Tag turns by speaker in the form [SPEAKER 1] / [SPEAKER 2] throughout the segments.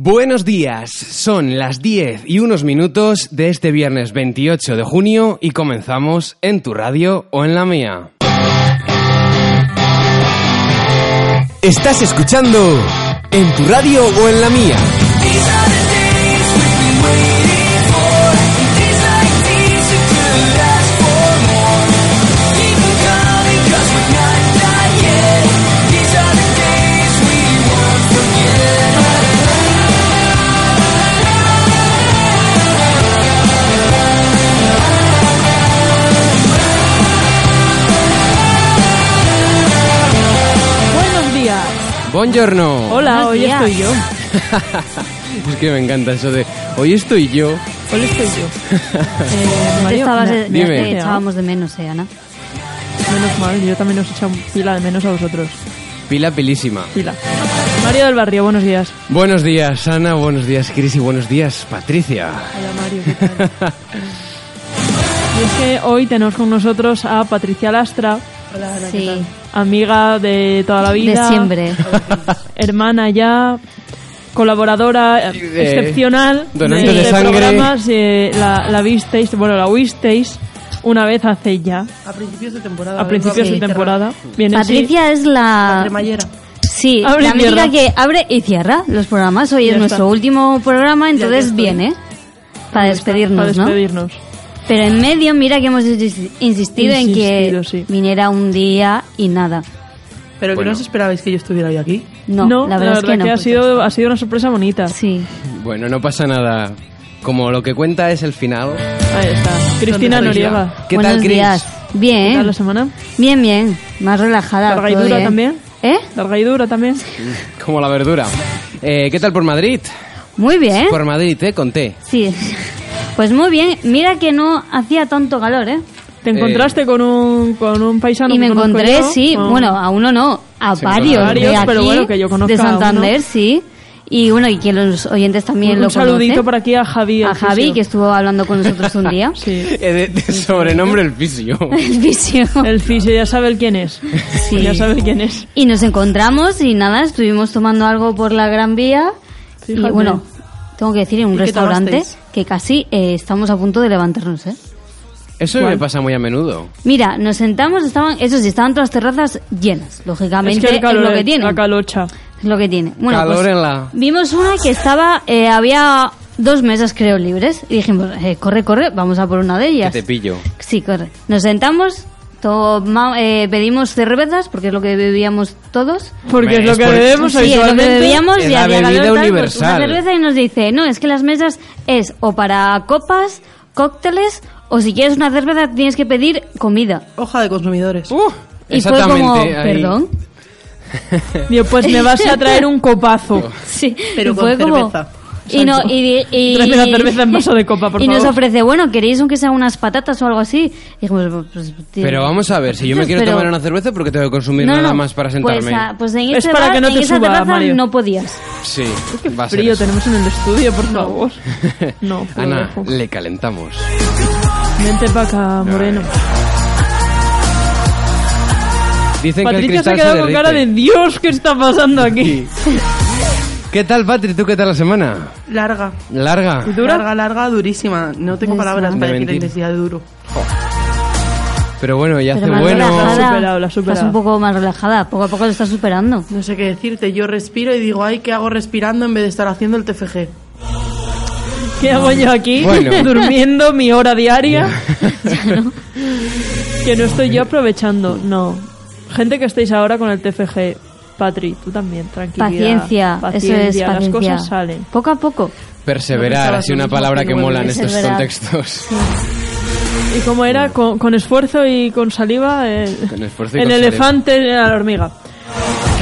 [SPEAKER 1] Buenos días, son las 10 y unos minutos de este viernes 28 de junio y comenzamos en tu radio o en la mía. Estás escuchando en tu radio o en la mía.
[SPEAKER 2] Buenos días.
[SPEAKER 1] Buongiorno.
[SPEAKER 2] Hola,
[SPEAKER 3] Buenos
[SPEAKER 2] hoy
[SPEAKER 3] días.
[SPEAKER 2] estoy yo.
[SPEAKER 1] Es que me encanta eso de hoy estoy yo.
[SPEAKER 2] Hoy estoy yo. Eh,
[SPEAKER 3] Te
[SPEAKER 2] Mario,
[SPEAKER 3] estabas,
[SPEAKER 2] me-
[SPEAKER 3] mira,
[SPEAKER 1] dime.
[SPEAKER 3] te echábamos de menos, eh, Ana.
[SPEAKER 2] Menos mal, yo también os he echado pila de menos a vosotros.
[SPEAKER 1] Pila pilísima.
[SPEAKER 2] Pila. Mario del Barrio, buenos días.
[SPEAKER 1] Buenos días, Ana. Buenos días, Cris. Y buenos días, Patricia.
[SPEAKER 2] Hola Mario, ¿qué tal? y es que hoy tenemos con nosotros a Patricia Lastra,
[SPEAKER 3] sí,
[SPEAKER 2] amiga de toda la vida.
[SPEAKER 3] de siempre.
[SPEAKER 2] Hermana ya, colaboradora eh,
[SPEAKER 1] Y de-
[SPEAKER 2] excepcional.
[SPEAKER 1] donante
[SPEAKER 2] de,
[SPEAKER 1] de sangre.
[SPEAKER 2] programas, eh, la, la visteis, bueno, la oísteis una vez hace ya.
[SPEAKER 4] A principios de temporada.
[SPEAKER 2] a principios de
[SPEAKER 3] sí.
[SPEAKER 2] temporada. Viene así.
[SPEAKER 3] Patricia es la...
[SPEAKER 4] Cremallera.
[SPEAKER 3] Sí,
[SPEAKER 2] Abre y
[SPEAKER 3] la amiga
[SPEAKER 2] cierra.
[SPEAKER 3] que abre y cierra los programas. Hoy
[SPEAKER 2] Ya
[SPEAKER 3] es
[SPEAKER 2] está.
[SPEAKER 3] nuestro último programa, entonces
[SPEAKER 4] estoy.
[SPEAKER 3] viene para
[SPEAKER 2] Para
[SPEAKER 3] despedirnos, ¿no?
[SPEAKER 2] despedirnos.
[SPEAKER 3] Pero en medio, mira que hemos insistido, en que
[SPEAKER 2] Insistido, sí.
[SPEAKER 3] viniera un día y nada.
[SPEAKER 4] Pero que
[SPEAKER 1] Bueno.
[SPEAKER 4] no os esperabais que yo estuviera hoy aquí.
[SPEAKER 3] No, la verdad es que no.
[SPEAKER 2] ha, sido, ha sido una sorpresa bonita.
[SPEAKER 3] Sí,
[SPEAKER 1] Bueno, no pasa nada. Como lo que cuenta es el final.
[SPEAKER 2] Ahí está. Cristina
[SPEAKER 4] Donde
[SPEAKER 2] Noriega.
[SPEAKER 1] ¿Qué
[SPEAKER 3] buenos
[SPEAKER 1] tal, Cris?
[SPEAKER 3] días.
[SPEAKER 2] ¿Qué tal
[SPEAKER 3] Bien,
[SPEAKER 2] la semana?
[SPEAKER 3] bien, bien. Más relajada.
[SPEAKER 2] ¿Larga y
[SPEAKER 3] todo
[SPEAKER 2] dura
[SPEAKER 3] bien.
[SPEAKER 2] también?
[SPEAKER 3] ¿Eh?
[SPEAKER 2] Larga y dura también.
[SPEAKER 1] Como la verdura. Eh, ¿Qué tal por Madrid?
[SPEAKER 3] Muy bien.
[SPEAKER 1] Por Madrid, ¿eh? Con té.
[SPEAKER 3] Sí. Pues muy bien. Mira que no hacía tanto calor, ¿eh?
[SPEAKER 2] ¿Te encontraste con, un, con un paisano
[SPEAKER 3] y me
[SPEAKER 2] que conozco
[SPEAKER 3] encontré,
[SPEAKER 2] yo?
[SPEAKER 3] sí,
[SPEAKER 2] Con-
[SPEAKER 3] bueno, a uno no, a
[SPEAKER 1] Sí,
[SPEAKER 3] varios,
[SPEAKER 1] varios,
[SPEAKER 3] de aquí,
[SPEAKER 2] pero bueno, que yo conozca
[SPEAKER 3] de
[SPEAKER 2] a uno.
[SPEAKER 3] Santander, sí. Y bueno, y que los oyentes también
[SPEAKER 2] un,
[SPEAKER 3] lo
[SPEAKER 2] un saludito
[SPEAKER 3] conocen.
[SPEAKER 2] por aquí a Javi.
[SPEAKER 3] a
[SPEAKER 2] el
[SPEAKER 3] Javi,
[SPEAKER 2] fisio.
[SPEAKER 3] que estuvo hablando con nosotros un día.
[SPEAKER 2] Sí.
[SPEAKER 1] Eh, de- de sobrenombre el fisio.
[SPEAKER 3] El fisio.
[SPEAKER 2] El fisio ya sabe el quién es.
[SPEAKER 3] Sí.
[SPEAKER 2] Ya sabe quién es.
[SPEAKER 3] Y nos encontramos y nada, estuvimos tomando algo por la Gran Vía.
[SPEAKER 2] Fíjate.
[SPEAKER 3] Y bueno, tengo que decir, en un
[SPEAKER 4] ¿Y qué
[SPEAKER 3] restaurante
[SPEAKER 4] tomasteis?
[SPEAKER 3] que casi eh, estamos a punto de levantarnos, ¿eh?
[SPEAKER 1] Eso
[SPEAKER 2] ¿Cuál?
[SPEAKER 1] me pasa muy a menudo.
[SPEAKER 3] Mira, nos sentamos, estaban, eso sí, estaban todas las terrazas llenas,
[SPEAKER 2] Es
[SPEAKER 3] lógicamente,
[SPEAKER 2] que el calor,
[SPEAKER 3] es lo que tiene.
[SPEAKER 2] la calocha.
[SPEAKER 3] Es lo que tiene. Bueno,
[SPEAKER 1] Calor
[SPEAKER 3] pues,
[SPEAKER 1] en la-
[SPEAKER 3] Vimos una que estaba, eh, había dos mesas creo libres y dijimos, eh, corre, corre, vamos a por una de
[SPEAKER 1] Que
[SPEAKER 3] ellas.
[SPEAKER 1] te pillo.
[SPEAKER 3] Sí, corre. Nos sentamos, toma- eh, pedimos cervezas porque es lo que bebíamos todos.
[SPEAKER 2] Porque
[SPEAKER 1] Hombre,
[SPEAKER 2] es lo
[SPEAKER 1] es
[SPEAKER 2] que
[SPEAKER 1] por-
[SPEAKER 2] bebemos
[SPEAKER 3] sí, es lo que
[SPEAKER 2] habitualmente.
[SPEAKER 3] bebíamos
[SPEAKER 1] Es
[SPEAKER 3] y
[SPEAKER 1] la
[SPEAKER 3] había
[SPEAKER 1] bebida
[SPEAKER 3] calor, tal, pues,
[SPEAKER 1] universal.
[SPEAKER 3] una cerveza y nos dice, no, es que las mesas es o para copas, cócteles o si quieres una cerveza tienes que pedir comida.
[SPEAKER 4] Hoja de consumidores.
[SPEAKER 1] Uh,
[SPEAKER 3] Y fue como,
[SPEAKER 1] ahí.
[SPEAKER 3] perdón.
[SPEAKER 2] Digo, pues me vas a traer un copazo.
[SPEAKER 3] Sí,
[SPEAKER 4] Pero
[SPEAKER 3] y
[SPEAKER 4] con
[SPEAKER 3] fue como-
[SPEAKER 4] cerveza.
[SPEAKER 3] Y no, y, y-
[SPEAKER 2] Tráeme la cerveza en vaso de copa, por
[SPEAKER 3] y nos
[SPEAKER 2] favor.
[SPEAKER 3] ofrece, bueno, ¿queréis aunque sea unas patatas o algo así? Y dijimos, pues, tío,
[SPEAKER 1] Pero vamos a ver, si yo me quiero
[SPEAKER 3] pero-
[SPEAKER 1] tomar una cerveza, ¿por qué tengo que consumir
[SPEAKER 3] No,
[SPEAKER 1] nada
[SPEAKER 3] no,
[SPEAKER 1] más para sentarme?
[SPEAKER 3] Pues, ah, pues en,
[SPEAKER 2] Es
[SPEAKER 3] ese
[SPEAKER 2] para
[SPEAKER 3] bar-
[SPEAKER 2] que no
[SPEAKER 3] en
[SPEAKER 2] te
[SPEAKER 3] esa
[SPEAKER 2] suba,
[SPEAKER 3] terraza
[SPEAKER 2] Mario.
[SPEAKER 3] no podías.
[SPEAKER 1] Sí.
[SPEAKER 2] Qué
[SPEAKER 1] va a ser
[SPEAKER 2] frío
[SPEAKER 1] eso.
[SPEAKER 2] tenemos en el estudio, por favor. No, por lo
[SPEAKER 1] Ana,
[SPEAKER 2] dejo.
[SPEAKER 1] le calentamos.
[SPEAKER 2] Vente para acá,
[SPEAKER 1] eh,
[SPEAKER 2] Moreno.
[SPEAKER 1] Dicen que el
[SPEAKER 2] Patricia se
[SPEAKER 1] cristal
[SPEAKER 2] ha
[SPEAKER 1] se,
[SPEAKER 2] quedado con
[SPEAKER 1] derrite.
[SPEAKER 2] cara de Dios, ¿qué está pasando aquí?
[SPEAKER 1] ¿Qué tal, Patri? ¿Tú qué tal la semana?
[SPEAKER 4] Larga.
[SPEAKER 1] ¿Larga?
[SPEAKER 2] ¿Dura?
[SPEAKER 4] Larga, larga, durísima. No tengo palabras
[SPEAKER 1] De
[SPEAKER 4] para decir la
[SPEAKER 1] mentir.
[SPEAKER 4] intensidad de duro.
[SPEAKER 1] Pero bueno, ya hace
[SPEAKER 3] Pero más
[SPEAKER 1] bueno.
[SPEAKER 3] relajada.
[SPEAKER 2] La ha superado, la ha superado.
[SPEAKER 3] Estás un poco más relajada, poco a poco lo estás superando.
[SPEAKER 4] No sé qué decirte. Yo respiro y digo, ay, ¿qué hago respirando en vez de estar haciendo el TFG?
[SPEAKER 2] ¿Qué hago yo aquí?
[SPEAKER 1] Bueno.
[SPEAKER 2] Durmiendo mi hora diaria. que no estoy yo aprovechando, no. Gente que estáis ahora con el TFG, Patri, tú también, tranquilidad.
[SPEAKER 3] Paciencia,
[SPEAKER 2] Paciencia,
[SPEAKER 3] eso es
[SPEAKER 2] Las
[SPEAKER 3] paciencia.
[SPEAKER 2] cosas salen.
[SPEAKER 3] Poco a poco.
[SPEAKER 1] Perseverar, así una palabra que mola en estos
[SPEAKER 3] Perseverar.
[SPEAKER 1] contextos.
[SPEAKER 2] ¿Y cómo era? Con, con esfuerzo y con saliva. El,
[SPEAKER 1] Con esfuerzo y
[SPEAKER 2] el
[SPEAKER 1] con saliva.
[SPEAKER 2] elefante a la hormiga.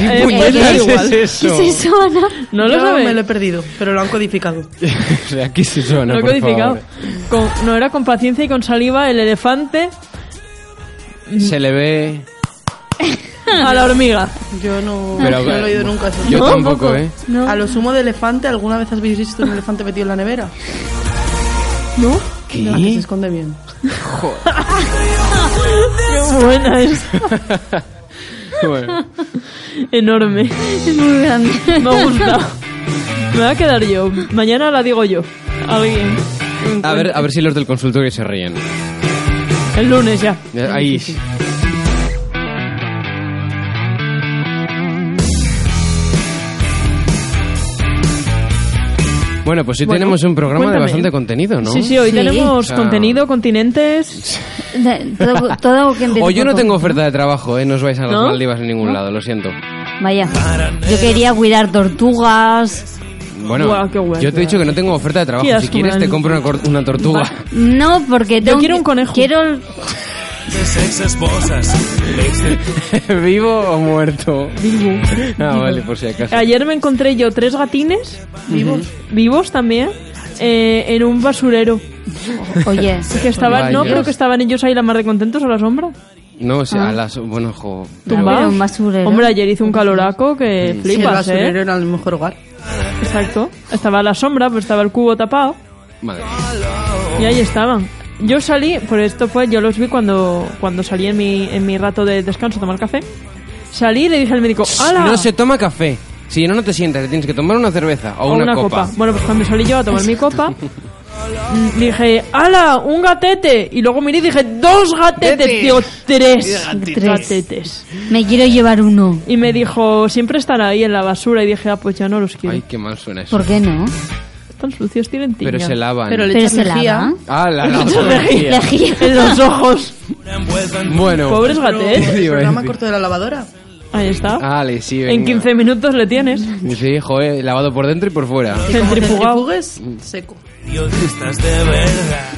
[SPEAKER 2] Eh,
[SPEAKER 3] ¿Qué
[SPEAKER 2] pues da
[SPEAKER 3] es
[SPEAKER 2] igual.
[SPEAKER 3] ¿Qué
[SPEAKER 1] eso?
[SPEAKER 3] es eso, Ana?
[SPEAKER 2] No lo
[SPEAKER 4] Yo
[SPEAKER 2] sabes.
[SPEAKER 4] me lo he perdido, pero lo han codificado.
[SPEAKER 1] Aquí se suena,
[SPEAKER 2] Lo he
[SPEAKER 1] por
[SPEAKER 2] codificado.
[SPEAKER 1] favor.
[SPEAKER 2] Con- no era con paciencia y con saliva el elefante
[SPEAKER 1] Se le ve...
[SPEAKER 2] a la hormiga.
[SPEAKER 4] Yo no,
[SPEAKER 1] Pero- eh,
[SPEAKER 4] no lo he oído nunca eso.
[SPEAKER 1] Yo
[SPEAKER 2] No,
[SPEAKER 1] tampoco,
[SPEAKER 2] poco.
[SPEAKER 1] ¿eh?
[SPEAKER 2] No.
[SPEAKER 4] A lo sumo de elefante, ¿alguna vez has visto un elefante metido en la nevera?
[SPEAKER 2] ¿No?
[SPEAKER 1] ¿Qué?
[SPEAKER 4] No, que se esconde bien.
[SPEAKER 2] Qué buena es.
[SPEAKER 1] Bueno,
[SPEAKER 2] Enorme.
[SPEAKER 3] Es muy grande.
[SPEAKER 2] Me gusta. Me voy a quedar yo. Mañana la digo yo. Alguien.
[SPEAKER 1] A ver, a ver si los del consultorio se ríen.
[SPEAKER 2] El lunes ya.
[SPEAKER 1] Eh, Ahí. Bueno, pues sí
[SPEAKER 2] Bueno,
[SPEAKER 1] tenemos un programa de
[SPEAKER 2] cuéntame.
[SPEAKER 1] bastante contenido, ¿no?
[SPEAKER 2] Sí, sí, hoy
[SPEAKER 3] Sí.
[SPEAKER 2] tenemos
[SPEAKER 1] Ah.
[SPEAKER 2] contenido, continentes.
[SPEAKER 3] De- todo, todo que empiece
[SPEAKER 1] O yo
[SPEAKER 3] por
[SPEAKER 1] no tengo
[SPEAKER 3] con-
[SPEAKER 1] oferta de trabajo, ¿eh? No os vais a las
[SPEAKER 2] ¿No?
[SPEAKER 1] Maldivas en ningún lado, lo siento.
[SPEAKER 3] Vaya. Yo quería cuidar tortugas.
[SPEAKER 1] Bueno,
[SPEAKER 2] Guau, qué guay,
[SPEAKER 1] yo te he
[SPEAKER 2] qué
[SPEAKER 1] dicho que no tengo oferta de trabajo.
[SPEAKER 2] Qué
[SPEAKER 1] Si
[SPEAKER 2] asco,
[SPEAKER 1] quieres
[SPEAKER 2] Dani.
[SPEAKER 1] te compro una, cor- una tortuga.
[SPEAKER 3] No, porque tengo
[SPEAKER 2] quiero
[SPEAKER 3] que-
[SPEAKER 2] un conejo.
[SPEAKER 3] Quiero el-
[SPEAKER 5] Tres ex esposas.
[SPEAKER 1] ¿Vivo o muerto?
[SPEAKER 2] Vivo. Eh,
[SPEAKER 1] Ah, vale, por si acaso.
[SPEAKER 2] Ayer me encontré yo tres gatines vivos, vivos también eh, en un basurero.
[SPEAKER 3] Oye.
[SPEAKER 2] Que estaban, no,
[SPEAKER 1] Vaya.
[SPEAKER 2] pero que estaban ellos ahí la mar de contentos a la sombra.
[SPEAKER 1] No, o
[SPEAKER 2] ah.
[SPEAKER 1] sea, a las... Bueno, jo... pero-
[SPEAKER 3] Tumba.
[SPEAKER 2] Tumbados.
[SPEAKER 3] pero un basurero.
[SPEAKER 2] Hombre, ayer hizo un caloraco que
[SPEAKER 4] Sí, el
[SPEAKER 2] flipas,
[SPEAKER 4] basurero
[SPEAKER 2] ¿eh?
[SPEAKER 4] era el mejor hogar.
[SPEAKER 2] Exacto. Estaba a la sombra, pero estaba el cubo tapado.
[SPEAKER 1] Madre.
[SPEAKER 2] Y ahí estaban. Yo salí, por esto fue, yo los vi cuando, cuando salí en mi, en mi rato de descanso a tomar café. Salí y le dije al médico, ¡Hala!
[SPEAKER 1] No se toma café. Si no, no te sientas, te tienes que tomar una cerveza o,
[SPEAKER 2] o una, copa. Bueno, pues cuando salí yo a tomar mi copa, mm, dije, ¡Hala! ¡Un gatete! Y luego miré y dije, ¡Dos gatetes!
[SPEAKER 4] Gatetes.
[SPEAKER 2] Digo, tres
[SPEAKER 3] Gatetes.
[SPEAKER 2] gatetes.
[SPEAKER 3] Me quiero llevar uno.
[SPEAKER 2] Y me dijo, siempre están ahí en la basura. Y dije, ah, pues ya no los quiero.
[SPEAKER 1] Ay, qué mal suena eso.
[SPEAKER 3] ¿Por qué no?
[SPEAKER 2] Tan sucios tienen tiña.
[SPEAKER 1] Pero se lavan.
[SPEAKER 4] Pero le
[SPEAKER 3] Pero
[SPEAKER 4] echas
[SPEAKER 3] se
[SPEAKER 4] lejía.
[SPEAKER 3] lava.
[SPEAKER 1] Ah, la
[SPEAKER 3] Le
[SPEAKER 1] lavadora.
[SPEAKER 3] giro.
[SPEAKER 2] En los ojos.
[SPEAKER 1] Bueno.
[SPEAKER 2] Pobres
[SPEAKER 1] ¿Qué
[SPEAKER 2] gatetes.
[SPEAKER 1] iba a
[SPEAKER 4] programa
[SPEAKER 1] decir?
[SPEAKER 4] corto de la lavadora.
[SPEAKER 2] Ahí está.
[SPEAKER 1] Ale, sí,
[SPEAKER 2] en
[SPEAKER 1] venga.
[SPEAKER 2] 15 minutos le tienes.
[SPEAKER 1] Sí, joder, lavado por dentro y por fuera.
[SPEAKER 2] Centrifugado.
[SPEAKER 4] Fugues, seco.
[SPEAKER 5] Periodistas de verdad.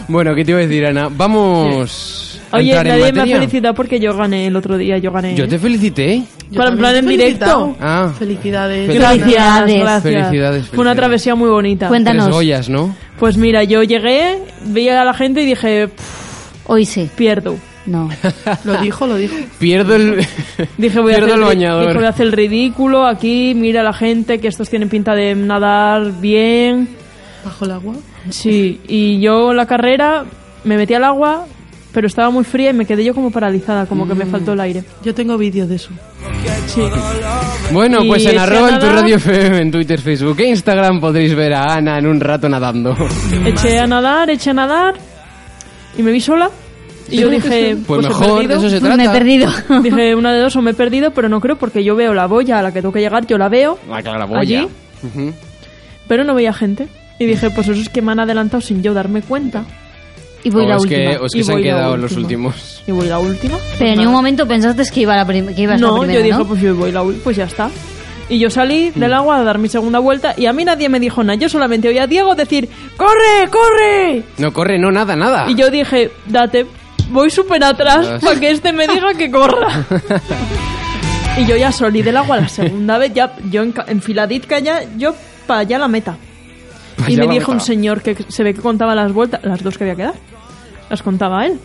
[SPEAKER 1] Bueno, ¿qué te iba a decir, Ana? Vamos a
[SPEAKER 2] Oye,
[SPEAKER 1] entrar en
[SPEAKER 2] nadie me ha
[SPEAKER 1] materia.
[SPEAKER 2] felicitado ¿eh? porque yo gané el otro día. Yo gané.
[SPEAKER 1] Yo te felicité.
[SPEAKER 4] Yo
[SPEAKER 2] Para en
[SPEAKER 4] también
[SPEAKER 2] plan en
[SPEAKER 4] te he
[SPEAKER 2] directo.
[SPEAKER 4] felicitado.
[SPEAKER 1] Ah,
[SPEAKER 4] Felicidades.
[SPEAKER 1] Felicidades.
[SPEAKER 2] Gracias,
[SPEAKER 3] Felicidades.
[SPEAKER 2] gracias.
[SPEAKER 1] Felicidades,
[SPEAKER 2] Fue una
[SPEAKER 1] felicidades.
[SPEAKER 2] travesía muy bonita.
[SPEAKER 3] Cuenta- Cuéntanos.
[SPEAKER 1] Tres Goyas, ¿no?
[SPEAKER 2] Pues mira, yo llegué, vi a la gente y dije, "Pff,
[SPEAKER 3] Hoy sí.
[SPEAKER 2] pierdo.
[SPEAKER 3] No.
[SPEAKER 4] Lo dijo, lo dijo.
[SPEAKER 1] Pierdo el...
[SPEAKER 2] Dije voy, a
[SPEAKER 1] Pierdo
[SPEAKER 2] hacer,
[SPEAKER 1] el
[SPEAKER 2] ri-
[SPEAKER 1] bañador.
[SPEAKER 2] dije, voy a hacer el ridículo aquí, mira a la gente que estos tienen pinta de nadar bien.
[SPEAKER 4] Bajo el agua.
[SPEAKER 2] Sí, y yo en la carrera me metí al agua, pero estaba muy fría y me quedé yo como paralizada, como que me
[SPEAKER 1] Mm.
[SPEAKER 2] faltó el aire.
[SPEAKER 4] Yo tengo vídeo de eso.
[SPEAKER 1] Bueno,
[SPEAKER 2] Y
[SPEAKER 1] pues en
[SPEAKER 2] ese
[SPEAKER 1] arroba en tu
[SPEAKER 2] nada-
[SPEAKER 1] radio FM, en Twitter, Facebook e Instagram podréis ver a Ana en un rato nadando. Pues
[SPEAKER 2] Eché a nadar, eché a nadar y me vi sola. Y yo dije,
[SPEAKER 1] Pues
[SPEAKER 2] he
[SPEAKER 1] mejor, de
[SPEAKER 2] perdido.
[SPEAKER 1] eso se trata.
[SPEAKER 3] Me he perdido.
[SPEAKER 2] Dije, una de dos, o me he perdido, pero no creo porque yo veo la boya a la que tengo que llegar, yo la veo,
[SPEAKER 1] Ah, La claraboya.
[SPEAKER 2] Allí. pero no veía gente. Y dije, pues eso es que me han adelantado sin yo darme cuenta.
[SPEAKER 3] Y voy
[SPEAKER 1] O
[SPEAKER 3] la
[SPEAKER 1] es
[SPEAKER 3] última.
[SPEAKER 1] que, o es Pues que
[SPEAKER 2] Y
[SPEAKER 1] se han
[SPEAKER 2] voy la
[SPEAKER 1] quedado los
[SPEAKER 2] última.
[SPEAKER 1] últimos.
[SPEAKER 2] Y voy la última.
[SPEAKER 3] Pero en ningún momento pensaste que, iba la prim- que ibas la
[SPEAKER 2] no,
[SPEAKER 3] primera,
[SPEAKER 2] yo dije,
[SPEAKER 3] ¿no?
[SPEAKER 2] pues yo voy la ul- pues ya está. Y yo salí
[SPEAKER 1] Mm.
[SPEAKER 2] del agua a dar mi segunda vuelta y a mí nadie me dijo nada. Yo solamente oí a Diego decir, ¡corre, corre!
[SPEAKER 1] No corre, no, nada, nada.
[SPEAKER 2] Y yo dije, date, voy súper atrás
[SPEAKER 1] Dios.
[SPEAKER 2] para que este me diga que corra. y yo ya salí del agua la segunda vez, ya yo enca- enfiladitca ya, yo para allá la meta.
[SPEAKER 1] Vaya
[SPEAKER 2] y me
[SPEAKER 1] la
[SPEAKER 2] dijo un
[SPEAKER 1] meta.
[SPEAKER 2] señor que se ve que contaba las vueltas, las dos que había que dar. Las contaba él.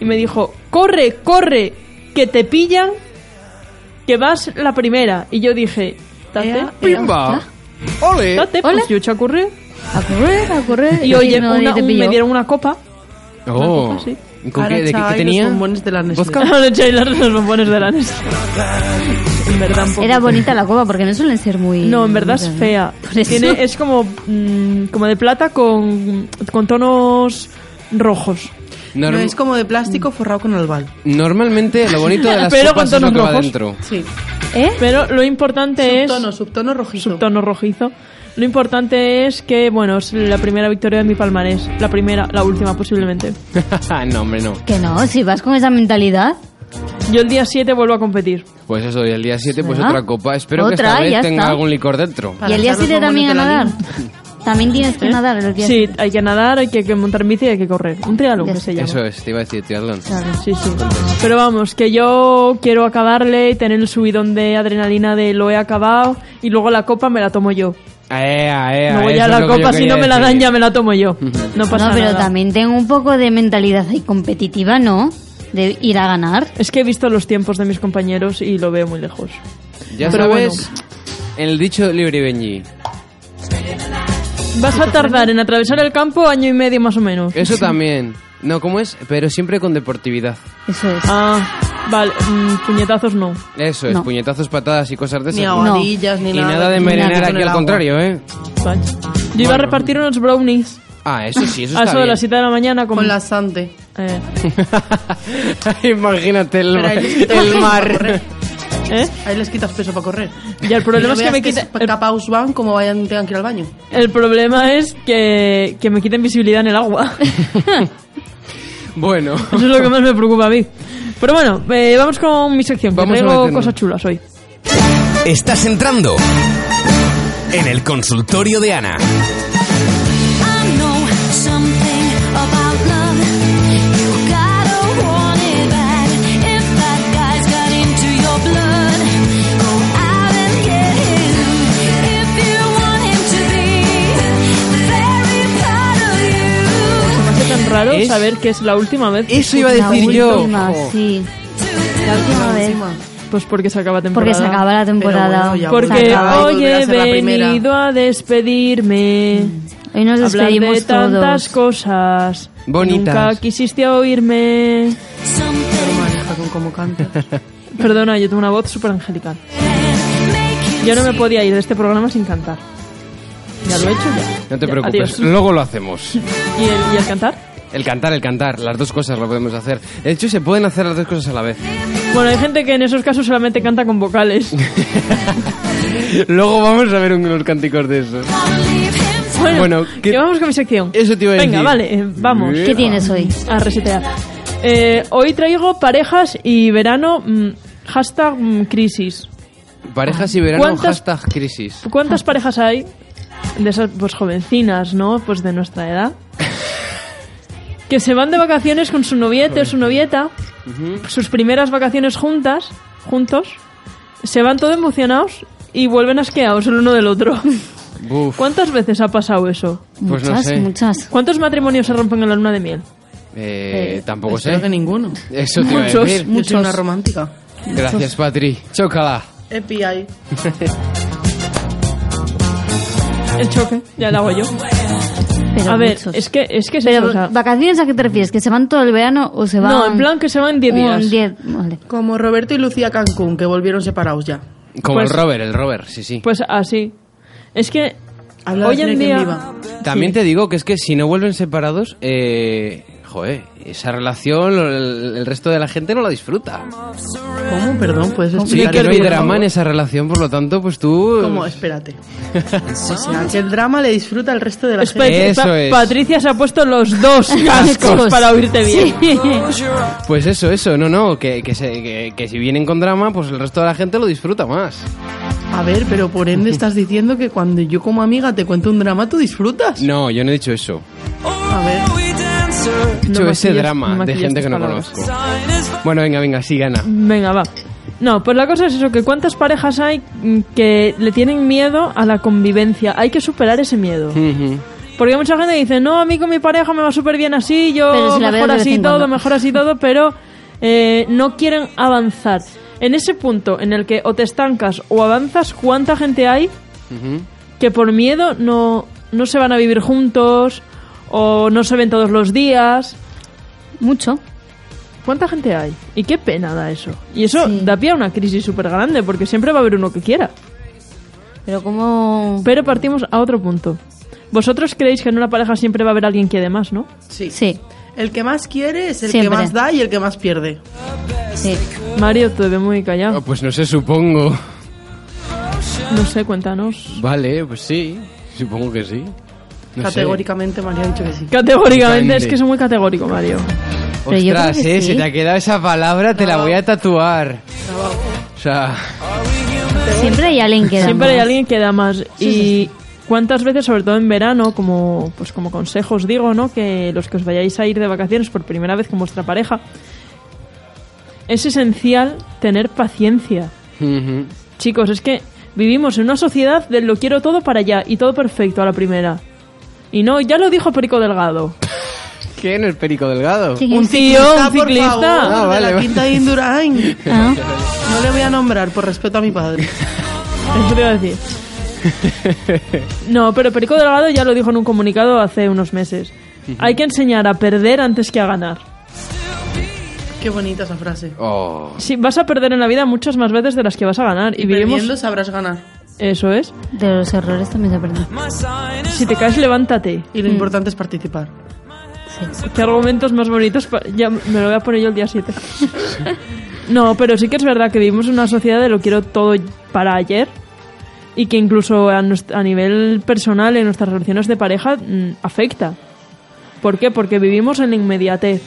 [SPEAKER 2] Y me dijo, corre, corre, que te pillan, que vas la primera. Y yo dije, date,
[SPEAKER 4] Ea,
[SPEAKER 1] ¡Pimba!
[SPEAKER 2] ¿Ah?
[SPEAKER 1] ¡Ole!
[SPEAKER 2] date,
[SPEAKER 3] Hola.
[SPEAKER 2] pues yo eché a correr.
[SPEAKER 3] A correr, a correr.
[SPEAKER 2] Y oye,
[SPEAKER 3] no,
[SPEAKER 2] una-
[SPEAKER 3] nadie te
[SPEAKER 2] un- me
[SPEAKER 3] pilló.
[SPEAKER 2] dieron una copa.
[SPEAKER 1] Oh.
[SPEAKER 2] cosa así.
[SPEAKER 1] ¿Y ¿Con
[SPEAKER 4] Ahora
[SPEAKER 1] qué? ¿De qué,
[SPEAKER 4] echa
[SPEAKER 1] qué
[SPEAKER 4] ahí los
[SPEAKER 1] tenía?
[SPEAKER 4] bombones de la Nestlé.
[SPEAKER 1] ¿Vodka?
[SPEAKER 2] Ahora echáis las- los bombones de la Nestlé. En verdad, un poco.
[SPEAKER 3] Era bonita la copa porque no suelen ser muy...
[SPEAKER 2] No, en verdad es
[SPEAKER 3] bonitas, ¿no?
[SPEAKER 2] fea.
[SPEAKER 3] Por eso.
[SPEAKER 2] Tiene- es como, mm, como de plata con, con tonos rojos.
[SPEAKER 1] Norm-
[SPEAKER 4] No es como de plástico forrado con albal.
[SPEAKER 1] Normalmente lo bonito de las
[SPEAKER 2] Pero
[SPEAKER 1] copas
[SPEAKER 2] con
[SPEAKER 1] es lo
[SPEAKER 2] tonos
[SPEAKER 1] que va
[SPEAKER 2] rojos.
[SPEAKER 1] dentro.
[SPEAKER 4] Sí.
[SPEAKER 3] ¿Eh?
[SPEAKER 2] Pero lo importante
[SPEAKER 4] Subtono,
[SPEAKER 2] es...
[SPEAKER 4] subtono rojizo.
[SPEAKER 2] Subtono rojizo. Lo importante es que, bueno, es la primera victoria de mi palmarés. La primera, la última posiblemente.
[SPEAKER 1] no, hombre, no.
[SPEAKER 3] Que no, si vas con esa mentalidad...
[SPEAKER 2] Yo el día 7 vuelvo a competir.
[SPEAKER 1] Pues eso, y el día 7, pues
[SPEAKER 3] ¿Verdad?
[SPEAKER 1] otra copa. Espero que
[SPEAKER 3] Otra,
[SPEAKER 1] esta vez
[SPEAKER 3] ya
[SPEAKER 1] tenga
[SPEAKER 3] está.
[SPEAKER 1] algún licor dentro.
[SPEAKER 4] Para
[SPEAKER 3] Y el día
[SPEAKER 4] echar los
[SPEAKER 3] 7 también a
[SPEAKER 4] bombones de la
[SPEAKER 3] nadar. También tienes que nadar el día
[SPEAKER 2] ¿Eh? Sí, hay que nadar, hay que, que montar en bici y hay que correr. Un triatlón
[SPEAKER 3] Ya
[SPEAKER 2] que se llama.
[SPEAKER 1] Eso es, te iba a decir, triatlón.
[SPEAKER 2] Sí, sí. Pero vamos, que yo quiero acabarle y tener el subidón de adrenalina de lo he acabado y luego la copa me la tomo yo.
[SPEAKER 1] Ah, Ea, ea,
[SPEAKER 2] No voy
[SPEAKER 1] eh, eso
[SPEAKER 2] a
[SPEAKER 1] es
[SPEAKER 2] la
[SPEAKER 1] lo que yo
[SPEAKER 2] copa, si
[SPEAKER 1] quería
[SPEAKER 2] no me la dan
[SPEAKER 1] decir.
[SPEAKER 2] ya me la tomo yo. No pasa
[SPEAKER 3] no, pero
[SPEAKER 2] nada.
[SPEAKER 3] también tengo un poco de mentalidad ahí competitiva, ¿no? De ir a ganar.
[SPEAKER 2] Es que he visto los tiempos de mis compañeros y lo veo muy lejos.
[SPEAKER 1] Ya
[SPEAKER 2] Pero
[SPEAKER 1] sabes, el dicho libre Benji.
[SPEAKER 2] Vas a tardar en atravesar el campo año y medio más o menos.
[SPEAKER 1] Eso también. No, ¿cómo es? Pero siempre con deportividad.
[SPEAKER 3] Eso es.
[SPEAKER 2] Ah, Vale, mm, puñetazos no.
[SPEAKER 1] Eso es,
[SPEAKER 3] No.
[SPEAKER 1] puñetazos, patadas y cosas de
[SPEAKER 4] Ni
[SPEAKER 1] esas.
[SPEAKER 4] aguadillas, ni
[SPEAKER 1] y
[SPEAKER 4] nada.
[SPEAKER 1] nada, de
[SPEAKER 4] ni
[SPEAKER 3] envenenar
[SPEAKER 1] envenenar
[SPEAKER 4] con
[SPEAKER 1] aquí,
[SPEAKER 4] el
[SPEAKER 1] al contrario,
[SPEAKER 4] agua.
[SPEAKER 1] ¿eh?
[SPEAKER 2] Vale. Yo iba a repartir unos brownies
[SPEAKER 1] Ah, eso sí, eso
[SPEAKER 2] a
[SPEAKER 1] está
[SPEAKER 2] eso de
[SPEAKER 1] bien.
[SPEAKER 2] las 7 de la mañana con,
[SPEAKER 4] Con la Sante.
[SPEAKER 2] Eh,
[SPEAKER 1] Imagínate el, mar- el
[SPEAKER 4] Pero ahí les quitas peso para
[SPEAKER 1] mar.
[SPEAKER 4] correr.
[SPEAKER 2] ¿eh?
[SPEAKER 4] Ahí les quitas peso para correr.
[SPEAKER 2] Y el problema
[SPEAKER 4] No
[SPEAKER 2] es que
[SPEAKER 4] veas
[SPEAKER 2] me quita...
[SPEAKER 4] es- Capaus van como vayan tengan que ir al baño.
[SPEAKER 2] El problema es que, que me quiten visibilidad en el agua.
[SPEAKER 1] Bueno,
[SPEAKER 2] Eso es lo que más me preocupa a mí. Pero bueno, eh, vamos con mi sección.
[SPEAKER 1] Vamos
[SPEAKER 2] que
[SPEAKER 1] a
[SPEAKER 2] traigo
[SPEAKER 1] meternos.
[SPEAKER 2] cosas chulas hoy.
[SPEAKER 5] Estás entrando en el consultorio de Ana.
[SPEAKER 6] I know something about love. You gotta want it bad. If that guy's got into your blood, go out and get him. If you want him to be very proud of you.
[SPEAKER 2] Me hace tan raro
[SPEAKER 1] Es-
[SPEAKER 2] saber que es la última vez.
[SPEAKER 1] eso iba a
[SPEAKER 3] La
[SPEAKER 1] decir yo.
[SPEAKER 3] última, sí. La última vez.
[SPEAKER 2] Pues porque se acaba temporada.
[SPEAKER 3] Porque se acaba la temporada.
[SPEAKER 4] bueno, ya
[SPEAKER 2] Porque
[SPEAKER 3] Se
[SPEAKER 4] volverá.
[SPEAKER 3] acaba.
[SPEAKER 4] Ay,
[SPEAKER 2] hoy
[SPEAKER 4] volverá a
[SPEAKER 2] he
[SPEAKER 4] ser la primera.
[SPEAKER 2] venido a despedirme.
[SPEAKER 3] Hoy nos
[SPEAKER 2] Hablar de
[SPEAKER 3] despedimos
[SPEAKER 2] tantas
[SPEAKER 3] todos.
[SPEAKER 2] cosas.
[SPEAKER 1] Bonitas.
[SPEAKER 2] Nunca quisiste oírme.
[SPEAKER 6] Something
[SPEAKER 4] Maneja con cómo canta.
[SPEAKER 2] Perdona, yo tengo una voz súper angelical.
[SPEAKER 6] make you
[SPEAKER 2] Yo no me podía ir de este programa sin cantar. Ya lo he hecho ya.
[SPEAKER 1] No te
[SPEAKER 2] Ya,
[SPEAKER 1] preocupes,
[SPEAKER 2] adiós.
[SPEAKER 1] luego lo hacemos.
[SPEAKER 2] ¿Y el, y el cantar?
[SPEAKER 1] El cantar, el cantar, las dos cosas lo podemos hacer. De hecho, se pueden hacer las dos cosas a la vez.
[SPEAKER 2] Bueno, hay gente que en esos casos solamente canta con vocales.
[SPEAKER 1] Luego vamos a ver unos cánticos de eso.
[SPEAKER 6] wanna leave him
[SPEAKER 2] Bueno,
[SPEAKER 1] Bueno, ¿qué-
[SPEAKER 2] que vamos con mi sección.
[SPEAKER 1] Eso te iba a
[SPEAKER 2] Venga,
[SPEAKER 1] decir.
[SPEAKER 2] vale, eh, vamos.
[SPEAKER 1] Bien.
[SPEAKER 3] ¿Qué tienes hoy?
[SPEAKER 1] Pues
[SPEAKER 2] A resetear. Eh, hoy traigo parejas y verano mm, hashtag mm, crisis.
[SPEAKER 1] Parejas y verano,
[SPEAKER 2] ¿Cuántas-
[SPEAKER 1] hashtag crisis.
[SPEAKER 2] ¿Cuántas parejas hay de esas pues jovencinas, no? Pues de nuestra edad. que se van de vacaciones con su noviete o su novieta, sus primeras vacaciones juntas, juntos, se van todo emocionados y vuelven asqueados el uno del otro.
[SPEAKER 1] Buf,
[SPEAKER 2] ¿Cuántas veces ha pasado eso?
[SPEAKER 1] pues no
[SPEAKER 3] muchas,
[SPEAKER 1] sé.
[SPEAKER 3] muchas.
[SPEAKER 2] ¿Cuántos matrimonios se rompen en la luna de miel?
[SPEAKER 1] Eh, tampoco
[SPEAKER 4] Espero que
[SPEAKER 1] sé.
[SPEAKER 4] ninguno.
[SPEAKER 1] Eso te iba a
[SPEAKER 2] Muchos.
[SPEAKER 1] decir.
[SPEAKER 4] Yo soy una romántica.
[SPEAKER 1] Gracias, Patri. Chócala.
[SPEAKER 4] Epi ahí.
[SPEAKER 2] El choque, ya lo hago yo.
[SPEAKER 3] Pero
[SPEAKER 2] A ver,
[SPEAKER 3] muchos.
[SPEAKER 2] es que es que es eso,
[SPEAKER 3] Pero,
[SPEAKER 2] o sea,
[SPEAKER 3] ¿vacaciones a qué te refieres? ¿Que se van todo el verano o se van...?
[SPEAKER 2] No, en plan que se van 10 días.
[SPEAKER 3] un 10, vale.
[SPEAKER 4] Como Roberto y Lucía Cancún, que volvieron separados ya.
[SPEAKER 1] Como
[SPEAKER 2] Pues-
[SPEAKER 1] el Robert, el Robert, sí, sí.
[SPEAKER 2] Pues así. Es que
[SPEAKER 4] Habla
[SPEAKER 2] hoy
[SPEAKER 4] de
[SPEAKER 2] en
[SPEAKER 4] Cine
[SPEAKER 2] día
[SPEAKER 4] Quien Viva.
[SPEAKER 1] También te digo que es que si no vuelven separados, eh, joder, esa relación lo- el, el resto de la gente no la disfruta.
[SPEAKER 4] ¿Cómo? Perdón, puedes
[SPEAKER 1] Sí,
[SPEAKER 4] explicar.
[SPEAKER 1] que no hay
[SPEAKER 4] eso, por
[SPEAKER 1] drama
[SPEAKER 4] favor?
[SPEAKER 1] en esa relación, por lo tanto, pues tú...
[SPEAKER 4] ¿Cómo? Espérate. O sea, que el drama le disfruta el resto de la
[SPEAKER 2] Espera,
[SPEAKER 4] gente.
[SPEAKER 1] Espe- Eso
[SPEAKER 2] Pa-
[SPEAKER 1] es.
[SPEAKER 2] Patricia se ha puesto los dos cascos
[SPEAKER 3] Cascos.
[SPEAKER 2] para oírte bien.
[SPEAKER 1] Pues eso, eso, no, no, que, que, se- que- que si vienen con drama, pues el resto de la gente lo disfruta más.
[SPEAKER 4] A ver, pero por ende estás diciendo que cuando yo como amiga te cuento un drama, tú disfrutas.
[SPEAKER 1] No, yo no he dicho eso.
[SPEAKER 4] A ver,
[SPEAKER 1] He dicho
[SPEAKER 2] No
[SPEAKER 1] ese
[SPEAKER 2] maquillas- no
[SPEAKER 1] drama de
[SPEAKER 2] maquillas
[SPEAKER 1] gente
[SPEAKER 2] tus
[SPEAKER 1] que no
[SPEAKER 2] palabras.
[SPEAKER 1] conozco. Bueno, venga, venga, sí, gana.
[SPEAKER 2] Venga, va. No, pues la cosa es eso, que cuántas parejas hay mm, que le tienen miedo a la convivencia. Hay que superar ese miedo.
[SPEAKER 1] Ujú.
[SPEAKER 2] Porque mucha gente dice, no, a mí con mi pareja me va súper bien así,
[SPEAKER 3] Pero
[SPEAKER 2] yo
[SPEAKER 3] si la veo
[SPEAKER 2] mejor
[SPEAKER 3] de vez
[SPEAKER 2] así
[SPEAKER 3] en
[SPEAKER 2] todo,
[SPEAKER 3] cuando".
[SPEAKER 2] mejor así todo, pero eh, no quieren avanzar. En ese punto en el que o te estancas o avanzas, ¿cuánta gente hay que por miedo no, no se van a vivir juntos o no se ven todos los días?
[SPEAKER 3] Mucho.
[SPEAKER 2] ¿Cuánta gente hay? Y qué pena da eso. Y eso
[SPEAKER 3] Sí.
[SPEAKER 2] da pie a una crisis súper grande porque siempre va a haber uno que quiera.
[SPEAKER 3] Pero como...
[SPEAKER 2] Pero partimos a otro punto. Vosotros creéis que en una pareja siempre va a haber alguien que dé más, ¿no?
[SPEAKER 4] sí.
[SPEAKER 3] Sí,
[SPEAKER 4] El que más quiere es el
[SPEAKER 3] Siempre.
[SPEAKER 4] que más da y el que más pierde.
[SPEAKER 3] sí.
[SPEAKER 2] Mario, te veo muy callado.
[SPEAKER 1] Ah, pues no sé, supongo.
[SPEAKER 2] No sé, cuéntanos.
[SPEAKER 1] Vale, pues sí, supongo que sí. No sé.
[SPEAKER 4] Categóricamente María ha dicho que sí.
[SPEAKER 2] Categóricamente, es
[SPEAKER 1] Cande.
[SPEAKER 2] que es muy categórico, Mario.
[SPEAKER 3] Pero yo creo
[SPEAKER 1] Ostras,
[SPEAKER 3] que
[SPEAKER 1] eh,
[SPEAKER 3] sí.
[SPEAKER 1] si te ha quedado esa palabra, te la voy a tatuar. O sea,
[SPEAKER 3] Siempre hay alguien que da
[SPEAKER 2] Siempre hay
[SPEAKER 3] más.
[SPEAKER 2] alguien que da más. Y cuántas veces, sobre todo en verano, como pues como consejos digo, ¿no? Que los que os vayáis a ir de vacaciones por primera vez con vuestra pareja, es esencial tener paciencia.
[SPEAKER 1] ujú.
[SPEAKER 2] Chicos, es que vivimos en una sociedad del lo quiero todo para allá y todo perfecto a la primera. Y no, ya lo dijo Perico Delgado.
[SPEAKER 1] ¿quién es Perico Delgado?
[SPEAKER 3] ¿Quién
[SPEAKER 2] Un
[SPEAKER 3] es?
[SPEAKER 2] tío, un
[SPEAKER 4] por favor,
[SPEAKER 2] ciclista.
[SPEAKER 1] Ah, vale,
[SPEAKER 4] de la
[SPEAKER 1] vale.
[SPEAKER 4] quinta de Indurain.
[SPEAKER 3] Ah,
[SPEAKER 4] No le voy a nombrar por respeto a mi padre.
[SPEAKER 2] Eso te iba a decir. No, pero Perico Delgado ya lo dijo en un comunicado hace unos meses. Hay que enseñar a perder antes que a ganar.
[SPEAKER 4] Qué bonita esa frase.
[SPEAKER 1] Oh.
[SPEAKER 2] Sí, vas a perder en la vida muchas más veces de las que vas a ganar. Y,
[SPEAKER 4] Y
[SPEAKER 2] vivimos-
[SPEAKER 4] perdiendo sabrás ganar.
[SPEAKER 2] Eso es.
[SPEAKER 3] De los errores también se aprende.
[SPEAKER 2] Si te caes, levántate.
[SPEAKER 4] Y lo importante es participar.
[SPEAKER 2] Qué argumentos más bonitos. pa- Ya me lo voy a poner yo el día 7. No, pero sí que es verdad que vivimos en una sociedad de lo quiero todo para ayer y que incluso a, nues- a nivel personal en nuestras relaciones de pareja mm, afecta. ¿Por qué? Porque vivimos en la inmediatez,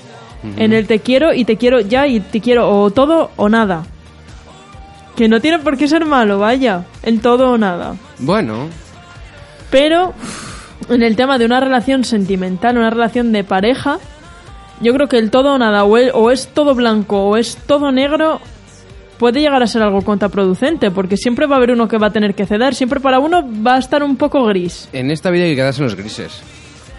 [SPEAKER 2] en el te quiero y te quiero ya y te quiero o todo o nada. Que no tiene por qué ser malo, vaya, en todo o nada.
[SPEAKER 1] Bueno,
[SPEAKER 2] Pero en el tema de una relación sentimental, una relación de pareja, yo creo que el todo o nada, o, el- o es todo blanco o es todo negro, puede llegar a ser algo contraproducente, porque siempre va a haber uno que va a tener que ceder, siempre para uno va a estar un poco gris.
[SPEAKER 1] en esta vida hay que quedarse en los grises.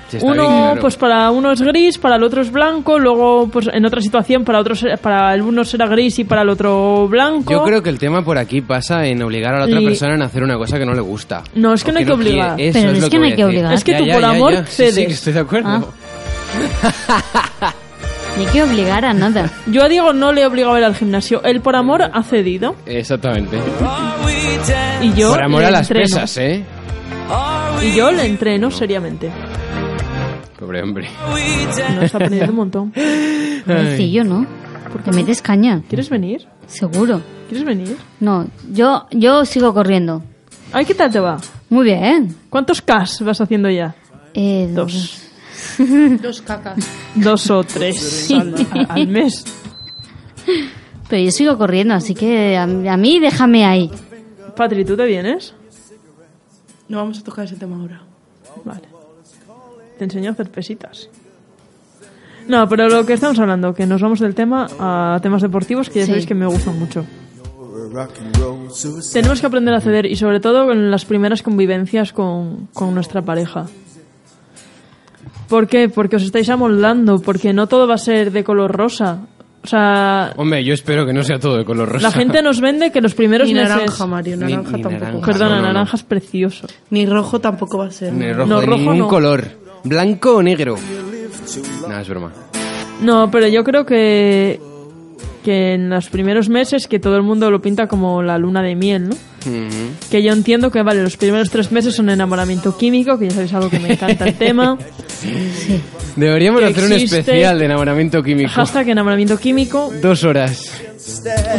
[SPEAKER 1] Si está
[SPEAKER 2] Uno,
[SPEAKER 1] bien, claro.
[SPEAKER 2] pues para uno es gris, para el otro es blanco, luego, pues en otra situación, para, otros, para el uno será gris y para el otro blanco.
[SPEAKER 1] Yo creo que el tema por aquí pasa en obligar a la otra
[SPEAKER 2] Y-
[SPEAKER 1] persona en hacer una cosa que no le gusta.
[SPEAKER 2] No, es que
[SPEAKER 1] O
[SPEAKER 2] no hay que
[SPEAKER 1] quiere.
[SPEAKER 2] obligar.
[SPEAKER 1] Eso
[SPEAKER 3] Pero es
[SPEAKER 1] lo
[SPEAKER 3] que no
[SPEAKER 1] voy
[SPEAKER 3] hay
[SPEAKER 1] a
[SPEAKER 3] que
[SPEAKER 1] decir.
[SPEAKER 3] obligar.
[SPEAKER 2] Es que tú por amor
[SPEAKER 1] Sí, sí,
[SPEAKER 2] cedes.
[SPEAKER 1] que estoy de acuerdo.
[SPEAKER 3] Ah. Ni que obligar a nada.
[SPEAKER 2] Yo a Diego no le he obligado a ir al gimnasio, él por amor ha cedido.
[SPEAKER 1] Exactamente.
[SPEAKER 2] Y yo
[SPEAKER 1] por amor
[SPEAKER 2] le
[SPEAKER 1] a las
[SPEAKER 2] entreno.
[SPEAKER 1] pesas, ¿eh?
[SPEAKER 2] Y yo le entreno seriamente.
[SPEAKER 1] Pobre hombre.
[SPEAKER 2] Nos está aprendiendo un montón.
[SPEAKER 3] Sí, yo no. Porque metes caña.
[SPEAKER 2] ¿Quieres venir?
[SPEAKER 3] Seguro.
[SPEAKER 2] ¿Quieres venir?
[SPEAKER 3] No, yo, yo sigo corriendo.
[SPEAKER 2] Ay, ¿qué tal te va?
[SPEAKER 3] Muy bien.
[SPEAKER 2] ¿Cuántos Ks vas haciendo ya?
[SPEAKER 3] Eh,
[SPEAKER 2] Dos.
[SPEAKER 4] Dos cacas.
[SPEAKER 2] Dos o tres al, a- al mes.
[SPEAKER 3] Pero yo sigo corriendo, así que a, a mí déjame ahí.
[SPEAKER 2] Patri, ¿tú te vienes?
[SPEAKER 4] No vamos a tocar ese tema ahora.
[SPEAKER 2] Vale. Te enseño a hacer pesitas. No, pero lo que estamos hablando, que nos vamos del tema a temas deportivos que ya
[SPEAKER 3] Sí.
[SPEAKER 2] sabéis que me gustan mucho. Tenemos que aprender a ceder y sobre todo en las primeras convivencias con, con nuestra pareja. ¿Por qué? Porque os estáis amoldando, porque no todo va a ser de color rosa. O sea,
[SPEAKER 1] Hombre, yo espero que no sea todo de color rosa.
[SPEAKER 2] la gente nos vende que los primeros
[SPEAKER 4] Ni
[SPEAKER 2] meses...
[SPEAKER 4] naranja, Mario,
[SPEAKER 1] Ni-
[SPEAKER 4] naranja
[SPEAKER 1] ni
[SPEAKER 4] tampoco.
[SPEAKER 1] naranja.
[SPEAKER 2] Perdona,
[SPEAKER 1] No, no, no.
[SPEAKER 2] naranja es precioso.
[SPEAKER 4] Ni rojo tampoco va a ser.
[SPEAKER 1] Ni rojo,
[SPEAKER 2] No,
[SPEAKER 1] de
[SPEAKER 2] rojo
[SPEAKER 1] ningún
[SPEAKER 2] no.
[SPEAKER 1] color. Blanco o negro. Nada, es broma.
[SPEAKER 2] No, pero yo creo que que en los primeros meses que todo el mundo lo pinta como la luna de miel, ¿no?
[SPEAKER 1] Ujú.
[SPEAKER 2] Que yo entiendo que vale, los primeros tres meses son enamoramiento químico, que ya sabéis algo que me encanta el tema.
[SPEAKER 1] Deberíamos
[SPEAKER 2] Que
[SPEAKER 1] hacer un
[SPEAKER 2] existe- este
[SPEAKER 1] especial de enamoramiento químico.
[SPEAKER 2] Hashtag enamoramiento químico.
[SPEAKER 1] Dos horas.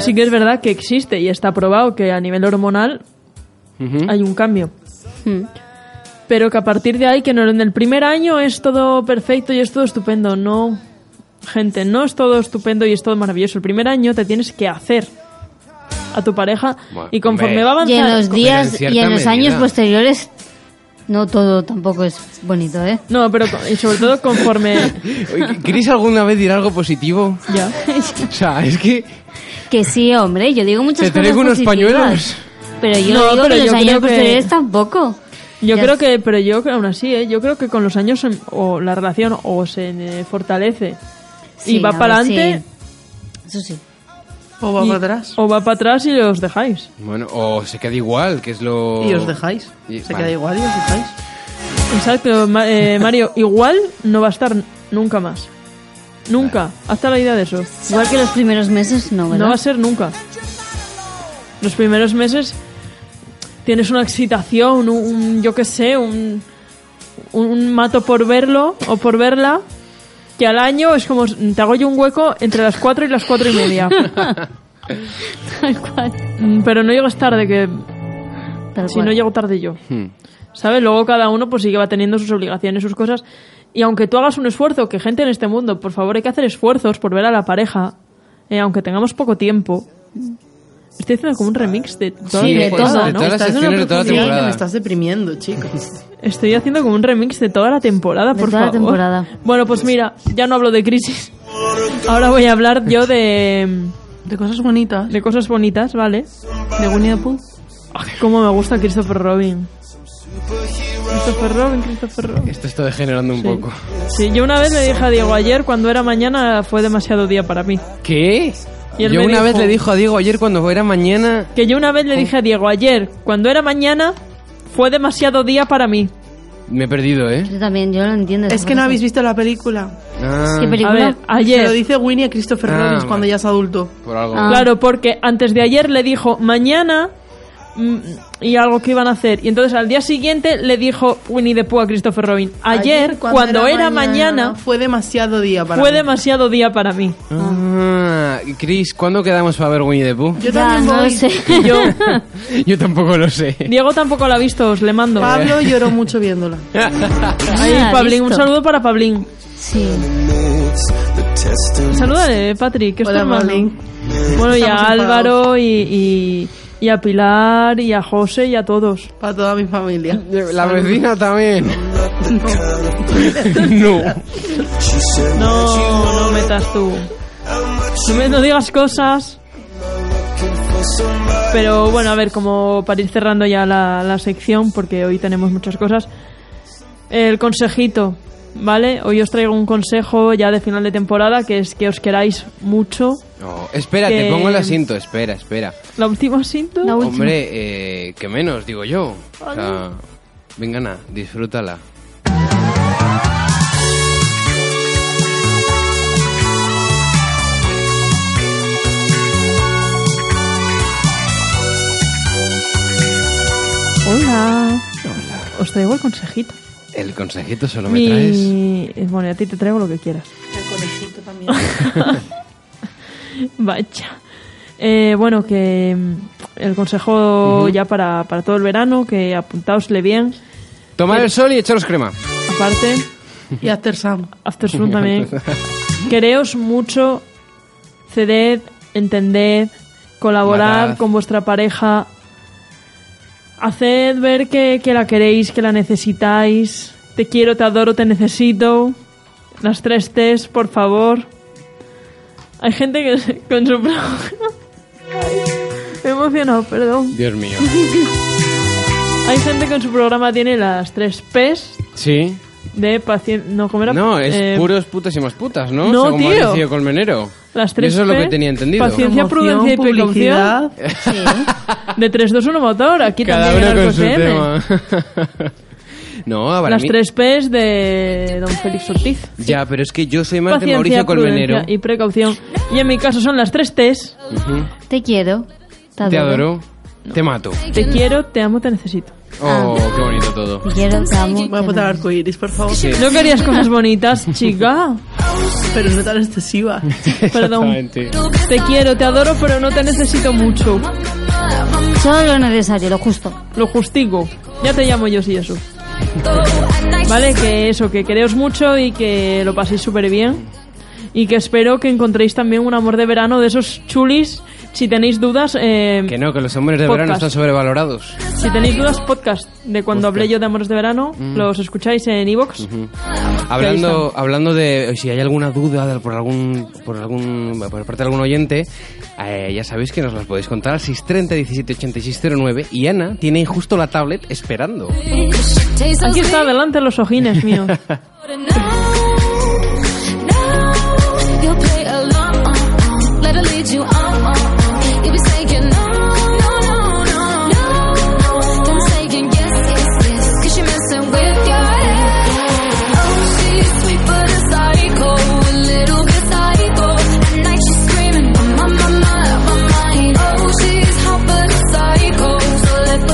[SPEAKER 2] Sí que es verdad que existe y está probado que a nivel hormonal
[SPEAKER 1] Ujú.
[SPEAKER 2] hay un cambio.
[SPEAKER 3] Mm.
[SPEAKER 2] Pero que a partir de ahí, que no, en el primer año es todo perfecto y es todo estupendo. No, gente, no es todo estupendo y es todo maravilloso. El primer año te tienes que hacer a tu pareja
[SPEAKER 1] Bueno,
[SPEAKER 2] y
[SPEAKER 1] hombre.
[SPEAKER 2] conforme va
[SPEAKER 3] Y en
[SPEAKER 2] avanzando...
[SPEAKER 3] los días
[SPEAKER 1] Pero en
[SPEAKER 3] y en
[SPEAKER 1] cierta
[SPEAKER 3] los años
[SPEAKER 1] medida.
[SPEAKER 3] posteriores, no todo tampoco es bonito, ¿eh?
[SPEAKER 2] No, pero co- y sobre todo conforme...
[SPEAKER 1] Oye, ¿Queréis alguna vez decir algo positivo?
[SPEAKER 2] ya.
[SPEAKER 1] O sea, es que
[SPEAKER 3] Que sí, hombre, yo digo muchas
[SPEAKER 1] ¿Te
[SPEAKER 3] cosas
[SPEAKER 1] traigo unos
[SPEAKER 3] positivas,
[SPEAKER 1] pañuelos?
[SPEAKER 3] Pero yo
[SPEAKER 2] No,
[SPEAKER 3] digo
[SPEAKER 2] pero
[SPEAKER 3] que
[SPEAKER 2] yo
[SPEAKER 3] los años
[SPEAKER 2] creo que-
[SPEAKER 3] posteriores tampoco.
[SPEAKER 2] Yo
[SPEAKER 3] Ya
[SPEAKER 2] creo
[SPEAKER 3] es-
[SPEAKER 2] que, pero yo creo- aún así, ¿eh? yo creo que con los años em, o la relación o se eh, fortalece y
[SPEAKER 3] Sí,
[SPEAKER 2] va
[SPEAKER 3] a ver,
[SPEAKER 2] para adelante
[SPEAKER 3] sí. Eso sí.
[SPEAKER 4] O va
[SPEAKER 2] y-
[SPEAKER 4] para atrás.
[SPEAKER 2] o va para atrás y los dejáis.
[SPEAKER 1] bueno, o se queda igual, que es lo
[SPEAKER 4] Y os dejáis.
[SPEAKER 1] Y-
[SPEAKER 4] Se
[SPEAKER 1] vale.
[SPEAKER 4] queda igual y os dejáis.
[SPEAKER 2] Exacto, Ma- eh, Mario, igual no va a estar nunca más. Nunca, hasta la idea de eso.
[SPEAKER 3] Igual que los primeros meses, no, ¿verdad?
[SPEAKER 2] No va a ser nunca. Los primeros meses tienes una excitación, un, un- yo qué sé, un, un mato por verlo o por verla, que al año es como te hago yo un hueco entre las 4 y las 4 y media.
[SPEAKER 3] Tal cual.
[SPEAKER 2] Mm, Pero no llegas tarde, que
[SPEAKER 3] Tal
[SPEAKER 2] si
[SPEAKER 3] cual.
[SPEAKER 2] no llego tarde yo.
[SPEAKER 1] Hmm.
[SPEAKER 2] ¿Sabes? Luego cada uno pues sí que va teniendo sus obligaciones, sus cosas. Y aunque tú hagas un esfuerzo, que gente en este mundo, por favor, hay que hacer esfuerzos por ver a la pareja, eh, aunque tengamos poco tiempo. Estoy haciendo como un remix de toda
[SPEAKER 3] Sí,
[SPEAKER 2] la
[SPEAKER 3] de
[SPEAKER 2] temporada,
[SPEAKER 3] todo.
[SPEAKER 1] pues, De
[SPEAKER 2] ¿no?
[SPEAKER 1] todas las
[SPEAKER 4] Estás en una
[SPEAKER 1] secciones de toda la
[SPEAKER 4] profundidad que
[SPEAKER 1] temporada.
[SPEAKER 4] me estás deprimiendo, chicos.
[SPEAKER 2] Estoy haciendo como un remix de toda la temporada,
[SPEAKER 3] De
[SPEAKER 2] por
[SPEAKER 3] toda la
[SPEAKER 2] favor.
[SPEAKER 3] temporada.
[SPEAKER 2] Bueno, pues mira, ya no hablo de crisis. Ahora voy a hablar yo de,
[SPEAKER 4] De cosas bonitas.
[SPEAKER 2] de cosas bonitas, ¿vale?
[SPEAKER 4] De Winnie the Pooh.
[SPEAKER 2] Cómo me gusta Christopher Robin. Christopher Robin, Christopher Robin.
[SPEAKER 1] Esto está degenerando un
[SPEAKER 2] Sí.
[SPEAKER 1] poco.
[SPEAKER 2] Sí, yo una vez le dije a Diego ayer, cuando era mañana, fue demasiado día para mí.
[SPEAKER 1] ¿Qué?
[SPEAKER 2] Y él
[SPEAKER 1] Yo
[SPEAKER 2] me
[SPEAKER 1] una
[SPEAKER 2] dijo-
[SPEAKER 1] vez le dijo a Diego ayer cuando era mañana.
[SPEAKER 2] Que yo una vez le dije a Diego ayer, cuando era mañana, fue demasiado día para mí.
[SPEAKER 1] Me he perdido, ¿eh?
[SPEAKER 3] Yo también, yo lo entiendo.
[SPEAKER 4] Es que no habéis visto la película.
[SPEAKER 1] Ah,
[SPEAKER 3] ¿Qué
[SPEAKER 2] A
[SPEAKER 3] película?
[SPEAKER 2] ver,
[SPEAKER 4] Se lo
[SPEAKER 2] ayer.
[SPEAKER 4] dice Winnie a Christopher
[SPEAKER 1] Ah,
[SPEAKER 4] Robbins cuando
[SPEAKER 1] vale.
[SPEAKER 4] ya es adulto.
[SPEAKER 1] por algo.
[SPEAKER 3] Ah.
[SPEAKER 2] Claro, porque antes de ayer le dijo mañana mm, y algo que iban a hacer. Y entonces al día siguiente le dijo Winnie the Pooh a Christopher Robin. Ayer, cuando, era, mañana,
[SPEAKER 4] fue demasiado día para
[SPEAKER 2] fue
[SPEAKER 4] mí.
[SPEAKER 2] demasiado día para mí.
[SPEAKER 1] Ah, Chris, ¿cuándo quedamos para ver Winnie the Pooh?
[SPEAKER 4] Yo
[SPEAKER 3] Ya,
[SPEAKER 4] también
[SPEAKER 3] no
[SPEAKER 4] voy.
[SPEAKER 3] lo sé.
[SPEAKER 2] Yo,
[SPEAKER 1] Yo tampoco lo sé.
[SPEAKER 2] Diego tampoco la ha visto, os le mando.
[SPEAKER 4] Pablo lloró mucho viéndola.
[SPEAKER 2] Ahí,
[SPEAKER 3] Ah,
[SPEAKER 2] Pablín, un
[SPEAKER 3] listo.
[SPEAKER 2] saludo para Pablín.
[SPEAKER 3] Sí.
[SPEAKER 2] Salúdale, eh, Patrick, que es tu
[SPEAKER 4] Hola,
[SPEAKER 2] hermano.
[SPEAKER 4] Pablín.
[SPEAKER 2] Bueno, y a
[SPEAKER 4] Estamos
[SPEAKER 2] Álvaro y, y- y a Pilar y a José y a todos.
[SPEAKER 4] Para toda mi familia.
[SPEAKER 1] La vecina también. No.
[SPEAKER 2] No, no metas tú. No, me- no digas cosas. Pero bueno, a ver, como para ir cerrando ya la, la sección, porque hoy tenemos muchas cosas. El consejito, ¿vale? Hoy os traigo un consejo ya de final de temporada, que es que os queráis mucho.
[SPEAKER 1] No, espera, te
[SPEAKER 2] Que-
[SPEAKER 1] pongo el asiento. Espera, espera.
[SPEAKER 2] La última cinta.
[SPEAKER 3] La última.
[SPEAKER 1] Hombre, eh, que menos, digo yo. O sea, venga, na, disfrútala.
[SPEAKER 2] Hola. Os traigo el consejito.
[SPEAKER 1] El consejito solo me traes.
[SPEAKER 2] Mi... Bueno, y a ti te traigo lo que quieras. Vaya. Eh, bueno, que mm, el consejo ya para, para todo el verano, que apuntaosle bien.
[SPEAKER 1] Tomar el sol y echaros crema.
[SPEAKER 2] Aparte,
[SPEAKER 4] Y After Sam.
[SPEAKER 2] After Sun también. Quereos mucho, ceded, entended, colaborad
[SPEAKER 1] Matad.
[SPEAKER 2] con vuestra pareja. Haced ver que, que la queréis, que la necesitáis. Te quiero, te adoro, te necesito. Las tres T's, por favor. Hay gente que se- con su... Ay, Me he emocionado, perdón.
[SPEAKER 1] Dios mío.
[SPEAKER 2] Hay gente que en su programa tiene las tres P's
[SPEAKER 1] Sí.
[SPEAKER 2] de paciente. No, ¿cómo era?
[SPEAKER 1] No, es
[SPEAKER 2] Eh,
[SPEAKER 1] puros putas y más putas, ¿no?
[SPEAKER 2] no,
[SPEAKER 1] Según
[SPEAKER 2] tío.
[SPEAKER 1] Mauricio Colmenero.
[SPEAKER 2] Las tres
[SPEAKER 1] Eso es lo
[SPEAKER 2] P,
[SPEAKER 1] que tenía entendido.
[SPEAKER 2] Ciencia, prudencia y
[SPEAKER 4] publicidad.
[SPEAKER 3] Sí.
[SPEAKER 2] De 3, 2, 1 motor. Aquí
[SPEAKER 1] Cada
[SPEAKER 2] también
[SPEAKER 1] uno
[SPEAKER 2] en el
[SPEAKER 1] con su
[SPEAKER 2] CCM.
[SPEAKER 1] tema. no, para
[SPEAKER 2] Las
[SPEAKER 1] mí-
[SPEAKER 2] tres P's de Don Félix Ortiz.
[SPEAKER 1] Ya, pero es que yo soy más de
[SPEAKER 2] Paciencia,
[SPEAKER 1] Mauricio Colmenero.
[SPEAKER 2] prudencia y precaución. Y en mi caso son las tres T's.
[SPEAKER 3] Te quiero. Te,
[SPEAKER 1] Te adoro, te mato.
[SPEAKER 2] Te quiero, te amo, te necesito.
[SPEAKER 1] Oh, qué bonito todo.
[SPEAKER 3] Te quiero, te amo.
[SPEAKER 4] Voy a
[SPEAKER 3] te
[SPEAKER 4] poner
[SPEAKER 3] adoro.
[SPEAKER 4] arco iris, por favor.
[SPEAKER 1] Sí.
[SPEAKER 2] No querías cosas bonitas, chica.
[SPEAKER 4] Pero no tan excesiva.
[SPEAKER 2] Perdón.
[SPEAKER 1] Exactamente.
[SPEAKER 2] Te quiero, te adoro, pero no te necesito mucho.
[SPEAKER 3] Solo lo necesario, lo justo.
[SPEAKER 2] Lo justico. Ya te llamo yo si eso. Vale, que eso, que queréis mucho y que lo paséis súper bien. Y que espero que encontréis también un amor de verano de esos chulis. Si tenéis dudas, eh,
[SPEAKER 1] Que no, que los hombres de verano
[SPEAKER 2] Podcast.
[SPEAKER 1] están sobrevalorados.
[SPEAKER 2] si tenéis dudas, podcast de cuando hablé yo de amores de verano,
[SPEAKER 1] Mm.
[SPEAKER 2] los escucháis en iVoox.
[SPEAKER 1] Hablando, hablando de eh, si hay alguna duda de- por algún por algún por parte de algún oyente, eh, ya sabéis que nos las podéis contar al 630 17 86 09 y Ana tiene justo la tablet esperando.
[SPEAKER 2] Aquí está adelante los ojines míos.
[SPEAKER 6] Oh, Oh,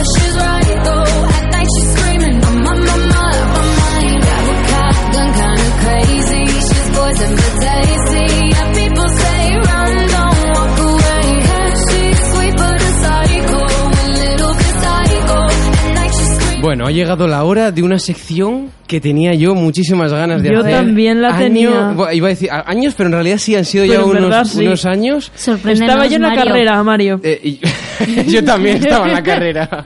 [SPEAKER 6] She's right though. At night she's screaming, oh my, my, my, my mind. Got a cop gun, kinda crazy. She's poison but tasty. And people say run, don't walk away. But she's sweet but a psycho, a little bit psycho. At night she's screaming.
[SPEAKER 1] Bueno, ha llegado la hora de una sección que tenía yo muchísimas ganas de
[SPEAKER 2] Yo
[SPEAKER 1] hacer.
[SPEAKER 2] también la
[SPEAKER 1] Año-
[SPEAKER 2] tenía.
[SPEAKER 1] bu- Iba a decir a- años, pero en realidad sí han sido
[SPEAKER 2] Pero
[SPEAKER 1] ya
[SPEAKER 2] en
[SPEAKER 1] unos,
[SPEAKER 2] verdad sí.
[SPEAKER 1] unos años.
[SPEAKER 3] Sorprende.
[SPEAKER 2] Estaba yo en la carrera, Mario.
[SPEAKER 1] Eh, y- yo también estaba en la carrera.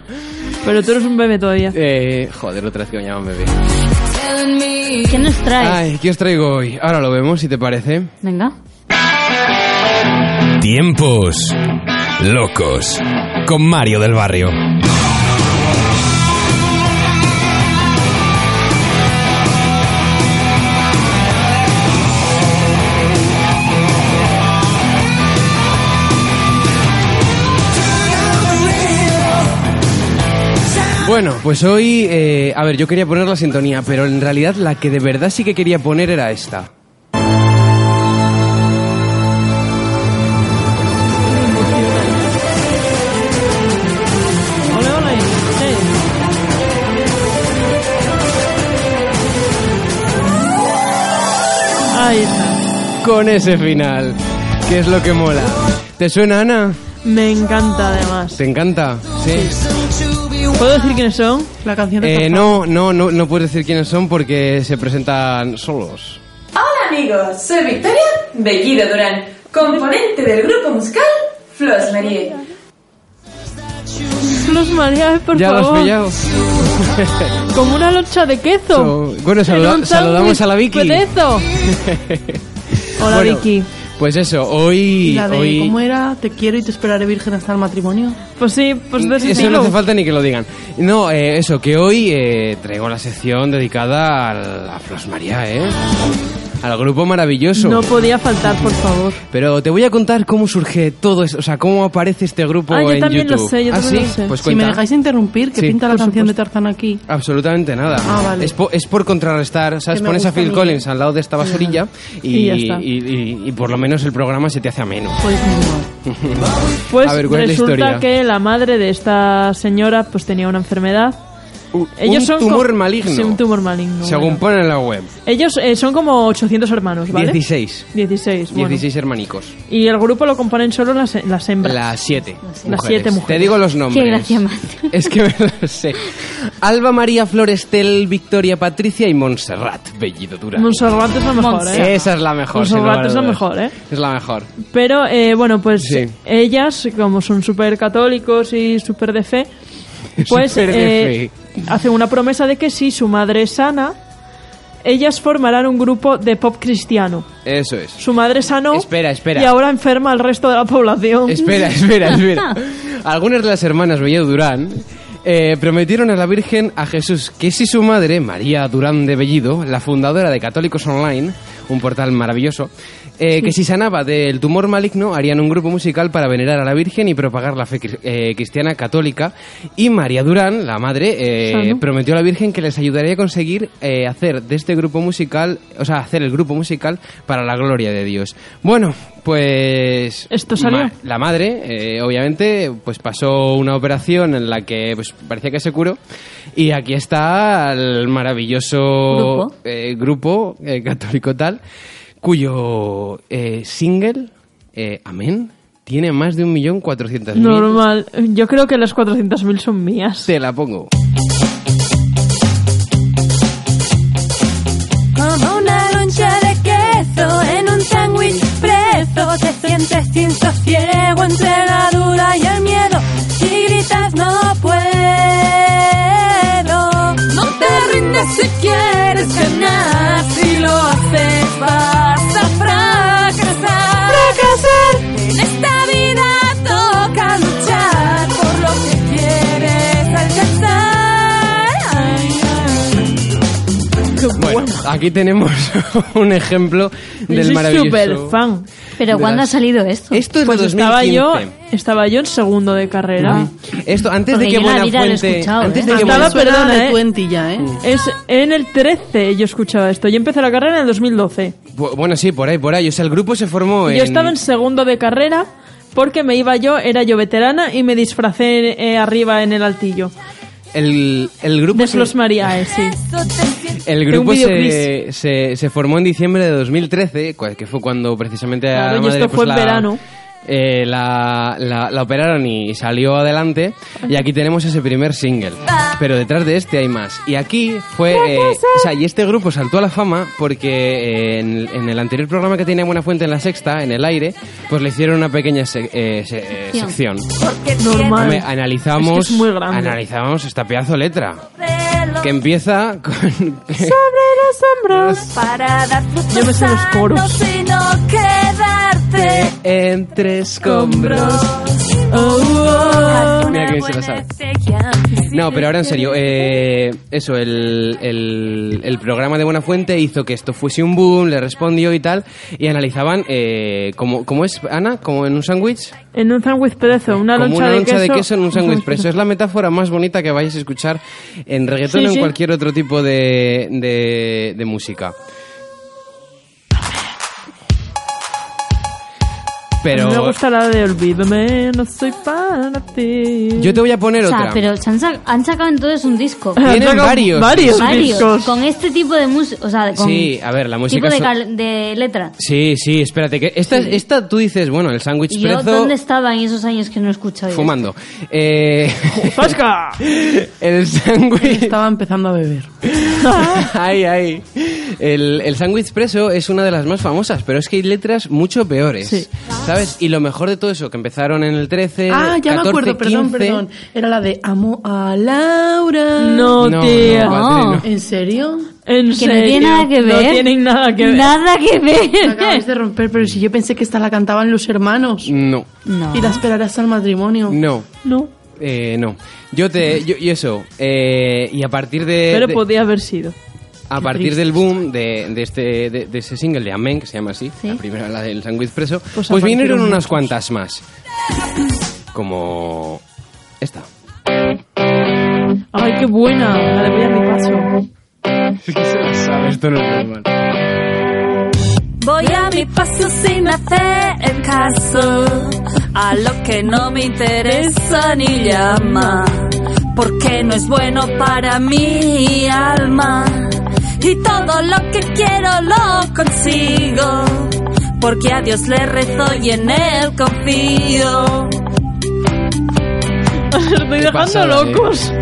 [SPEAKER 2] Pero tú eres un bebé todavía.
[SPEAKER 1] Eh, joder, otra vez que me llaman bebé.
[SPEAKER 6] Telling me
[SPEAKER 3] ¿Qué nos traes?
[SPEAKER 1] Ay, ¿qué os traigo hoy? Ahora lo vemos, si te parece.
[SPEAKER 3] Venga.
[SPEAKER 5] Tiempos locos con Mario del Barrio.
[SPEAKER 7] Turn
[SPEAKER 1] Bueno, pues hoy, eh, a ver, yo quería poner la sintonía, pero en realidad la que de verdad sí que quería poner era esta.
[SPEAKER 2] Ole, ole. Sí. Ahí está.
[SPEAKER 1] Con ese final, que es lo que mola. ¿Te suena, Ana?
[SPEAKER 2] Me encanta además.
[SPEAKER 1] ¿Te encanta? Sí.
[SPEAKER 2] ¿Puedo decir quiénes son?
[SPEAKER 4] La canción está
[SPEAKER 1] Eh, no, no, no, no puedes decir quiénes son porque se presentan solos.
[SPEAKER 7] Hola amigos, soy Victoria Bellido Durán, componente del grupo musical Flos Marie.
[SPEAKER 2] Los María, por
[SPEAKER 1] ya lo
[SPEAKER 2] favor.
[SPEAKER 1] has pillado.
[SPEAKER 2] Como una loncha de queso.
[SPEAKER 1] So- bueno, saluda-
[SPEAKER 2] En un
[SPEAKER 1] saludamos
[SPEAKER 2] sándwich
[SPEAKER 1] a la Vicky.
[SPEAKER 2] de queso. Hola
[SPEAKER 1] Bueno,
[SPEAKER 2] Vicky.
[SPEAKER 1] Pues eso,
[SPEAKER 4] Y
[SPEAKER 1] hoy.
[SPEAKER 4] la de
[SPEAKER 1] hoy
[SPEAKER 4] cómo era, te quiero y te esperaré virgen hasta el matrimonio.
[SPEAKER 2] Pues sí, pues de ese
[SPEAKER 1] Eso no
[SPEAKER 2] estilo.
[SPEAKER 1] hace falta ni que lo digan. No, eh, eso, que hoy eh, traigo la sección dedicada a la Flos María, ¿eh? Al grupo maravilloso.
[SPEAKER 2] No podía faltar, por favor.
[SPEAKER 1] Pero te voy a contar cómo surge todo eso, o sea, cómo aparece este grupo
[SPEAKER 2] Ah, yo
[SPEAKER 1] en
[SPEAKER 2] también lo
[SPEAKER 1] YouTube.
[SPEAKER 2] sé, yo
[SPEAKER 1] ¿Ah,
[SPEAKER 2] también
[SPEAKER 1] sí?
[SPEAKER 2] lo sé.
[SPEAKER 1] Pues
[SPEAKER 4] Si
[SPEAKER 1] cuenta.
[SPEAKER 4] me dejáis interrumpir, que
[SPEAKER 1] Sí.
[SPEAKER 4] pinta la
[SPEAKER 1] Por
[SPEAKER 4] canción de Tarzán aquí.
[SPEAKER 1] Absolutamente nada.
[SPEAKER 4] Ah, vale.
[SPEAKER 1] es, po- es por contrarrestar, ¿sabes?
[SPEAKER 4] Que me
[SPEAKER 1] Pones a
[SPEAKER 4] gusta
[SPEAKER 1] Phil
[SPEAKER 4] a mí.
[SPEAKER 1] Collins al lado de esta basurilla y,
[SPEAKER 2] Y ya está.
[SPEAKER 1] y- y- y por lo menos el programa se te hace ameno.
[SPEAKER 4] Podéis continuar.
[SPEAKER 2] Pues
[SPEAKER 1] A ver, ¿cuál es la historia?
[SPEAKER 2] resulta que la madre de esta señora pues tenía una enfermedad.
[SPEAKER 1] Un-
[SPEAKER 2] eh, Ellos
[SPEAKER 1] un
[SPEAKER 2] son
[SPEAKER 1] tumor
[SPEAKER 2] co-
[SPEAKER 1] maligno.
[SPEAKER 2] Sí, un tumor maligno.
[SPEAKER 1] Según
[SPEAKER 2] bueno.
[SPEAKER 1] ponen en la web.
[SPEAKER 2] Ellos eh, son como 800 hermanos, ¿vale?
[SPEAKER 1] 16.
[SPEAKER 2] 16, bueno.
[SPEAKER 1] 16 hermanicos.
[SPEAKER 2] Y el grupo lo componen solo las, las hembras.
[SPEAKER 1] Las 7.
[SPEAKER 2] Las siete mujeres.
[SPEAKER 1] Te digo los nombres.
[SPEAKER 3] Qué gracia más.
[SPEAKER 1] Es que me lo sé. Alba María Florestel, Victoria Patricia y Montserrat Bellido Durán.
[SPEAKER 2] Montserrat es la mejor, ¿eh?
[SPEAKER 1] Esa es la mejor.
[SPEAKER 2] Montserrat
[SPEAKER 1] sin lugar a
[SPEAKER 2] es la
[SPEAKER 1] dudas.
[SPEAKER 2] mejor, ¿eh?
[SPEAKER 1] Es la mejor.
[SPEAKER 2] Pero eh, bueno, pues
[SPEAKER 1] Sí.
[SPEAKER 2] ellas, como son súper católicos y súper de fe, pues
[SPEAKER 1] Súper de
[SPEAKER 2] eh, hacen una promesa de que si su madre es sana, ellas formarán un grupo de pop cristiano.
[SPEAKER 1] Eso es.
[SPEAKER 2] Su madre sanó
[SPEAKER 1] Espera, espera.
[SPEAKER 2] y ahora enferma al resto de la población.
[SPEAKER 1] Espera, espera, espera. Algunas de las hermanas Belledo Durán eh, prometieron a la Virgen a Jesús que si su madre, María Durán de Bellido, la fundadora de Católicos Online, un portal maravilloso, eh, que si sanaba del tumor maligno, harían un grupo musical para venerar a la Virgen y propagar la fe cri- eh, cristiana católica. Y María Durán, la madre, eh,
[SPEAKER 2] Sano.
[SPEAKER 1] prometió a la Virgen que les ayudaría a conseguir eh, hacer de este grupo musical, o sea, hacer el grupo musical para la gloria de Dios. Bueno, pues
[SPEAKER 2] Esto salió.
[SPEAKER 1] Ma- la madre, eh, obviamente, pues pasó una operación en la que pues, parecía que se curó. Y aquí está el maravilloso
[SPEAKER 3] Grupo.
[SPEAKER 1] eh, grupo, eh, católico tal, cuyo eh, single, eh, Amén, tiene más de un millón cuatrocientas mil.
[SPEAKER 2] Normal. Yo creo que las 400.000 son mías.
[SPEAKER 1] Te la pongo.
[SPEAKER 6] Como una loncha de queso en un sándwich preso, te sientes sin sosiego entre la duda y el miedo. Si gritas no puedo, no te rindes si quieres ganar. Si lo haces vas a fracasar. Fracasar. En esta vida toca luchar por lo que quieres alcanzar. Ay, ay.
[SPEAKER 1] Bueno, aquí tenemos un ejemplo
[SPEAKER 2] Yo
[SPEAKER 1] del
[SPEAKER 2] soy
[SPEAKER 1] maravilloso.
[SPEAKER 2] súper fan.
[SPEAKER 3] Pero
[SPEAKER 1] De
[SPEAKER 3] ¿cuándo
[SPEAKER 1] las-
[SPEAKER 3] ha salido esto?
[SPEAKER 1] Esto es
[SPEAKER 2] Pues
[SPEAKER 1] de
[SPEAKER 2] estaba
[SPEAKER 1] 2015.
[SPEAKER 2] yo, estaba yo en segundo de carrera.
[SPEAKER 1] Esto antes
[SPEAKER 3] Porque
[SPEAKER 1] de
[SPEAKER 3] yo
[SPEAKER 1] que
[SPEAKER 3] en la
[SPEAKER 1] buena
[SPEAKER 3] vida lo he
[SPEAKER 1] fuente,
[SPEAKER 3] escuchado,
[SPEAKER 1] antes
[SPEAKER 3] ¿eh?
[SPEAKER 1] de que
[SPEAKER 2] Estaba
[SPEAKER 1] Buena-
[SPEAKER 2] Bueno, perdona,
[SPEAKER 4] Suena de
[SPEAKER 2] eh.
[SPEAKER 4] Twenty ya, ¿eh?
[SPEAKER 1] Mm.
[SPEAKER 2] Es en el 13 yo escuchaba esto. Yo empecé la carrera en el 2012.
[SPEAKER 1] Bu- Bueno, sí, por ahí, por ahí. O sea, el grupo se formó en...
[SPEAKER 2] Yo estaba en segundo de carrera porque me iba yo, era yo veterana y me disfracé eh, arriba en el altillo.
[SPEAKER 1] El, el grupo,
[SPEAKER 2] De
[SPEAKER 1] se,
[SPEAKER 2] Flos María, eh, sí.
[SPEAKER 1] el
[SPEAKER 2] un
[SPEAKER 1] grupo se,
[SPEAKER 2] videoclip.
[SPEAKER 1] se, se formó en diciembre de 2013, cua- que fue cuando precisamente... a
[SPEAKER 2] Claro,
[SPEAKER 1] la
[SPEAKER 2] y
[SPEAKER 1] madre,
[SPEAKER 2] esto
[SPEAKER 1] pues,
[SPEAKER 2] fue en
[SPEAKER 1] la-
[SPEAKER 2] verano.
[SPEAKER 1] eh, la, la, la operaron y salió adelante. Y aquí tenemos ese primer single. Pero detrás de este hay más. Y aquí fue. eh, o sea, y este grupo saltó a la fama porque eh, en, en el anterior programa que tenía Buena Fuente en la sexta, en el aire, pues le hicieron una pequeña se- eh, se- eh, sección.
[SPEAKER 2] Normal.
[SPEAKER 1] Hombre, analizamos,
[SPEAKER 2] Es que es muy grande.
[SPEAKER 1] analizamos esta pedazo de letra. Que empieza con.
[SPEAKER 2] Sobre las sombras.
[SPEAKER 6] Para dar frutos
[SPEAKER 2] Yo me sé los coros.
[SPEAKER 6] sanos y no quedarte amanece.
[SPEAKER 1] Entre escombros.
[SPEAKER 2] Oh,
[SPEAKER 1] Mira que se la sabe. No, pero ahora en serio, eh, eso, el, el, el programa de Buenafuente hizo que esto fuese un boom, le respondió y tal, y analizaban, eh, como, como es, Ana, como en un sándwich,
[SPEAKER 2] En un sándwich preso, una
[SPEAKER 1] como
[SPEAKER 2] loncha,
[SPEAKER 1] una
[SPEAKER 2] de,
[SPEAKER 1] loncha
[SPEAKER 2] queso,
[SPEAKER 1] de queso en un sándwich preso. Es la metáfora más bonita que vais a escuchar en reggaetón
[SPEAKER 2] Sí,
[SPEAKER 1] o en
[SPEAKER 2] sí.
[SPEAKER 1] cualquier otro tipo de, de, de música. Pero
[SPEAKER 2] Me gusta la de olvídame, no soy para ti.
[SPEAKER 1] yo te voy a poner
[SPEAKER 3] O
[SPEAKER 1] otra.
[SPEAKER 3] sea, pero se han, sac- han sacado entonces un disco.
[SPEAKER 1] Tienen
[SPEAKER 2] Sacan
[SPEAKER 1] varios.
[SPEAKER 2] Varios.
[SPEAKER 3] Varios.
[SPEAKER 2] discos.
[SPEAKER 3] Con este tipo de música. O sea, con
[SPEAKER 1] Sí, a ver, la música
[SPEAKER 3] Tipo de,
[SPEAKER 1] so-
[SPEAKER 3] cal- de letra.
[SPEAKER 1] Sí, sí, espérate, que esta, esta tú dices, bueno, el sándwich
[SPEAKER 3] ¿Y yo
[SPEAKER 1] prezo
[SPEAKER 3] dónde estaba en esos años que no he escuchado yo?
[SPEAKER 1] fumando. Eh,
[SPEAKER 2] ¡Pasca!
[SPEAKER 1] el sándwich...
[SPEAKER 4] Estaba empezando a beber.
[SPEAKER 1] ay, ay. El, el sándwich preso es una de las más famosas, pero es que hay letras mucho peores.
[SPEAKER 2] Sí.
[SPEAKER 1] ¿Sabes? Y lo mejor de todo eso, que empezaron en el 13,
[SPEAKER 4] ah, ya
[SPEAKER 1] 14,
[SPEAKER 4] me acuerdo, perdón,
[SPEAKER 1] 15.
[SPEAKER 4] perdón. Era la de Amo a Laura.
[SPEAKER 2] No,
[SPEAKER 1] No,
[SPEAKER 2] tía.
[SPEAKER 1] no, Patri,
[SPEAKER 4] ¿En serio?
[SPEAKER 2] En
[SPEAKER 3] Que no tiene
[SPEAKER 2] serio,
[SPEAKER 3] nada que ver.
[SPEAKER 2] No tienen nada que ver.
[SPEAKER 3] Nada que
[SPEAKER 4] Me acabas
[SPEAKER 3] ver.
[SPEAKER 4] de romper, pero si yo pensé que esta la cantaban los hermanos.
[SPEAKER 1] no.
[SPEAKER 3] No.
[SPEAKER 4] Y la esperarás al matrimonio.
[SPEAKER 1] No, no.
[SPEAKER 2] No,
[SPEAKER 1] Eh, no. Yo te... yo- y eso. eh, y a partir de...
[SPEAKER 2] pero
[SPEAKER 1] de-
[SPEAKER 2] podía haber sido.
[SPEAKER 1] A partir del boom de, de este, de, de ese single de Amen, que se llama así, la primera, la del sándwich preso, pues,
[SPEAKER 2] Pues aparecieron
[SPEAKER 1] vinieron unas
[SPEAKER 2] muchos.
[SPEAKER 1] cuantas más. Como esta.
[SPEAKER 2] Ay, qué buena. La de voy a mi paso.
[SPEAKER 1] Esto no es normal.
[SPEAKER 6] Voy a mi paso sin hacer caso a lo que no me interesa ni llama, porque no es bueno para mi alma. Y todo lo que quiero lo consigo, porque a Dios le rezo y en Él confío.
[SPEAKER 2] Os estoy dejando
[SPEAKER 1] pasada, eh.
[SPEAKER 2] locos.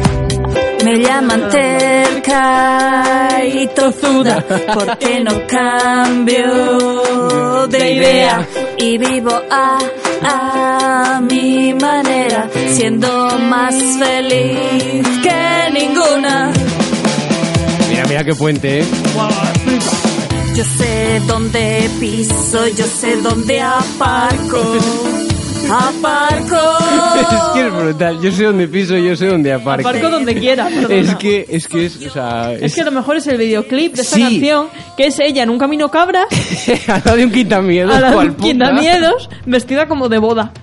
[SPEAKER 6] Me llaman terca y tozuda porque no cambio de idea y vivo a, a mi manera siendo más feliz que ninguna.
[SPEAKER 1] Mira, mira qué puente, ¿eh?
[SPEAKER 6] Yo sé dónde piso, yo sé dónde aparco.
[SPEAKER 1] Es
[SPEAKER 6] Aparco.
[SPEAKER 1] que es brutal. Yo sé dónde piso, yo sé dónde aparco.
[SPEAKER 2] Aparco donde quiera. perdona.
[SPEAKER 1] Es que, es que es, o sea,
[SPEAKER 2] Es que a lo mejor es el videoclip de esta
[SPEAKER 1] Sí.
[SPEAKER 2] canción, que es ella en un camino cabra,
[SPEAKER 1] al lado de un quitamiedo,
[SPEAKER 2] a
[SPEAKER 1] cual
[SPEAKER 2] la
[SPEAKER 1] puta.
[SPEAKER 2] miedos, vestida como de boda.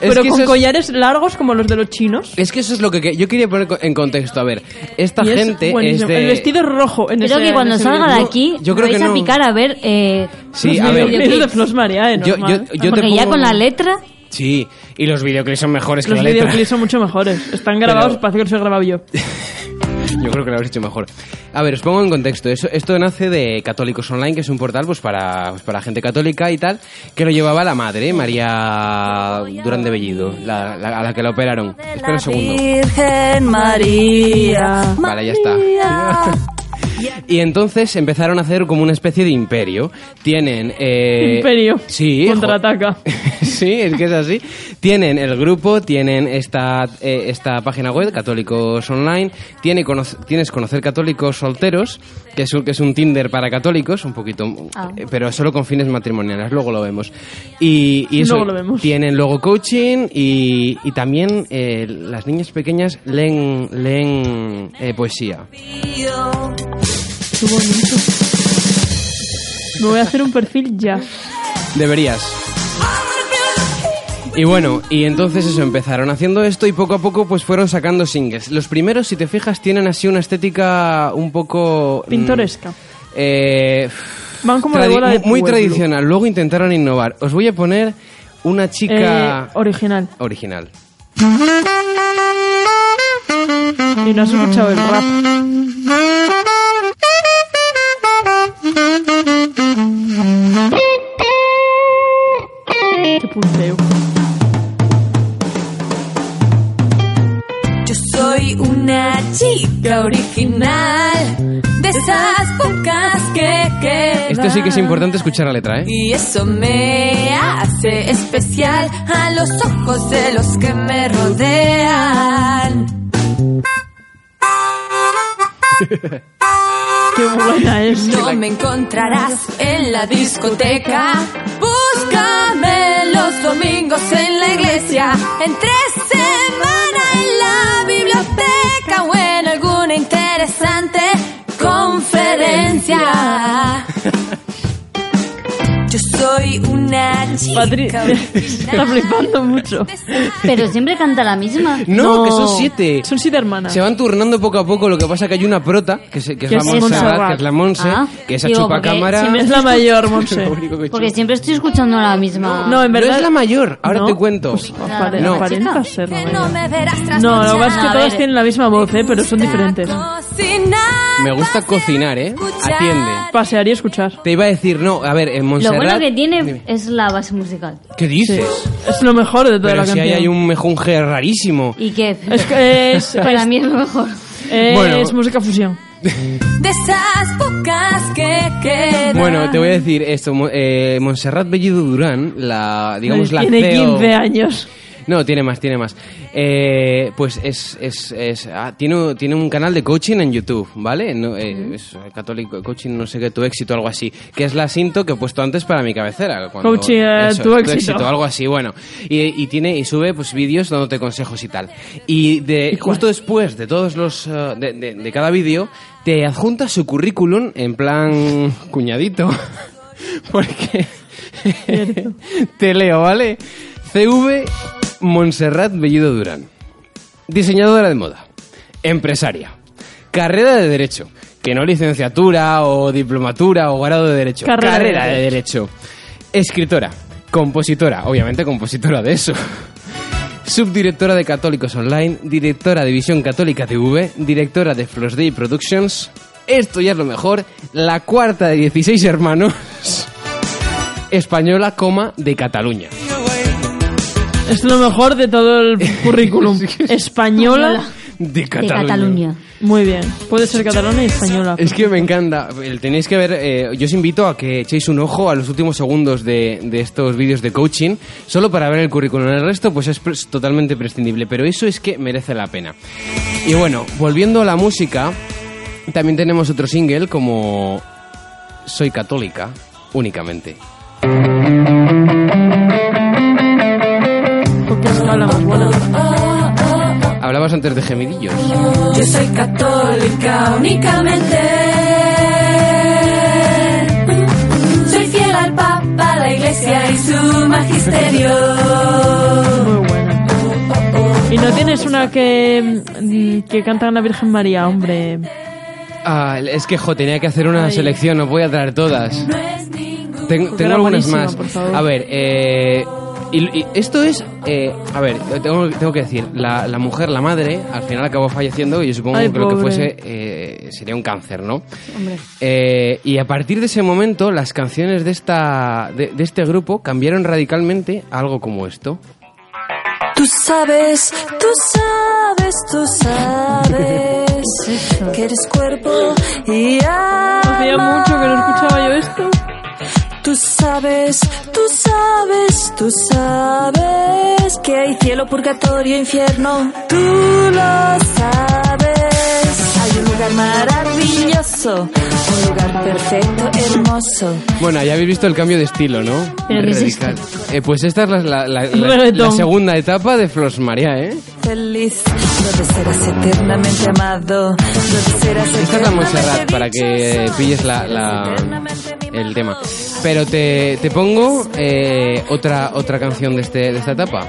[SPEAKER 1] Es
[SPEAKER 2] Pero
[SPEAKER 1] que
[SPEAKER 2] con
[SPEAKER 1] eso es-
[SPEAKER 2] collares largos como los de los chinos.
[SPEAKER 1] Es que eso es lo que que yo quería poner co- en contexto. A ver, esta
[SPEAKER 2] Y es
[SPEAKER 1] gente es
[SPEAKER 2] buenísimo.
[SPEAKER 1] de...
[SPEAKER 2] El vestido es rojo. En
[SPEAKER 3] Creo
[SPEAKER 2] ese-
[SPEAKER 3] que cuando
[SPEAKER 2] en ese
[SPEAKER 3] salga de
[SPEAKER 2] videoclip.
[SPEAKER 3] aquí,
[SPEAKER 1] yo creo
[SPEAKER 3] vais
[SPEAKER 1] que no.
[SPEAKER 3] a picar a ver. eh,
[SPEAKER 1] Sí,
[SPEAKER 3] los
[SPEAKER 1] a ver.
[SPEAKER 3] videoclips.
[SPEAKER 2] Es de Flos María, eh,
[SPEAKER 1] Yo- yo-
[SPEAKER 2] normal.
[SPEAKER 1] yo te
[SPEAKER 3] Porque ya
[SPEAKER 1] pongo-
[SPEAKER 3] con la letra.
[SPEAKER 1] Sí, y los videoclips son mejores que
[SPEAKER 2] Los
[SPEAKER 1] la letra.
[SPEAKER 2] videoclips son mucho mejores. Están grabados,
[SPEAKER 1] Pero-
[SPEAKER 2] parece que los he grabado yo.
[SPEAKER 1] Yo creo que lo habéis hecho mejor. A ver, os pongo en contexto. Eso- esto nace de Católicos Online, que es un portal pues para, pues, para gente católica y tal, que lo llevaba la madre, María Durán de Bellido, la- la- a la que la operaron. Espera un segundo.
[SPEAKER 6] Virgen María.
[SPEAKER 1] Vale, ya está.
[SPEAKER 6] María.
[SPEAKER 1] Y entonces empezaron a hacer como una especie de imperio. Tienen... eh,
[SPEAKER 2] Imperio.
[SPEAKER 1] Sí. jo-
[SPEAKER 2] Contraataca.
[SPEAKER 1] sí, es que es así. Tienen el grupo, tienen esta, eh, esta página web, Católicos Online, tiene cono- tienes Conocer Católicos Solteros, que es, un, que es un Tinder para católicos, un poquito,
[SPEAKER 3] Ah.
[SPEAKER 1] eh, pero solo con fines matrimoniales, luego lo vemos. Y, y eso,
[SPEAKER 2] Luego lo vemos.
[SPEAKER 1] tienen luego coaching y, y también eh, las niñas pequeñas leen, leen eh, poesía.
[SPEAKER 2] Me voy a hacer un perfil ya.
[SPEAKER 1] Deberías. Y bueno, y entonces eso, empezaron haciendo esto y poco a poco pues fueron sacando singles. Los primeros, si te fijas, tienen así una estética un poco... mm,
[SPEAKER 2] Pintoresca.
[SPEAKER 1] eh,
[SPEAKER 2] Van como de
[SPEAKER 1] tradi-
[SPEAKER 2] bola de
[SPEAKER 1] Muy
[SPEAKER 2] pueblo.
[SPEAKER 1] tradicional. Luego intentaron innovar. Os voy a poner una
[SPEAKER 2] Eh,
[SPEAKER 1] chica
[SPEAKER 2] original.
[SPEAKER 1] original.
[SPEAKER 2] Y no has escuchado el rap. Qué pulseo.
[SPEAKER 6] Yo soy una chica original, de esas pocas que quedan.
[SPEAKER 1] Esto sí que es importante escuchar la letra, ¿eh?
[SPEAKER 6] Y eso me hace especial a los ojos de los que me rodean.
[SPEAKER 2] Qué buena es.
[SPEAKER 6] No me encontrarás en la discoteca. Busca Tócame los domingos en la iglesia, entre semana en la biblioteca o en alguna interesante conferencia. Yo soy una chica.
[SPEAKER 2] Patri- está flipando mucho.
[SPEAKER 3] Pero siempre canta la misma.
[SPEAKER 1] No, que son siete.
[SPEAKER 2] Son siete hermanas.
[SPEAKER 1] Se van turnando poco a poco, lo que pasa que hay una prota, que, se- que es
[SPEAKER 2] Que
[SPEAKER 1] la
[SPEAKER 2] es
[SPEAKER 1] Montserrat,
[SPEAKER 2] Montserrat.
[SPEAKER 1] que es la Monse,
[SPEAKER 3] Ah,
[SPEAKER 1] que esa
[SPEAKER 3] digo,
[SPEAKER 1] chupa
[SPEAKER 3] porque
[SPEAKER 1] cámara.
[SPEAKER 3] si me-
[SPEAKER 2] Es la mayor, Monse.
[SPEAKER 1] Lo único que
[SPEAKER 3] Porque
[SPEAKER 1] chupa.
[SPEAKER 3] siempre estoy escuchando la misma.
[SPEAKER 2] No, en
[SPEAKER 1] No
[SPEAKER 2] verdad.
[SPEAKER 1] es la mayor, ahora
[SPEAKER 2] No,
[SPEAKER 1] te cuento.
[SPEAKER 2] pues apare-
[SPEAKER 1] No.
[SPEAKER 2] aparenta ser la
[SPEAKER 6] Que no
[SPEAKER 2] mayor.
[SPEAKER 6] me verás tras
[SPEAKER 2] No, lo que
[SPEAKER 6] luchar.
[SPEAKER 2] pasa es que
[SPEAKER 3] A
[SPEAKER 2] todas
[SPEAKER 3] ver.
[SPEAKER 2] tienen la misma voz, ¿eh? pero son diferentes.
[SPEAKER 6] Cocinar,
[SPEAKER 1] Me gusta cocinar, ¿eh?
[SPEAKER 6] escuchar.
[SPEAKER 1] Atiende.
[SPEAKER 2] Pasear y escuchar.
[SPEAKER 1] Te iba a decir, no, a ver, en
[SPEAKER 3] Lo
[SPEAKER 1] Montserrat...
[SPEAKER 3] bueno que tiene
[SPEAKER 1] Dime.
[SPEAKER 3] es la base musical.
[SPEAKER 1] ¿Qué dices?
[SPEAKER 2] Es lo mejor de toda
[SPEAKER 1] Pero
[SPEAKER 2] la
[SPEAKER 1] si ahí
[SPEAKER 2] canción.
[SPEAKER 1] hay un mejunje rarísimo.
[SPEAKER 3] Y que
[SPEAKER 2] Es que es,
[SPEAKER 3] para
[SPEAKER 2] es-
[SPEAKER 3] mí es lo mejor.
[SPEAKER 2] Eh, es
[SPEAKER 1] Bueno.
[SPEAKER 2] música fusión.
[SPEAKER 6] De esas pocas que quedan.
[SPEAKER 1] Bueno, te voy a decir esto. Mo- Eh, Montserrat Bellido Durán, la, digamos, la
[SPEAKER 2] Tiene
[SPEAKER 1] CEO
[SPEAKER 2] 15 años.
[SPEAKER 1] No, tiene más, tiene más. Eh, pues es, es, es ah, tiene, tiene un canal de coaching en YouTube, ¿vale? No, eh, es católico coaching, no sé qué, tu éxito, algo así. Que es la cinto que he puesto antes para mi cabecera. cuando-
[SPEAKER 2] Coaching, eh, tu éxito.
[SPEAKER 1] algo así, bueno. Y, y tiene y sube pues vídeos dándote consejos y tal. Y de justo después de todos los eh, de, de- de cada vídeo te adjunta su currículum en plan cuñadito, porque te leo, ¿vale? CV Montserrat Bellido Durán. Diseñadora de moda. Empresaria. Carrera de Derecho. Que no licenciatura o diplomatura o grado de Derecho.
[SPEAKER 2] Carrera de
[SPEAKER 1] de, Derecho. Escritora. Compositora. Obviamente compositora de eso. Subdirectora de Católicos Online. Directora de Visión Católica TV. Directora de Flos Day Productions. Esto ya es lo mejor. La cuarta de 16 hermanos. Española, coma, de Cataluña.
[SPEAKER 2] Es lo mejor de todo el currículum. Española.
[SPEAKER 1] De
[SPEAKER 3] De Cataluña.
[SPEAKER 2] Muy bien. Puede ser catalana y española.
[SPEAKER 1] Es que me encanta. El Tenéis que ver. eh, yo os invito a que echéis un ojo a los últimos segundos de, de estos vídeos de coaching, solo para ver el currículum. El resto, pues es pres- totalmente prescindible. Pero eso es que merece la pena. Y bueno, volviendo a la música, también tenemos otro single como Soy católica únicamente.
[SPEAKER 2] Porque es la más buena.
[SPEAKER 1] Hablabas antes de gemidillos.
[SPEAKER 7] Yo soy católica únicamente. Soy fiel al Papa, la Iglesia y su magisterio.
[SPEAKER 2] Muy buena. Y no tienes una que, mm, que canta la Virgen María, hombre.
[SPEAKER 1] Ah, es que, jo, tenía que hacer una
[SPEAKER 2] Ay.
[SPEAKER 1] selección, no voy a traer todas.
[SPEAKER 7] No es ningún
[SPEAKER 1] Ten- tengo
[SPEAKER 2] era
[SPEAKER 1] algunas
[SPEAKER 2] buenísima,
[SPEAKER 1] más.
[SPEAKER 2] Pues por favor.
[SPEAKER 1] A ver, eh, y- y esto es. eh, a ver, tengo, tengo que decir, la, la mujer, la madre, al final acabó falleciendo y yo supongo
[SPEAKER 2] Ay,
[SPEAKER 1] que lo que
[SPEAKER 2] pobre.
[SPEAKER 1] fuese eh, sería un cáncer, ¿no? Eh, y a partir de ese momento, las canciones de, esta, de, de este grupo cambiaron radicalmente a algo como esto.
[SPEAKER 6] Tú sabes, tú sabes, tú sabes que eres cuerpo y
[SPEAKER 2] Hacía
[SPEAKER 6] alma.
[SPEAKER 2] mucho que no escuchaba yo esto.
[SPEAKER 6] Tú sabes, tú sabes, tú sabes que hay cielo, purgatorio, infierno. Tú lo sabes. Hay un lugar maravilloso, un lugar perfecto, hermoso.
[SPEAKER 1] Bueno, ya habéis visto el cambio de estilo, ¿no?
[SPEAKER 3] Pero ¿qué es
[SPEAKER 1] Radical. Eh, pues esta es la, la- la- la-
[SPEAKER 2] Reggaetón.
[SPEAKER 1] la segunda etapa de Flos María, ¿eh?
[SPEAKER 6] Feliz, donde serás eternamente amado, donde serás
[SPEAKER 1] Esta es la
[SPEAKER 6] eternamente
[SPEAKER 1] Montserrat para que
[SPEAKER 6] dichoso,
[SPEAKER 1] pilles la,
[SPEAKER 6] serás
[SPEAKER 1] la-
[SPEAKER 6] eternamente
[SPEAKER 1] el tema. Pero te, te pongo eh, otra otra canción de, este, de esta etapa.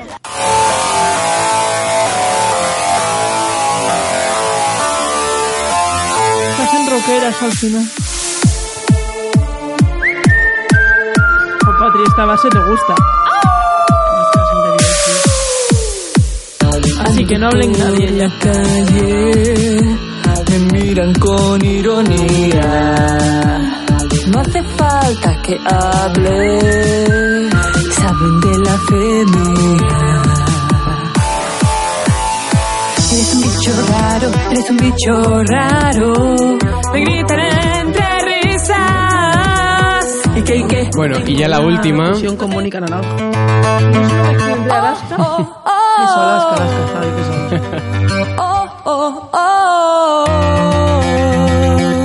[SPEAKER 2] Se hacen roqueras al final. Oh, Patri, esta base te gusta. Así que no hablen nadie ya.
[SPEAKER 6] No hace falta que hable, saben de la fe mía. Eres un bicho raro, eres un bicho raro. Me gritan entre risas. ¿Y qué, y qué?
[SPEAKER 1] Bueno, y ya la última.
[SPEAKER 4] Fusión con Mónica Naranjo.
[SPEAKER 6] Oh, oh,
[SPEAKER 4] Eso, Alaska, Alaska, sabe que son.
[SPEAKER 6] oh, oh, oh.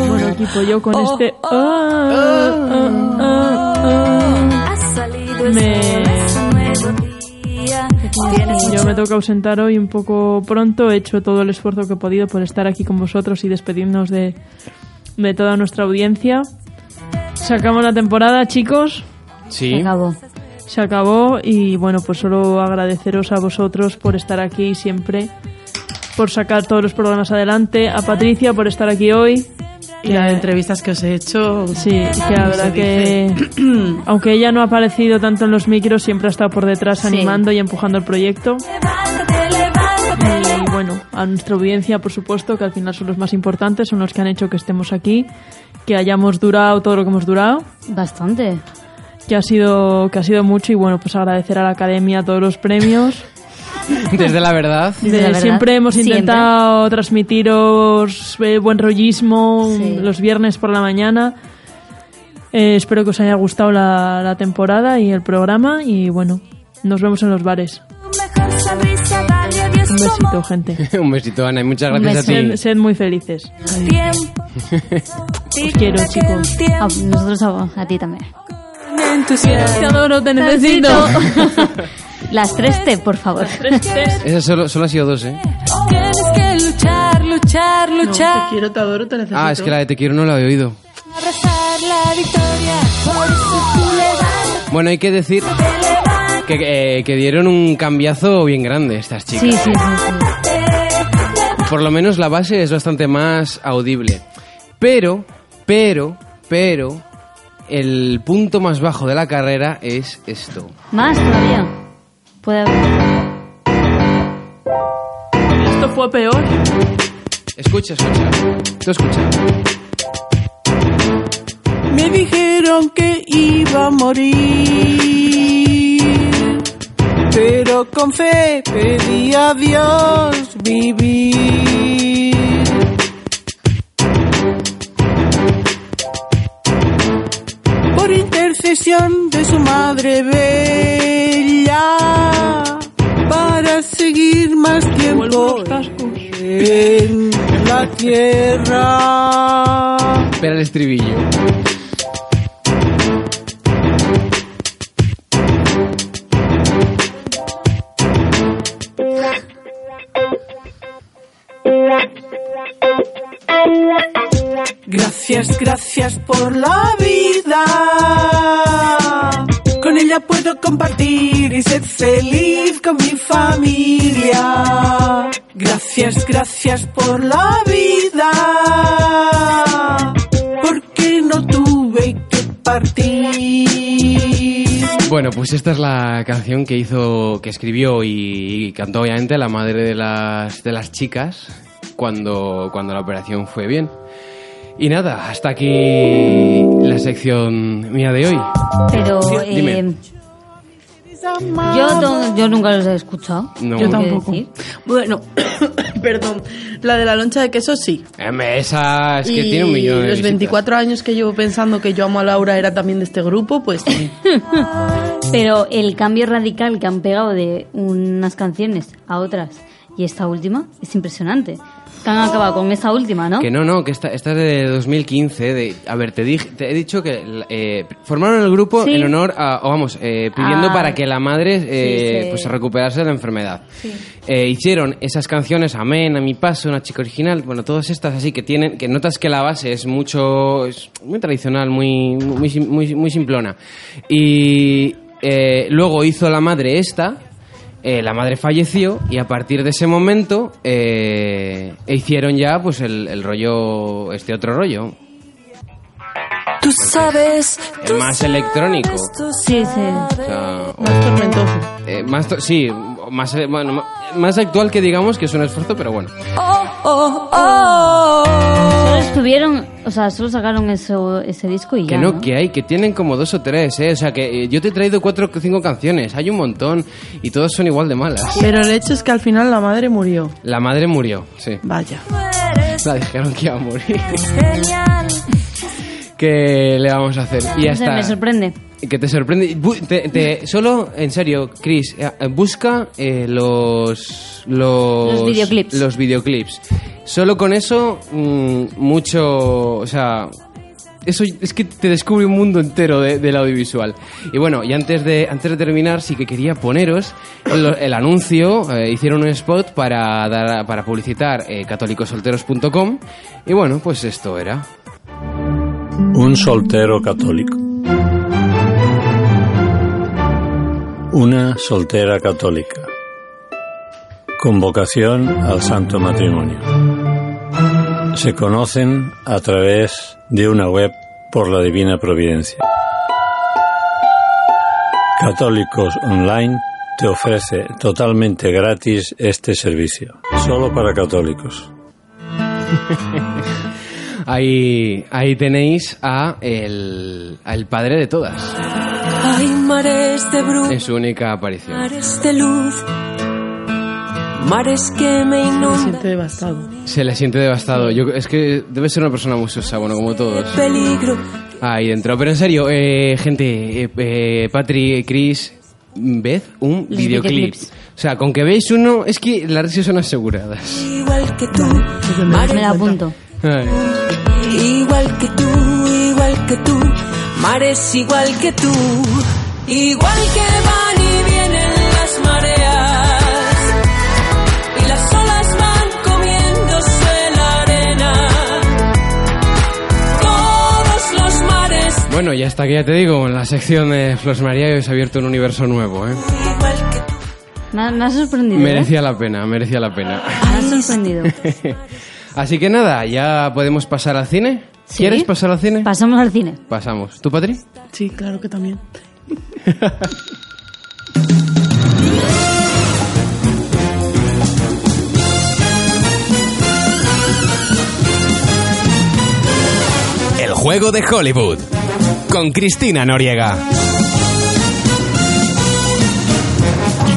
[SPEAKER 2] Bueno, equipo, yo con
[SPEAKER 6] Oh,
[SPEAKER 2] este.
[SPEAKER 6] oh,
[SPEAKER 2] Ah, ah, ah, ah.
[SPEAKER 6] Has salido
[SPEAKER 2] Yo me tengo que ausentar hoy un poco pronto. He hecho todo el esfuerzo que he podido por estar aquí con vosotros y despedirnos de, de toda nuestra audiencia. Sacamos la temporada, chicos.
[SPEAKER 1] Sí.
[SPEAKER 3] Acabó.
[SPEAKER 2] Se acabó y bueno, pues solo agradeceros a vosotros por estar aquí siempre, por sacar todos los programas adelante, a Patricia por estar aquí hoy.
[SPEAKER 4] Y las entrevistas que os he hecho.
[SPEAKER 2] Sí, que la verdad que aunque ella no ha aparecido tanto en los micros, siempre ha estado por detrás
[SPEAKER 3] Sí.
[SPEAKER 2] animando y empujando el proyecto. Y bueno, a nuestra audiencia, por supuesto, que al final son los más importantes, son los que han hecho que estemos aquí, que hayamos durado todo lo que hemos durado
[SPEAKER 3] Bastante.
[SPEAKER 2] que ha sido que ha sido mucho y bueno pues agradecer a la academia todos los premios
[SPEAKER 1] Desde la verdad.
[SPEAKER 3] Desde
[SPEAKER 2] Eh,
[SPEAKER 3] la verdad,
[SPEAKER 2] siempre hemos
[SPEAKER 3] siempre.
[SPEAKER 2] intentado transmitiros eh, buen rollismo
[SPEAKER 3] Sí.
[SPEAKER 2] los viernes por la mañana Eh, espero que os haya gustado la, la temporada y el programa y bueno nos vemos en los bares un besito gente
[SPEAKER 1] Un besito, Ana, y muchas
[SPEAKER 3] Un
[SPEAKER 1] gracias a
[SPEAKER 2] sed,
[SPEAKER 1] ti.
[SPEAKER 2] sed muy felices os quiero chicos
[SPEAKER 3] A nosotros a, a ti también.
[SPEAKER 2] te adoro te necesito
[SPEAKER 3] Las tres T, por favor.
[SPEAKER 1] Esa solo, solo ha sido dos, ¿eh?
[SPEAKER 6] Tienes que luchar, luchar,
[SPEAKER 4] No, te
[SPEAKER 6] luchar.
[SPEAKER 4] quiero, te adoro, te necesito.
[SPEAKER 1] Ah, es que la de Te Quiero no la he oído.
[SPEAKER 6] Abrazar la victoria. Por eso tú levántate,
[SPEAKER 1] Bueno, hay que decir
[SPEAKER 6] levántate,
[SPEAKER 1] que, eh, que dieron un cambiazo bien grande estas chicas.
[SPEAKER 3] Sí, sí, sí. sí.
[SPEAKER 1] Por lo menos la base es bastante más audible. Pero, pero, pero, el punto más bajo de la carrera es esto.
[SPEAKER 3] Más todavía. Puede haber.
[SPEAKER 2] esto fue peor
[SPEAKER 1] Escucha, escucha. Tú escucha.
[SPEAKER 4] Me dijeron que iba a morir, pero con fe pedí a Dios vivir. Por intercesión de su madre bella, para seguir más
[SPEAKER 2] vuelvo los
[SPEAKER 4] tiempo
[SPEAKER 2] cascos
[SPEAKER 4] en la tierra.
[SPEAKER 1] Espera el estribillo.
[SPEAKER 4] Gracias, gracias por la vida. Con ella puedo compartir y ser feliz con mi familia. Gracias, gracias por la vida. Porque no tuve que partir.
[SPEAKER 1] Bueno, pues esta es la canción que hizo, que escribió y cantó obviamente la madre de las, de las chicas cuando, cuando la operación fue bien. Y nada, hasta aquí la sección mía de hoy.
[SPEAKER 3] Pero.
[SPEAKER 1] Dime.
[SPEAKER 3] eh, yo, no- yo nunca los he escuchado.
[SPEAKER 1] No.
[SPEAKER 3] ¿Qué
[SPEAKER 1] Yo
[SPEAKER 4] tampoco.
[SPEAKER 3] decir?
[SPEAKER 4] Bueno, perdón, la de la loncha de queso sí.
[SPEAKER 1] Em, Esa es que
[SPEAKER 4] Y
[SPEAKER 1] tiene un millón de
[SPEAKER 4] los
[SPEAKER 1] visitas.
[SPEAKER 4] 24 años que llevo pensando que yo amo a Laura era también de este grupo, pues también.
[SPEAKER 3] Pero el cambio radical que han pegado de unas canciones a otras y esta última es impresionante. Que han acabado con esta última, ¿no?
[SPEAKER 1] Que no, no, que esta, esta es de 2015. De, a ver, te, dije, te he dicho que eh, formaron el grupo
[SPEAKER 3] Sí.
[SPEAKER 1] en honor a, o vamos, eh, pidiendo
[SPEAKER 3] Ah.
[SPEAKER 1] para que la madre eh,
[SPEAKER 3] sí.
[SPEAKER 1] pues se recuperase de la enfermedad. Eh, hicieron esas canciones, Amén, A mi paso, Una chica original, bueno, todas estas así que tienen, que notas que la base es mucho, es muy tradicional, muy, muy, sim- muy, muy simplona. Y eh, luego hizo la madre esta, eh, la madre falleció y a partir de ese momento eh, hicieron ya pues el, el rollo, este otro rollo,
[SPEAKER 6] Tú sabes,
[SPEAKER 1] el más electrónico.
[SPEAKER 3] Sí,
[SPEAKER 1] O
[SPEAKER 3] sí.
[SPEAKER 1] sea, o-
[SPEAKER 4] Más tormentoso.
[SPEAKER 1] eh, más to- sí, o más, eh, bueno, ma- más actual que digamos que es un esfuerzo, pero bueno.
[SPEAKER 3] Solo estuvieron, o sea, solo sacaron eso, ese disco y
[SPEAKER 1] Que
[SPEAKER 3] ya.
[SPEAKER 1] no, que hay, que tienen como dos o tres, ¿eh? O sea, que eh, yo te he traído cuatro o cinco canciones, hay un montón y todas son igual de malas.
[SPEAKER 4] Pero el hecho es que al final la madre murió.
[SPEAKER 1] La madre murió, sí.
[SPEAKER 4] Vaya.
[SPEAKER 1] La dijeron que iba a morir.
[SPEAKER 6] genial.
[SPEAKER 1] ¿Qué le vamos a hacer? Y ya
[SPEAKER 3] No sé,
[SPEAKER 1] está.
[SPEAKER 3] Pues me sorprende.
[SPEAKER 1] Que te sorprende. Bu- te- te- solo, en serio, Chris, eh, eh, busca eh, los, los.
[SPEAKER 3] Los videoclips.
[SPEAKER 1] los videoclips. Solo con eso, mm, mucho. O sea, eso es que te descubre un mundo entero de- del audiovisual. Y bueno, y antes de, antes de terminar, sí que quería poneros el, el anuncio. eh, hicieron un spot para, dar, para publicitar eh, catolicosolteros.com. Y bueno, pues esto era.
[SPEAKER 8] Un soltero católico. Una soltera católica. Convocación al santo matrimonio. Se conocen a través de una web por la divina providencia. Católicos Online te ofrece totalmente gratis este servicio. Solo para católicos.
[SPEAKER 1] Ahí, ahí tenéis a el, al padre de todas
[SPEAKER 6] Hay mares de
[SPEAKER 1] en su única aparición.
[SPEAKER 6] mares de luz, mares que me
[SPEAKER 4] Me
[SPEAKER 6] inundan
[SPEAKER 4] siento devastado.
[SPEAKER 1] Se le siente devastado. Yo, es que debe ser una persona muy sosa, bueno, como todos.
[SPEAKER 6] peligro.
[SPEAKER 1] Ahí dentro. Pero en serio, eh, gente, eh, eh, Patri, eh, Chris, ved un
[SPEAKER 3] Los
[SPEAKER 1] videoclip.
[SPEAKER 3] videoclips.
[SPEAKER 1] O sea, con que veis uno, es que las risas son aseguradas.
[SPEAKER 6] Igual que tú,
[SPEAKER 3] Me la apunto.
[SPEAKER 1] Ay.
[SPEAKER 6] igual que tú, igual que tú, mares igual que tú, igual que van y vienen las mareas y las olas van comiéndose la arena. Todos los mares
[SPEAKER 1] Bueno, y hasta que ya te digo, en la sección de Flos María habéis abierto un universo nuevo, ¿eh?
[SPEAKER 6] igual que tú.
[SPEAKER 3] Me, me ha sorprendido. ¿eh?
[SPEAKER 1] Merecía la pena, merecía la pena.
[SPEAKER 3] Me ha sorprendido.
[SPEAKER 1] Así que nada, ya podemos pasar al cine.
[SPEAKER 3] ¿Sí?
[SPEAKER 1] ¿Quieres pasar al cine?
[SPEAKER 3] Pasamos al cine.
[SPEAKER 1] Pasamos. ¿Tú, Patri?
[SPEAKER 4] Sí, claro que también.
[SPEAKER 5] El juego de Hollywood. Con Cristina Noriega.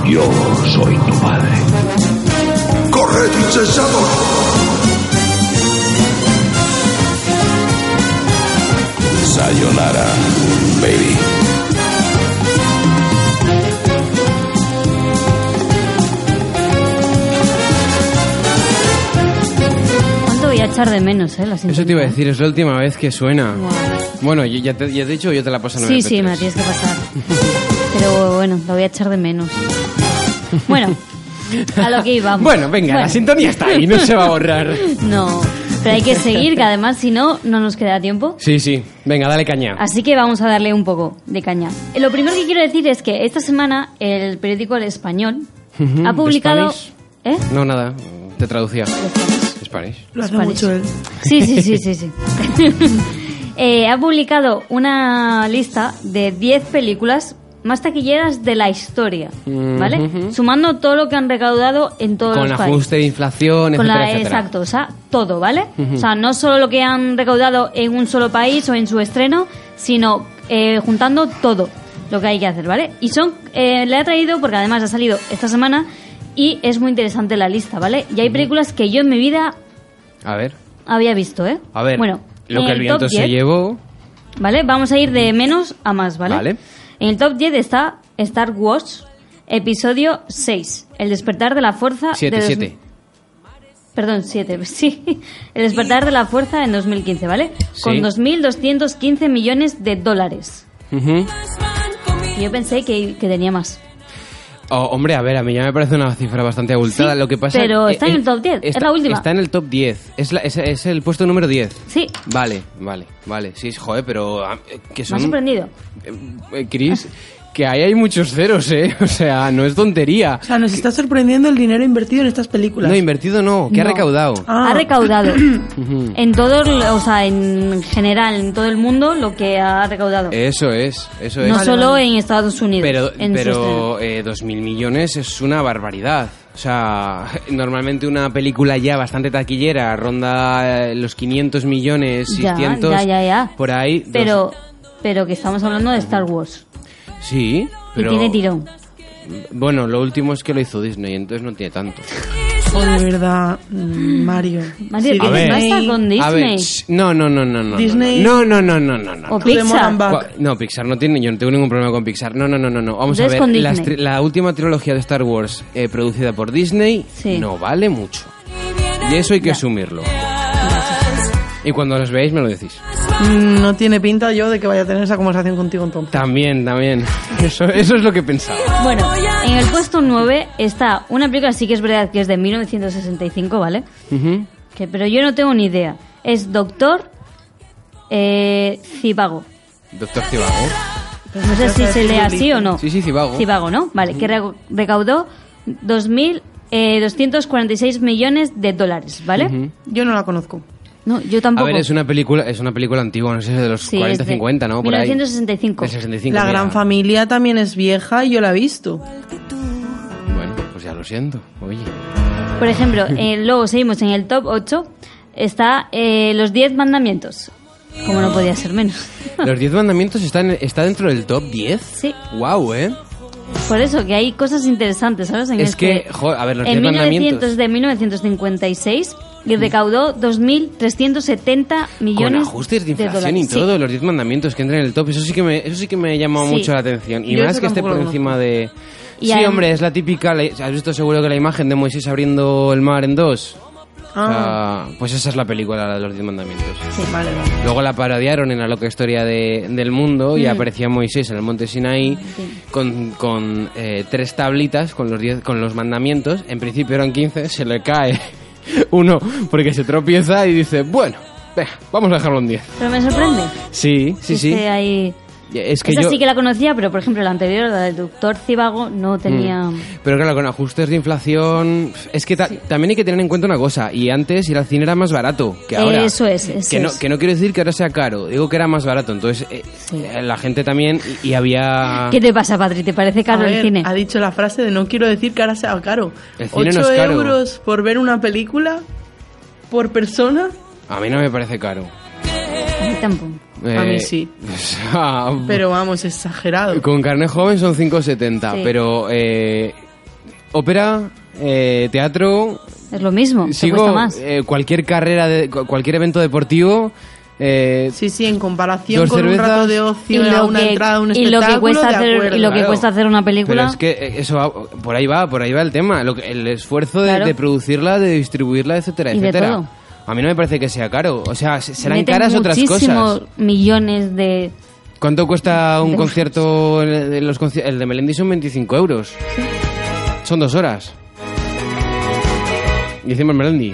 [SPEAKER 9] Yo soy tu padre. ¡Corre, insensato! Sayonara, baby.
[SPEAKER 3] ¿Cuánto voy a echar de menos, eh? la
[SPEAKER 1] Eso te iba a
[SPEAKER 3] sintonía?
[SPEAKER 1] decir, es la última vez que suena.
[SPEAKER 3] Wow.
[SPEAKER 1] Bueno, yo ya te, ya te he dicho, yo te la paso en
[SPEAKER 3] Sí,
[SPEAKER 1] MP3.
[SPEAKER 3] sí, me la tienes que pasar. Pero bueno, la voy a echar de menos. Bueno, a lo que íbamos.
[SPEAKER 1] Bueno, venga, la sintonía está ahí, no se va a borrar.
[SPEAKER 3] No, pero hay que seguir, que además si no, no nos queda tiempo.
[SPEAKER 1] Sí, sí. Venga, dale caña.
[SPEAKER 3] Así que vamos a darle un poco de caña. Eh, Lo primero que quiero decir es que esta semana el periódico El Español
[SPEAKER 1] Ujú,
[SPEAKER 3] ha publicado...
[SPEAKER 1] Spanish.
[SPEAKER 3] ¿Eh?
[SPEAKER 1] No, nada. Te traducía. Spanish.
[SPEAKER 4] Lo hace
[SPEAKER 3] Spanish.
[SPEAKER 4] mucho él.
[SPEAKER 3] Sí, sí, sí, sí, sí. Eh, ha publicado una lista de 10 películas más taquilleras de la historia, ¿vale?
[SPEAKER 1] Mhm.
[SPEAKER 3] Sumando todo lo que han recaudado en todos
[SPEAKER 1] Con
[SPEAKER 3] los países.
[SPEAKER 1] ajuste de inflación,
[SPEAKER 3] Con
[SPEAKER 1] etcétera,
[SPEAKER 3] la-
[SPEAKER 1] etcétera.
[SPEAKER 3] Exacto, o sea, todo, ¿vale? O sea, no solo lo que han recaudado en un solo país o en su estreno, sino eh, juntando todo lo que hay que hacer, ¿vale? Y son, eh, le he traído porque además ha salido esta semana y es muy interesante la lista, ¿vale? Y hay películas que yo en mi vida
[SPEAKER 1] A ver.
[SPEAKER 3] había visto, ¿eh?
[SPEAKER 1] A ver.
[SPEAKER 3] bueno,
[SPEAKER 1] lo
[SPEAKER 3] en
[SPEAKER 1] que el viento
[SPEAKER 3] top
[SPEAKER 1] se
[SPEAKER 3] 10,
[SPEAKER 1] llevó.
[SPEAKER 3] ¿Vale? Vamos a ir de menos a más, ¿vale?
[SPEAKER 1] Vale.
[SPEAKER 3] En el top 10 está Star Wars, episodio 6, El despertar de la fuerza. de
[SPEAKER 1] 7,
[SPEAKER 3] dos-
[SPEAKER 1] 7.
[SPEAKER 3] Perdón, 7, sí. El despertar de la fuerza en 2015, ¿7?
[SPEAKER 1] Sí.
[SPEAKER 3] Con 2.215 millones de dólares. Y Yo pensé que, que tenía más.
[SPEAKER 1] Oh, hombre, a ver, a mí ya me parece una cifra bastante abultada.
[SPEAKER 3] Sí,
[SPEAKER 1] lo que pasa
[SPEAKER 3] pero está en
[SPEAKER 1] eh,
[SPEAKER 3] el top 10, es la última.
[SPEAKER 1] Está en el top 10. Es, la- es- es el puesto número 10.
[SPEAKER 3] Sí,
[SPEAKER 1] Vale, vale, vale. Sí, joder, pero... ah, eh, Que
[SPEAKER 3] me ha
[SPEAKER 1] son,
[SPEAKER 3] sorprendido.
[SPEAKER 1] eh, Chris, que ahí hay muchos ceros, ¿eh? O sea, no es tontería.
[SPEAKER 4] O sea, nos está sorprendiendo el dinero invertido en estas películas.
[SPEAKER 1] No, invertido no, que ha
[SPEAKER 3] No.
[SPEAKER 1] recaudado.
[SPEAKER 4] Ah.
[SPEAKER 3] Ha recaudado en todo, el- o sea, en general, en todo el mundo, lo que ha recaudado.
[SPEAKER 1] Eso es, eso es.
[SPEAKER 3] no solo en Estados Unidos.
[SPEAKER 1] Pero,
[SPEAKER 3] en su estreno.
[SPEAKER 1] pero eh, 2.000 millones es una barbaridad. O sea, normalmente una película ya bastante taquillera ronda eh, los 500 millones,
[SPEAKER 3] Ya,
[SPEAKER 1] 600,
[SPEAKER 3] ya, ya, ya.
[SPEAKER 1] por ahí. dos-
[SPEAKER 3] Pero, pero que estamos hablando de Star Wars.
[SPEAKER 1] sí, pero...
[SPEAKER 3] Y tiene tirón.
[SPEAKER 1] Bueno, lo último es que lo hizo Disney, entonces no tiene tanto.
[SPEAKER 4] Oh, de verdad, mm, Mario.
[SPEAKER 3] Mario,
[SPEAKER 4] Sí,
[SPEAKER 3] ¿qué
[SPEAKER 1] ver.
[SPEAKER 3] te pasa con Disney?
[SPEAKER 1] A ver, shh, no, no, no, no, no. no,
[SPEAKER 4] Disney-
[SPEAKER 1] No, no, no, no, no, no. no.
[SPEAKER 3] O
[SPEAKER 4] To the
[SPEAKER 3] Pixar.
[SPEAKER 4] Moran Back.
[SPEAKER 1] Gua- No, Pixar no tiene, yo no tengo ningún problema con Pixar. No, no, no, no, no. Vamos a
[SPEAKER 3] Entonces
[SPEAKER 1] ver,
[SPEAKER 3] con
[SPEAKER 1] las
[SPEAKER 3] Disney.
[SPEAKER 1] tri- la última trilogía de Star Wars eh, producida por Disney
[SPEAKER 3] Sí.
[SPEAKER 1] no vale mucho. Y eso hay que
[SPEAKER 3] Ya.
[SPEAKER 1] asumirlo. Y cuando los veáis me lo decís.
[SPEAKER 6] Las
[SPEAKER 4] Mm, No tiene pinta yo de que vaya a tener esa conversación contigo entonces.
[SPEAKER 1] También, también. Eso, eso es lo que pensaba.
[SPEAKER 3] Bueno, en el puesto 9 está una película, sí que es verdad que es de 1965, ¿vale?
[SPEAKER 1] Ujú.
[SPEAKER 3] Que, pero yo no tengo ni idea. Es Doctor eh, Cibago.
[SPEAKER 1] Doctor Cibago.
[SPEAKER 3] Pues no sé si se lee así o no.
[SPEAKER 1] Sí, sí, Cibago.
[SPEAKER 3] Cibago, ¿no? Vale, que re- recaudó eh, 2.246 millones de dólares, ¿vale?
[SPEAKER 1] Ujú.
[SPEAKER 4] Yo no la conozco.
[SPEAKER 3] No, yo
[SPEAKER 1] A
[SPEAKER 3] tampoco.
[SPEAKER 1] ver, es una película, es una película antigua, no sé, de los
[SPEAKER 3] Sí,
[SPEAKER 1] 40,
[SPEAKER 3] es de
[SPEAKER 1] 50, ¿no? Por ahí.
[SPEAKER 3] 1965.
[SPEAKER 1] Del 65,
[SPEAKER 4] La
[SPEAKER 1] mira.
[SPEAKER 4] gran familia también es vieja y yo la he visto.
[SPEAKER 1] Bueno, pues ya lo siento. Oye.
[SPEAKER 3] Por ejemplo, eh, luego seguimos en el top 8, está eh, los 10 mandamientos. Como no podía ser menos.
[SPEAKER 1] Los 10 mandamientos están está dentro del top 10.
[SPEAKER 3] Sí.
[SPEAKER 1] Wow, ¿eh?
[SPEAKER 3] Por eso, que hay cosas interesantes, ¿sabes? En
[SPEAKER 1] Es
[SPEAKER 3] este-
[SPEAKER 1] que, jo, a ver, los
[SPEAKER 3] en
[SPEAKER 1] 10 mandamientos.
[SPEAKER 3] 1900 de 1956 y recaudó 2.370
[SPEAKER 1] Con
[SPEAKER 3] millones
[SPEAKER 1] ajustes de inflación
[SPEAKER 3] dólares.
[SPEAKER 1] y todo, los 10 mandamientos que entran en el top, eso sí que me, eso sí que me ha llamado
[SPEAKER 3] Sí.
[SPEAKER 1] mucho la atención. Y
[SPEAKER 4] Yo
[SPEAKER 1] más
[SPEAKER 4] eso
[SPEAKER 1] que esté
[SPEAKER 4] tampoco
[SPEAKER 1] por
[SPEAKER 4] lo
[SPEAKER 1] encima de...
[SPEAKER 3] Y
[SPEAKER 1] sí,
[SPEAKER 3] hay-
[SPEAKER 1] hombre, es la típica... la- ¿Has visto seguro que la imagen de Moisés abriendo el mar en dos? O sea, pues esa es la película, la de los 10 mandamientos.
[SPEAKER 3] Ah. Sí.
[SPEAKER 4] Vale, vale.
[SPEAKER 1] Luego la parodiaron en la loca historia de- del mundo
[SPEAKER 3] Mm.
[SPEAKER 1] y aparecía Moisés en el monte
[SPEAKER 3] Ah,
[SPEAKER 1] Sinaí con, con, eh, tres tablitas con los, diez, con los mandamientos. En principio eran 15, se le cae uno porque se tropieza y dice, bueno, venga, vamos a dejarlo en 10.
[SPEAKER 3] Pero me sorprende.
[SPEAKER 1] Sí, sí,
[SPEAKER 3] que
[SPEAKER 1] sí.
[SPEAKER 3] esté ahí.
[SPEAKER 1] Es que
[SPEAKER 3] Esa
[SPEAKER 1] yo...
[SPEAKER 3] sí que la conocía, pero por ejemplo la anterior, la del doctor Cibago,
[SPEAKER 1] Mm.
[SPEAKER 3] no tenía...
[SPEAKER 1] Pero claro, con ajustes de inflación... Es que ta- también hay que tener en cuenta una cosa. Y antes ir al cine era más barato que ahora.
[SPEAKER 3] Eso es, eso
[SPEAKER 1] que, no,
[SPEAKER 3] es.
[SPEAKER 1] que no quiero decir que ahora sea caro. Digo que era más barato. Entonces eh, eh, la gente también... Y, y había...
[SPEAKER 3] ¿Qué te pasa, Patri? ¿Te parece
[SPEAKER 4] A
[SPEAKER 3] caro el
[SPEAKER 4] ver,
[SPEAKER 3] cine?
[SPEAKER 4] Ha dicho la frase de no quiero decir que ahora sea caro.
[SPEAKER 1] El cine no
[SPEAKER 4] 8
[SPEAKER 1] es caro.
[SPEAKER 4] euros por ver una película por persona.
[SPEAKER 1] A mí no me parece caro. Eh,
[SPEAKER 3] A mí tampoco.
[SPEAKER 4] A mí sí.
[SPEAKER 1] o sea,
[SPEAKER 4] Pero vamos, exagerado.
[SPEAKER 1] ah, con carne joven son 5,70.
[SPEAKER 3] Sí.
[SPEAKER 1] Pero eh, ópera, eh, teatro,
[SPEAKER 3] Es lo mismo, te
[SPEAKER 1] sigo
[SPEAKER 3] cuesta más.
[SPEAKER 1] eh, cualquier carrera, de, cu- cualquier evento deportivo. eh,
[SPEAKER 4] Sí, sí, en comparación
[SPEAKER 1] Dos
[SPEAKER 4] con un
[SPEAKER 1] cervezas.
[SPEAKER 4] rato de ocio, a una entrada, a un
[SPEAKER 3] y
[SPEAKER 4] espectáculo,
[SPEAKER 3] lo que cuesta
[SPEAKER 4] de
[SPEAKER 3] hacer, y
[SPEAKER 4] acuerdo. ¿eh?
[SPEAKER 3] lo que
[SPEAKER 1] Claro.
[SPEAKER 3] cuesta hacer una película...
[SPEAKER 1] Pero es que eh, eso va- por ahí va, por ahí va el tema. Lo que- el esfuerzo de,
[SPEAKER 3] Claro.
[SPEAKER 1] de producirla, de distribuirla, etcétera,
[SPEAKER 3] Y de
[SPEAKER 1] etcétera.
[SPEAKER 3] todo.
[SPEAKER 1] A mí no me parece que sea caro. O sea, se- serán
[SPEAKER 3] meten
[SPEAKER 1] caras otras
[SPEAKER 3] muchísimos
[SPEAKER 1] cosas.
[SPEAKER 3] millones de...
[SPEAKER 1] ¿Cuánto cuesta un
[SPEAKER 3] De-
[SPEAKER 1] concierto? en- en los conci- el de Melendi son 25 euros. Son dos horas. Y encima el Melendi.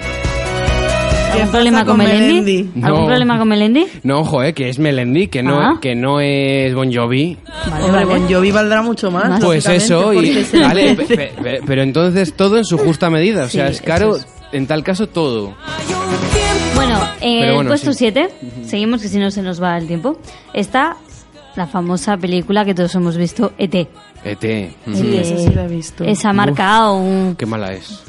[SPEAKER 3] ¿Algún problema
[SPEAKER 4] pasa
[SPEAKER 3] con
[SPEAKER 4] con
[SPEAKER 3] Melendi?
[SPEAKER 4] Melendi?
[SPEAKER 3] ¿Algún
[SPEAKER 1] No.
[SPEAKER 3] problema con Melendi?
[SPEAKER 1] No, ojo, eh, que es Melendi, que no,
[SPEAKER 3] Ah.
[SPEAKER 1] que no es Bon Jovi.
[SPEAKER 3] Vale,
[SPEAKER 4] Hombre,
[SPEAKER 3] vale.
[SPEAKER 4] Bon Jovi valdrá mucho más.
[SPEAKER 3] Más.
[SPEAKER 1] Pues eso, y,
[SPEAKER 4] lógicamente, porque se
[SPEAKER 1] vale,
[SPEAKER 4] merece.
[SPEAKER 1] pe- pe- pero entonces todo en su justa medida. O sea,
[SPEAKER 3] Sí,
[SPEAKER 1] es caro,
[SPEAKER 3] eso es.
[SPEAKER 1] en tal caso, todo.
[SPEAKER 3] Bueno, en
[SPEAKER 1] Pero
[SPEAKER 3] el
[SPEAKER 1] bueno,
[SPEAKER 3] puesto
[SPEAKER 1] sí.
[SPEAKER 3] 7, seguimos que si no se nos va el tiempo, está la famosa película que todos hemos visto, E ET.
[SPEAKER 1] ET. mm,
[SPEAKER 3] Sí,
[SPEAKER 4] esa sí la he visto.
[SPEAKER 3] Esa ha marcado un...
[SPEAKER 1] Qué mala es.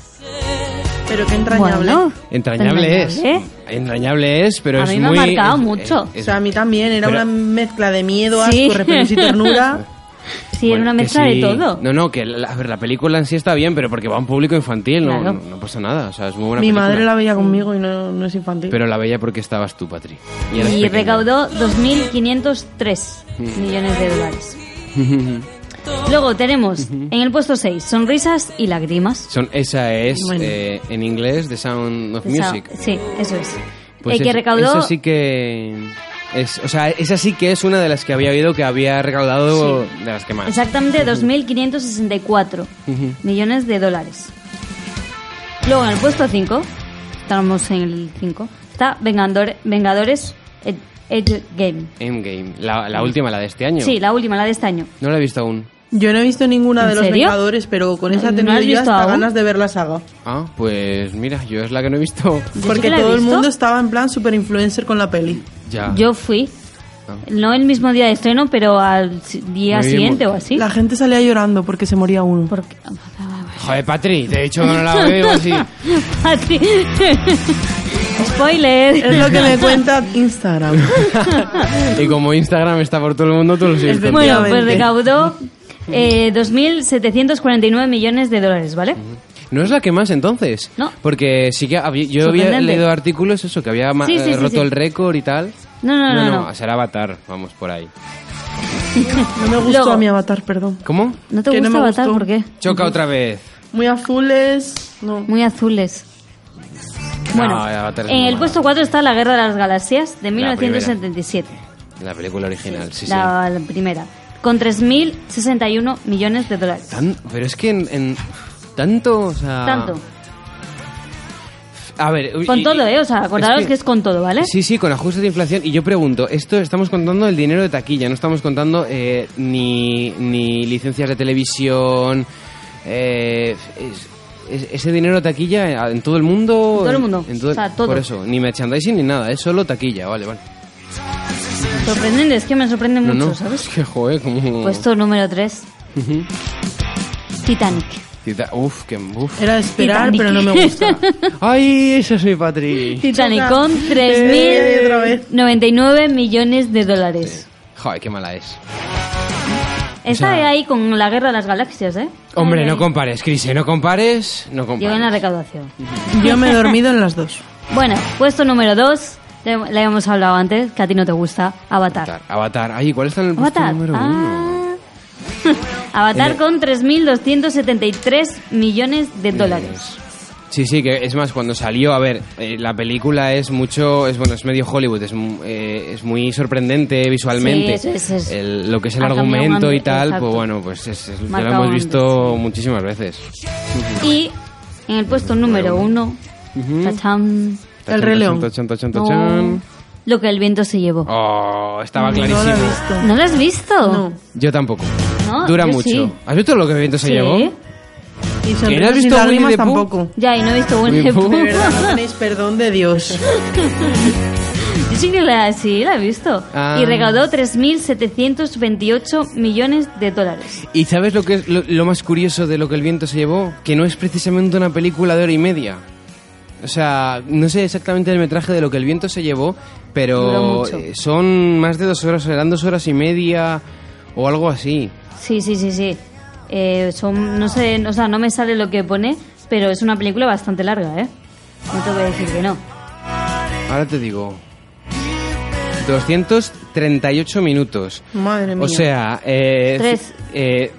[SPEAKER 4] Pero qué entrañable.
[SPEAKER 3] Bueno,
[SPEAKER 1] Entrañable es.
[SPEAKER 3] entrañable.
[SPEAKER 1] Entrañable es, pero
[SPEAKER 3] A
[SPEAKER 1] es
[SPEAKER 3] mí me ha
[SPEAKER 1] muy...
[SPEAKER 3] marcado
[SPEAKER 1] es-
[SPEAKER 3] mucho.
[SPEAKER 1] es-
[SPEAKER 4] o sea, a mí también era
[SPEAKER 1] Pero-
[SPEAKER 4] una mezcla de miedo, asco,
[SPEAKER 3] Sí.
[SPEAKER 4] repelús y ternura.
[SPEAKER 3] Sí, era
[SPEAKER 1] Bueno,
[SPEAKER 3] una
[SPEAKER 1] que
[SPEAKER 3] mezcla
[SPEAKER 1] sí.
[SPEAKER 3] de todo.
[SPEAKER 1] No, no, que la, a ver, la película en sí está bien, pero porque va a un público infantil, no,
[SPEAKER 3] Claro.
[SPEAKER 1] no, no pasa nada. O sea, es muy buena
[SPEAKER 4] Mi
[SPEAKER 1] película.
[SPEAKER 4] madre la veía conmigo y no, no es infantil.
[SPEAKER 1] Pero la veía porque estabas tú, Patri. Y, eras
[SPEAKER 3] y
[SPEAKER 1] pequeña.
[SPEAKER 3] recaudó 2.503 millones de dólares. Luego tenemos en el puesto 6, sonrisas y lágrimas.
[SPEAKER 1] Son, esa es,
[SPEAKER 4] Bueno.
[SPEAKER 1] eh, en inglés, The Sound of
[SPEAKER 3] Esa-
[SPEAKER 1] Music.
[SPEAKER 3] Sí, eso es.
[SPEAKER 1] Pues
[SPEAKER 3] Eh, que
[SPEAKER 1] es-
[SPEAKER 3] recaudó
[SPEAKER 1] Esa sí que... Es, o sea, esa sí que es una de las que había habido que había recaudado de las que más.
[SPEAKER 3] exactamente 2.564 millones de dólares. Luego en el puesto 5, estamos en el 5, está Vengador- Vengadores Ed- Edge Game.
[SPEAKER 1] Endgame, la, la última, la de este año.
[SPEAKER 3] Sí, la última, la de este año.
[SPEAKER 1] No la he visto aún.
[SPEAKER 4] Yo no he visto ninguna
[SPEAKER 3] ¿En
[SPEAKER 4] de los
[SPEAKER 3] serio?
[SPEAKER 4] Vengadores, pero con esa
[SPEAKER 3] ¿No
[SPEAKER 4] he tenido
[SPEAKER 3] has
[SPEAKER 4] yo
[SPEAKER 3] visto
[SPEAKER 4] hasta
[SPEAKER 3] aún?
[SPEAKER 4] ganas de ver la saga.
[SPEAKER 1] Ah, pues mira, yo es la que no he visto.
[SPEAKER 3] Yo sí que
[SPEAKER 4] Porque
[SPEAKER 3] la he
[SPEAKER 4] todo el
[SPEAKER 3] visto.
[SPEAKER 4] mundo estaba en plan super influencer con la peli.
[SPEAKER 1] Ya.
[SPEAKER 3] Yo fui,
[SPEAKER 1] Ah.
[SPEAKER 3] no el mismo día de estreno, pero al si- día
[SPEAKER 1] Muy bien,
[SPEAKER 3] siguiente
[SPEAKER 1] muy-
[SPEAKER 3] o así.
[SPEAKER 4] La gente salía llorando porque se moría uno.
[SPEAKER 3] Porque...
[SPEAKER 1] Joder, Patri, te he dicho que no la veo así.
[SPEAKER 3] Así. Spoiler.
[SPEAKER 4] Es lo que me cuenta Instagram.
[SPEAKER 1] y como Instagram está por todo el mundo, tú lo sigues.
[SPEAKER 4] Es
[SPEAKER 1] viendo.
[SPEAKER 3] Bueno, pues
[SPEAKER 4] Efectivamente.
[SPEAKER 3] recaudó eh, 2.749 millones de dólares, ¿vale?
[SPEAKER 1] No es la que más entonces.
[SPEAKER 3] No.
[SPEAKER 1] Porque sí que había- yo había
[SPEAKER 3] Sorprendente.
[SPEAKER 1] leído artículos eso, que había ma-
[SPEAKER 3] Sí, sí,
[SPEAKER 1] eh,
[SPEAKER 3] sí,
[SPEAKER 1] roto
[SPEAKER 3] sí.
[SPEAKER 1] el récord y tal.
[SPEAKER 3] No, no, no, no.
[SPEAKER 1] será Avatar, vamos por ahí.
[SPEAKER 4] No me gustó
[SPEAKER 3] Luego.
[SPEAKER 4] a mi avatar, perdón.
[SPEAKER 1] ¿Cómo?
[SPEAKER 3] ¿No te
[SPEAKER 4] Que
[SPEAKER 3] gusta
[SPEAKER 4] no me
[SPEAKER 3] Avatar?
[SPEAKER 4] gustó.
[SPEAKER 3] ¿Por qué?
[SPEAKER 1] Choca otra vez.
[SPEAKER 4] Muy azules. No.
[SPEAKER 3] Muy azules. Bueno,
[SPEAKER 1] No, eh, Avatar es
[SPEAKER 3] en
[SPEAKER 1] muy
[SPEAKER 3] el
[SPEAKER 1] mala.
[SPEAKER 3] puesto 4 está La Guerra de las Galaxias de
[SPEAKER 1] La primera.
[SPEAKER 3] 1977,
[SPEAKER 1] En la película original, sí, sí.
[SPEAKER 3] la, la primera, con 3.061 millones de dólares.
[SPEAKER 1] Tan- pero es que en, en- tanto, o sea...
[SPEAKER 3] Tanto.
[SPEAKER 1] A ver, uy,
[SPEAKER 3] Con
[SPEAKER 1] y-
[SPEAKER 3] todo, ¿eh? O sea, acordaros que... es con ¿eh? todo, ¿vale?
[SPEAKER 1] Sí, sí, con ajustes de inflación. Y yo pregunto, esto estamos contando el dinero de taquilla, no estamos contando eh, ni, ni licencias de televisión. eh, es- es- ese dinero de taquilla eh, en todo el mundo.
[SPEAKER 3] En todo el mundo,
[SPEAKER 1] en todo-
[SPEAKER 3] o sea, todo.
[SPEAKER 1] Por eso, ni merchandising ni nada, es solo taquilla, vale, vale.
[SPEAKER 3] Sorprendente, es que me sorprende
[SPEAKER 1] no,
[SPEAKER 3] mucho,
[SPEAKER 1] no, Oh.
[SPEAKER 3] ¿sabes? Pues
[SPEAKER 1] Que joder, como.
[SPEAKER 3] Puesto número 3, Titanic.
[SPEAKER 1] Cita- Uf, que. Uf.
[SPEAKER 4] Era de esperar,
[SPEAKER 3] Titanic.
[SPEAKER 4] pero no me gusta.
[SPEAKER 1] ¡Ay, eso es mi patri!
[SPEAKER 3] Titanic con
[SPEAKER 4] Eh, otra vez.
[SPEAKER 3] 3.099 millones de dólares.
[SPEAKER 1] Joder, qué mala es.
[SPEAKER 3] Está
[SPEAKER 1] O sea-
[SPEAKER 3] ahí con la guerra de las galaxias, ¿eh?
[SPEAKER 1] Hombre,
[SPEAKER 3] Ahí,
[SPEAKER 1] no
[SPEAKER 3] ahí.
[SPEAKER 1] compares, Cris, no compares, no
[SPEAKER 3] Llegó en la
[SPEAKER 1] compares.
[SPEAKER 3] recaudación.
[SPEAKER 4] Yo me he dormido en las dos.
[SPEAKER 3] Bueno, puesto número 2, le, le hemos hablado antes, que a ti no te gusta, Avatar.
[SPEAKER 1] Avatar, Avatar. Ay, ¿cuál está en el puesto
[SPEAKER 3] Avatar.
[SPEAKER 1] número uno?
[SPEAKER 3] Ah. Avatar
[SPEAKER 1] Eh.
[SPEAKER 3] con 3.273 millones de dólares.
[SPEAKER 1] Sí, sí, que es más, cuando salió, a ver, eh, la película es mucho, es bueno, es medio Hollywood, es, mu- eh, es muy sorprendente visualmente.
[SPEAKER 3] Sí, es- es- es.
[SPEAKER 1] El- lo que es el
[SPEAKER 3] Ha cambiado
[SPEAKER 1] argumento
[SPEAKER 3] un-
[SPEAKER 1] y tal,
[SPEAKER 3] exacto.
[SPEAKER 1] pues bueno, pues es, es- ya lo
[SPEAKER 3] Marcado
[SPEAKER 1] hemos
[SPEAKER 3] antes,
[SPEAKER 1] visto muchísimas veces.
[SPEAKER 3] Y en el puesto número 1,
[SPEAKER 4] El Rey León.
[SPEAKER 1] Tachan, tachan, tachan.
[SPEAKER 3] lo que el viento se llevó.
[SPEAKER 1] Oh, estaba
[SPEAKER 4] No
[SPEAKER 1] clarísimo.
[SPEAKER 4] la he visto.
[SPEAKER 3] ¿No lo has visto?
[SPEAKER 4] No.
[SPEAKER 1] Yo tampoco.
[SPEAKER 3] No,
[SPEAKER 1] Dura
[SPEAKER 3] yo
[SPEAKER 1] mucho.
[SPEAKER 3] sí.
[SPEAKER 1] ¿Has visto lo que el viento se
[SPEAKER 3] Sí.
[SPEAKER 1] llevó?
[SPEAKER 4] Y
[SPEAKER 1] ¿Que no has
[SPEAKER 4] sonrisas y
[SPEAKER 1] visto Winnie
[SPEAKER 4] lágrimas
[SPEAKER 1] the Pooh?
[SPEAKER 4] tampoco.
[SPEAKER 3] Ya, y no he visto Winnie
[SPEAKER 1] Winnie
[SPEAKER 3] the
[SPEAKER 1] Pooh.
[SPEAKER 3] Pooh.
[SPEAKER 1] De verdad,
[SPEAKER 4] No tenéis perdón de Dios.
[SPEAKER 3] Yo sí que la, sí, la he visto.
[SPEAKER 1] Ah.
[SPEAKER 3] Y recaudó 3.728 millones de dólares.
[SPEAKER 1] ¿Y sabes lo que es lo, lo más curioso de lo que el viento se llevó? Que no es precisamente una película de hora y media. O sea, no sé exactamente el metraje de lo que el viento se llevó,
[SPEAKER 3] Duró
[SPEAKER 1] pero
[SPEAKER 3] mucho.
[SPEAKER 1] eh, son más de dos horas, eran dos horas y media o algo así.
[SPEAKER 3] Sí, sí, sí, sí. Eh, son, no sé, o sea, no me sale lo que pone, pero es una película bastante larga, ¿eh? No te voy a decir que no.
[SPEAKER 1] Ahora te digo. 238 minutos.
[SPEAKER 4] Madre mía.
[SPEAKER 1] O sea, eh,
[SPEAKER 3] Tres.
[SPEAKER 1] eh,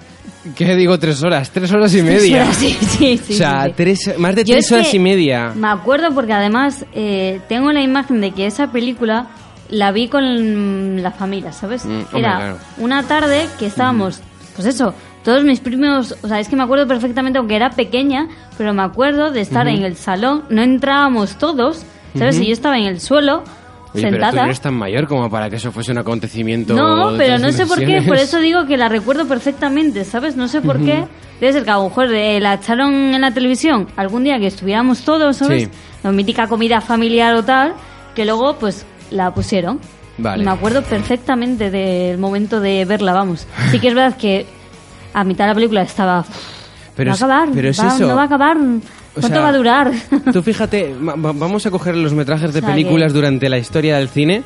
[SPEAKER 1] ¿qué digo? Tres horas, tres horas y media.
[SPEAKER 3] Sí, sí, sí.
[SPEAKER 1] o sea,
[SPEAKER 3] sí, sí.
[SPEAKER 1] Tres, más de
[SPEAKER 3] Yo
[SPEAKER 1] tres
[SPEAKER 3] es que
[SPEAKER 1] horas y media.
[SPEAKER 3] Me acuerdo porque además eh, tengo la imagen de que esa película la vi con la familia, ¿sabes?
[SPEAKER 1] Mm, hombre,
[SPEAKER 3] Era
[SPEAKER 1] claro. Mm.
[SPEAKER 3] una tarde que estábamos, pues eso, todos mis primos, o sea, es que me acuerdo perfectamente, aunque era pequeña, pero me acuerdo de estar en el salón, no entrábamos todos, ¿sabes? Y yo estaba en el suelo,
[SPEAKER 1] Oye,
[SPEAKER 3] sentada.
[SPEAKER 1] pero tú no eres tan mayor como para que eso fuese un acontecimiento.
[SPEAKER 3] No,
[SPEAKER 1] de
[SPEAKER 3] pero
[SPEAKER 1] tres
[SPEAKER 3] no sé por qué,
[SPEAKER 1] dimensiones.
[SPEAKER 3] por eso digo que la recuerdo perfectamente, ¿sabes? No sé por qué. Debe ser que a lo mejor eh, la echaron en la televisión algún día que estuviéramos todos, ¿sabes?
[SPEAKER 1] Sí.
[SPEAKER 3] La mítica comida familiar o tal, que luego pues la pusieron.
[SPEAKER 1] Vale.
[SPEAKER 3] Y me acuerdo perfectamente del momento de verla, vamos. Sí que es verdad que a mitad de la película estaba...
[SPEAKER 1] Pero
[SPEAKER 3] va
[SPEAKER 1] es-
[SPEAKER 3] a acabar,
[SPEAKER 1] pero es
[SPEAKER 3] va-
[SPEAKER 1] eso.
[SPEAKER 3] no va a acabar, ¿cuánto
[SPEAKER 1] sea,
[SPEAKER 3] va a durar?
[SPEAKER 1] Tú fíjate, ma- va- vamos a coger los metrajes de
[SPEAKER 3] O sea,
[SPEAKER 1] películas
[SPEAKER 3] que-
[SPEAKER 1] durante la historia del cine.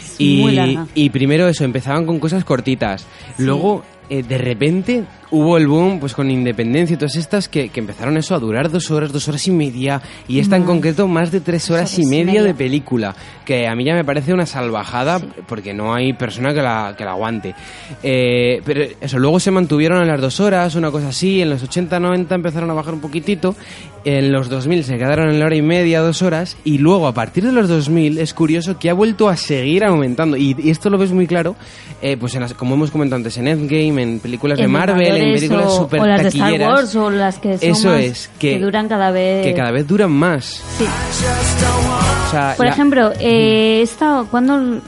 [SPEAKER 3] Es muy
[SPEAKER 1] Y,
[SPEAKER 3] larga.
[SPEAKER 1] y primero eso, empezaban con cosas cortitas. Luego, eh, de repente, hubo el boom pues con Independencia y todas estas que, que empezaron eso a durar dos horas, dos horas y media. Y esta en concreto, más de tres horas y
[SPEAKER 3] Mm. horas y
[SPEAKER 1] media,
[SPEAKER 3] media.
[SPEAKER 1] de película. Que a mí ya me parece una salvajada porque no hay persona que la, que la aguante. Eh, pero eso, luego se mantuvieron en las dos horas, una cosa así. En los 80, 90 empezaron a bajar un poquitito. En los 2000 se quedaron en la hora y media, dos horas. Y luego, a partir de los 2000, es curioso que ha vuelto a seguir aumentando. Y, y esto lo ves muy claro, eh, pues en las- como hemos comentado antes, en Endgame, en películas de
[SPEAKER 3] En
[SPEAKER 1] Marvel, en
[SPEAKER 3] Vengadores
[SPEAKER 1] películas
[SPEAKER 3] o-
[SPEAKER 1] super
[SPEAKER 3] o las de Star
[SPEAKER 1] taquilleras.
[SPEAKER 3] Wars o las que son
[SPEAKER 1] Eso
[SPEAKER 3] más-
[SPEAKER 1] es, que,
[SPEAKER 3] que duran cada vez-
[SPEAKER 1] Que cada vez duran más.
[SPEAKER 3] Sí.
[SPEAKER 1] O sea,
[SPEAKER 3] Por
[SPEAKER 1] Ah, la-
[SPEAKER 3] ejemplo, eh, esta, cuando l-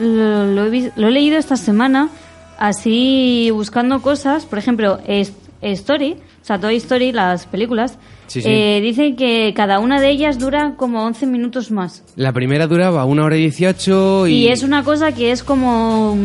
[SPEAKER 3] lo, lo he, vis- lo he leído esta semana, así buscando cosas, por ejemplo, es- Story, o sea, Toy Story, las películas,
[SPEAKER 1] Sí, sí.
[SPEAKER 3] eh, dicen que cada una de ellas dura como 11 minutos más.
[SPEAKER 1] La primera duraba una hora y 18 y...
[SPEAKER 3] Y es una cosa que es como...